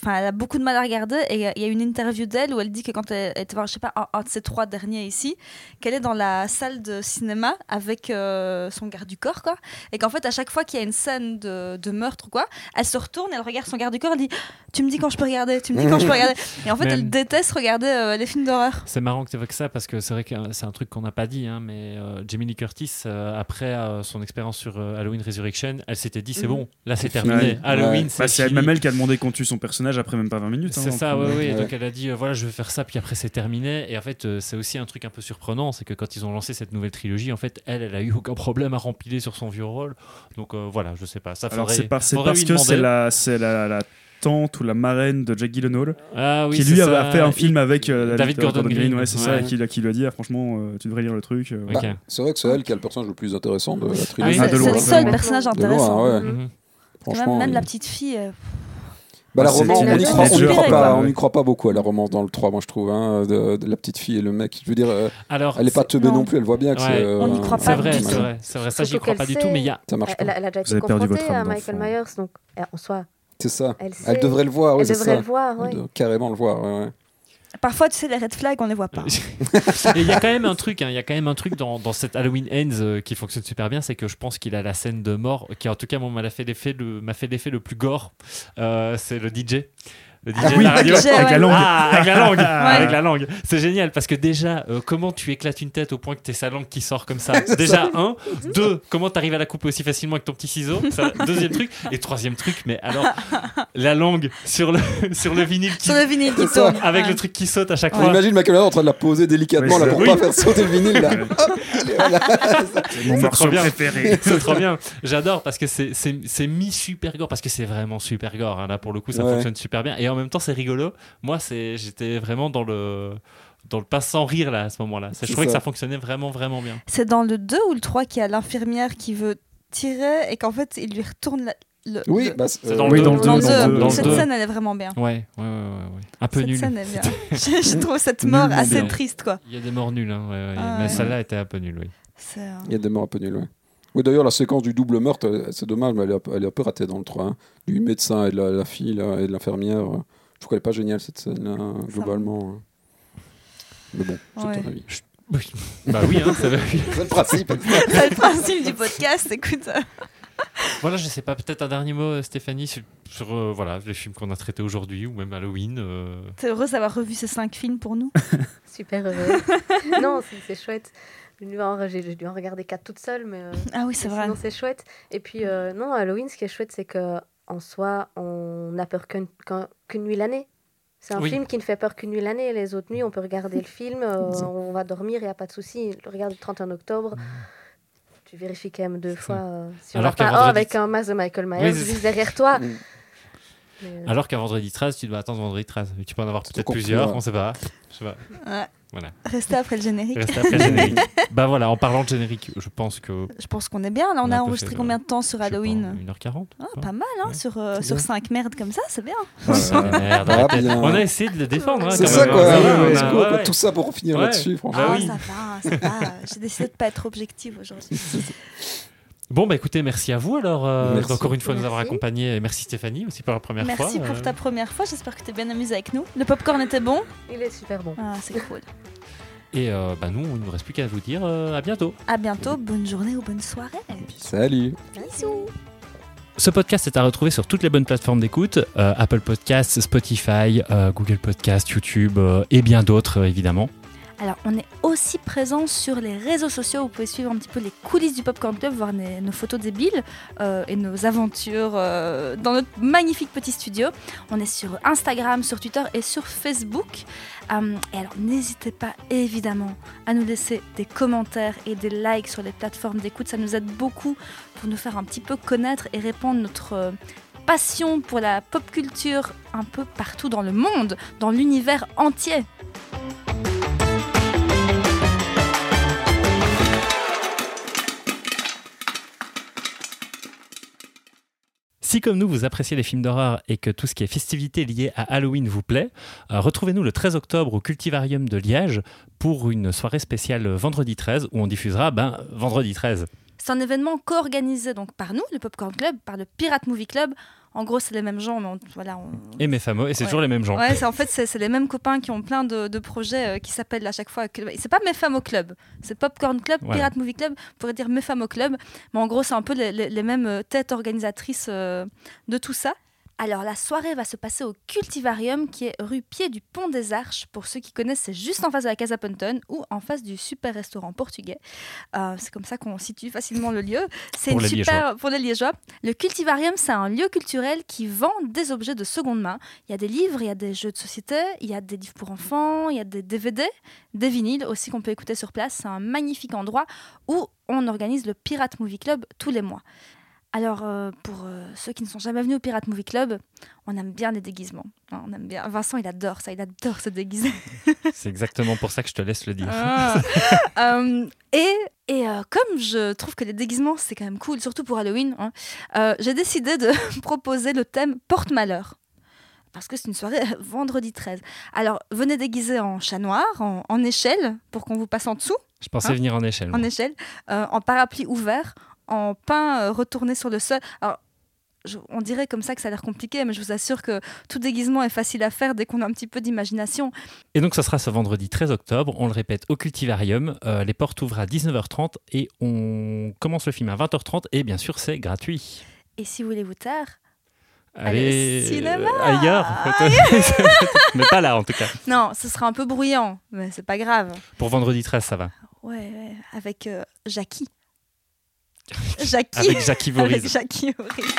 Enfin, elle a beaucoup de mal à regarder. Et il y a- il y a une interview d'elle où elle dit que quand elle elle était voir, je sais pas, un, un de ces trois derniers ici, qu'elle est dans la salle de cinéma avec euh, son garde du corps, quoi. Et qu'en fait, à chaque fois qu'il y a une scène de, de meurtre ou quoi, elle se retourne, elle regarde son garde du corps, elle dit «Ah, Tu me dis quand je peux regarder, tu me dis quand je peux regarder. Et en fait, Mais- elle déteste regarder euh, les films d'horreur. C'est marrant que tu évoques ça parce que c'est vrai que euh, c'est un truc qu'on n'a pas dit, hein, mais euh, Jamie Lee Curtis, euh, après euh, son expérience sur euh, Halloween Resurrection, elle s'était dit c'est Mhm. bon, là c'est C'est terminé. fini. Halloween, Ouais. c'est Bah, c'est fini. elle-même elle qui a demandé qu'on tue son personnage après même pas 20 minutes. hein, C'est donc, ça, ouais, euh, ouais. Et Ouais. Donc elle a dit euh, voilà, je vais faire ça, puis après c'est terminé. Et en fait, euh, c'est aussi un truc un peu surprenant, c'est que quand ils ont lancé cette nouvelle trilogie, en fait, elle, elle a eu aucun problème à rempiler sur son vieux rôle. Donc euh, voilà, je sais pas. Ça Alors faudrait- c'est par- c'est faudrait parce lui que c'est demander. la c'est la, la tante ou la marraine de Jack Gyllenhaal Ah oui, qui c'est lui ça. a fait un film Il- avec euh, David Gordon Green. ouais, c'est ça, et qui, l'a- qui lui a dit ah, franchement euh, tu devrais lire le truc. euh, Ok. Bah, c'est vrai que c'est elle qui a le personnage le plus intéressant de la Ah, trilogie. c'est Ah, de c'est loin, le de seul loin. personnage De loin, intéressant. Mhm. ouais. Parce que Franchement, même, même il- la petite fille. euh, Bah, la C'est- romance, c'est on n'y Heath croit, on y Ledger, croit pas, quoi. on y croit pas beaucoup à la romance dans le 3, moi je trouve, hein, de, de la petite fille et le mec. Je veux dire, euh, Alors, elle est pas teubée non. non plus, elle voit bien que Ouais. c'est. euh, On n'y croit un- c'est pas vrai, du c'est tout. vrai, c'est vrai. Ça, j'y Surtout crois pas du qu'elle tout, sait- mais il y a. Ça marche Elle, pas. elle a déjà Vous été avez perdu confrontée votre âme à Michael d'enfant. Myers, donc eh, en soi, C'est ça. elle sait. Elle devrait le voir, oui, elle c'est devrait ça. le voir, Elle ouais. doit carrément le voir, ouais, ouais. Parfois, tu sais, les red flags, on les voit pas. Et il y a quand même un truc, hein, il y a quand même un truc dans, dans cette Halloween Ends euh, qui fonctionne super bien, c'est que je pense qu'il a la scène de mort qui en tout cas moi, m'a fait l'effet le m'a fait l'effet le plus gore, Euh, c'est le DJ. Le DJ Ah de oui, la radio. DJ, Avec ouais. la langue. Ah, avec la langue, avec la langue. C'est génial parce que déjà, euh, comment tu éclates une tête au point que t'es sa langue qui sort comme ça. Déjà un, deux, comment t'arrives à la couper aussi facilement avec ton petit ciseau. Ça, deuxième truc et troisième truc, mais alors la langue sur le sur le vinyle qui Sur le vinyle qui C'est ça. tourne. avec Ouais. le truc qui saute à chaque On fois. imagine Michael Myers en train de la poser délicatement Oui, là c'est- pour oui. pas faire sauter le vinyle là. Ouais. Hop, allez, voilà. C'est mon C'est morceau trop bien. préféré. c'est trop bien. J'adore parce que c'est- c'est c'est mis super gore parce que c'est vraiment super gore. hein. Là pour le coup ça Ouais. fonctionne super bien et en même temps c'est rigolo. Moi c'est j'étais vraiment dans le dans le pas sans rire là à ce moment-là. C'est- Je C'est trouvais que ça. ça fonctionnait vraiment vraiment bien. C'est dans le 2 ou le 3 qu'il y a l'infirmière qui veut tirer et qu'en fait, il lui retourne la- le. Oui, le- bah, c'est- C'est dans Oui, le dans le deux, dans le dans deux. le Cette deux. scène, elle est vraiment bien. Ouais, ouais, ouais, ouais, ouais. Un peu Cette nul. scène est bien. je, je trouve cette Nul, mort mais assez bien. triste, quoi. Il y a des morts nuls, hein, ouais, ouais. Ah mais ouais. celle-là était un peu nulle, oui. C'est, euh, Il y a des morts un peu nuls, ouais. Oui, d'ailleurs, la séquence du double meurtre, euh, c'est dommage, mais elle est, un peu- elle est un peu ratée dans le 3. hein. Du médecin et de la, la fille là, et de l'infirmière. euh, Je trouve qu'elle n'est pas géniale cette scène-là, hein, globalement. hein. Mais bon, c'est Ouais. ton avis. Oui. bah oui, hein, ça va. C'est le principe. C'est le principe du podcast, écoute. Voilà, je sais pas, peut-être un dernier mot, euh, Stéphanie, sur, sur, euh, voilà, les films qu'on a traités aujourd'hui ou même Halloween. euh. T'es heureuse d'avoir revu ces cinq films pour nous Super heureuse. non, c'est- c'est chouette. J'ai dû, en, j'ai- j'ai dû en regarder quatre toute seule, mais euh, Ah oui, c'est vrai. sinon c'est chouette. Et puis, euh, non, Halloween, ce qui est chouette, c'est que en soi, on n'a peur qu'une qu'un- qu'une nuit l'année. C'est un Oui. film qui ne fait peur qu'une nuit l'année. Les autres nuits, on peut regarder le film, euh, on va dormir, il n'y a pas de souci. Le Regarde le 31 octobre. Tu vérifies quand même deux ça. fois euh, si Alors on n'a qu'un pas un vendredi- avec un masque de Michael Myers Oui, c'est- juste derrière toi. Mm. Mais, euh, Alors qu'à vendredi 13, tu dois attendre vendredi 13. Mais tu peux en avoir peut-être encore plus plusieurs, loin. on sait pas. Je sais pas. Ouais. Voilà. Restez après le générique. Reste après le générique. bah voilà, en parlant de générique, je pense que. Je pense qu'on est bien. Là, on, On a a un peu enregistré fait, combien de temps sur je sais pas, Halloween 1h40. Ah, Pas mal, hein, Ouais. sur, euh, C'est sur bien. 5 merdes comme ça, c'est bien. Voilà. Ah, merde, Ah, arrêtez. bien. On a essayé de le défendre. hein, C'est quand ça, même. quoi. Ça ouais, va, ouais, on c'est a- cool, ouais, quoi. ouais. Tout ça pour finir Ouais. là-dessus, franchement. Bah Ah, oui. ça va, ça va. J'ai décidé de pas être objective aujourd'hui. Bon, bah écoutez, merci à vous alors euh, Merci. encore une fois de nous avoir Merci. accompagnés. Et Merci Stéphanie aussi pour la première fois. Merci euh. pour ta première fois. J'espère que t'es bien amusée avec nous. Le popcorn était bon. il est super bon. Ah, c'est cool. Et euh, bah, nous, il ne nous reste plus qu'à vous dire euh, à bientôt. À bientôt. Bonne journée ou bonne soirée. Salut. Bisous. Ce podcast est à retrouver sur toutes les bonnes plateformes d'écoute euh, Apple Podcasts, Spotify, euh, Google Podcasts, YouTube euh, et bien d'autres euh, évidemment. Alors, on est aussi présent sur les réseaux sociaux. Vous pouvez suivre un petit peu les coulisses du Popcorn Club, voir nos, nos photos débiles euh, et nos aventures euh, dans notre magnifique petit studio. On est sur Instagram, sur Twitter et sur Facebook. Euh, et alors, n'hésitez pas évidemment à nous laisser des commentaires et des likes sur les plateformes d'écoute. Ça nous aide beaucoup pour nous faire un petit peu connaître et répandre notre euh, passion pour la pop culture un peu partout dans le monde, dans l'univers entier. Si comme nous vous appréciez les films d'horreur et que tout ce qui est festivité liée à Halloween vous plaît, euh, retrouvez-nous le 13 octobre au Cultivarium de Liège pour une soirée spéciale euh, vendredi 13 où on diffusera ben, vendredi 13. C'est un événement co-organisé donc par nous, le Popcorn Club, par le Pirate Movie Club. En gros, c'est les mêmes gens, mais on- voilà. on- Et mes fameux, et c'est Ouais. toujours les mêmes gens. Ouais, c'est en fait c'est c'est les mêmes copains qui ont plein de, de projets euh, qui s'appellent à chaque fois. que- C'est pas mes femmes au club, c'est Popcorn Club, Voilà. Pirate Movie Club. On pourrait dire mes femmes au club, mais en gros c'est un peu les, les- les mêmes euh, têtes organisatrices euh, de tout ça. Alors la soirée va se passer au Cultivarium qui est rue Pied du Pont des Arches. Pour ceux qui connaissent, c'est juste en face de la Casa Ponton ou en face du super restaurant portugais. Euh, c'est comme ça qu'on situe facilement le lieu. C'est Pour une les super pour les Liégeois. Le Cultivarium, c'est un lieu culturel qui vend des objets de seconde main. Il y a des livres, il y a des jeux de société, il y a des livres pour enfants, il y a des DVD, des vinyles aussi qu'on peut écouter sur place. C'est un magnifique endroit où on organise le Pirate Movie Club tous les mois. Alors, euh, pour euh, ceux qui ne sont jamais venus au Pirate Movie Club, on aime bien les déguisements. hein, on aime bien. Vincent, il adore ça, il adore se déguiser. C'est exactement pour ça que je te laisse le dire. Ah. Euh, et et, euh, comme je trouve que les déguisements, c'est quand même cool, surtout pour Halloween, hein, euh, j'ai décidé de proposer le thème porte-malheur. parce que c'est une soirée euh, vendredi 13. Alors, venez déguiser en chat noir, en, en échelle, pour qu'on vous passe en dessous, Je pensais Hein venir en échelle. en moi. échelle, euh, en parapluie ouvert, en pain euh, retourné sur le sol. Alors, je- on dirait comme ça que ça a l'air compliqué, mais je vous assure que tout déguisement est facile à faire dès qu'on a un petit peu d'imagination. Et donc, ça sera ce vendredi 13 octobre. On le répète au Cultivarium. Euh, les portes ouvrent à 19h30 et on commence le film à 20h30. Et bien sûr, c'est gratuit. Et si vous voulez vous taire, Allez Allez, au cinéma euh, ailleurs. Mais pas là, en tout cas. non, ce sera un peu bruyant, mais c'est pas grave. Pour vendredi 13, ça va. Ouais, ouais, avec euh, Jackie. Jackie. Avec Jackie Avec Voorhees. Jackie Voorhees.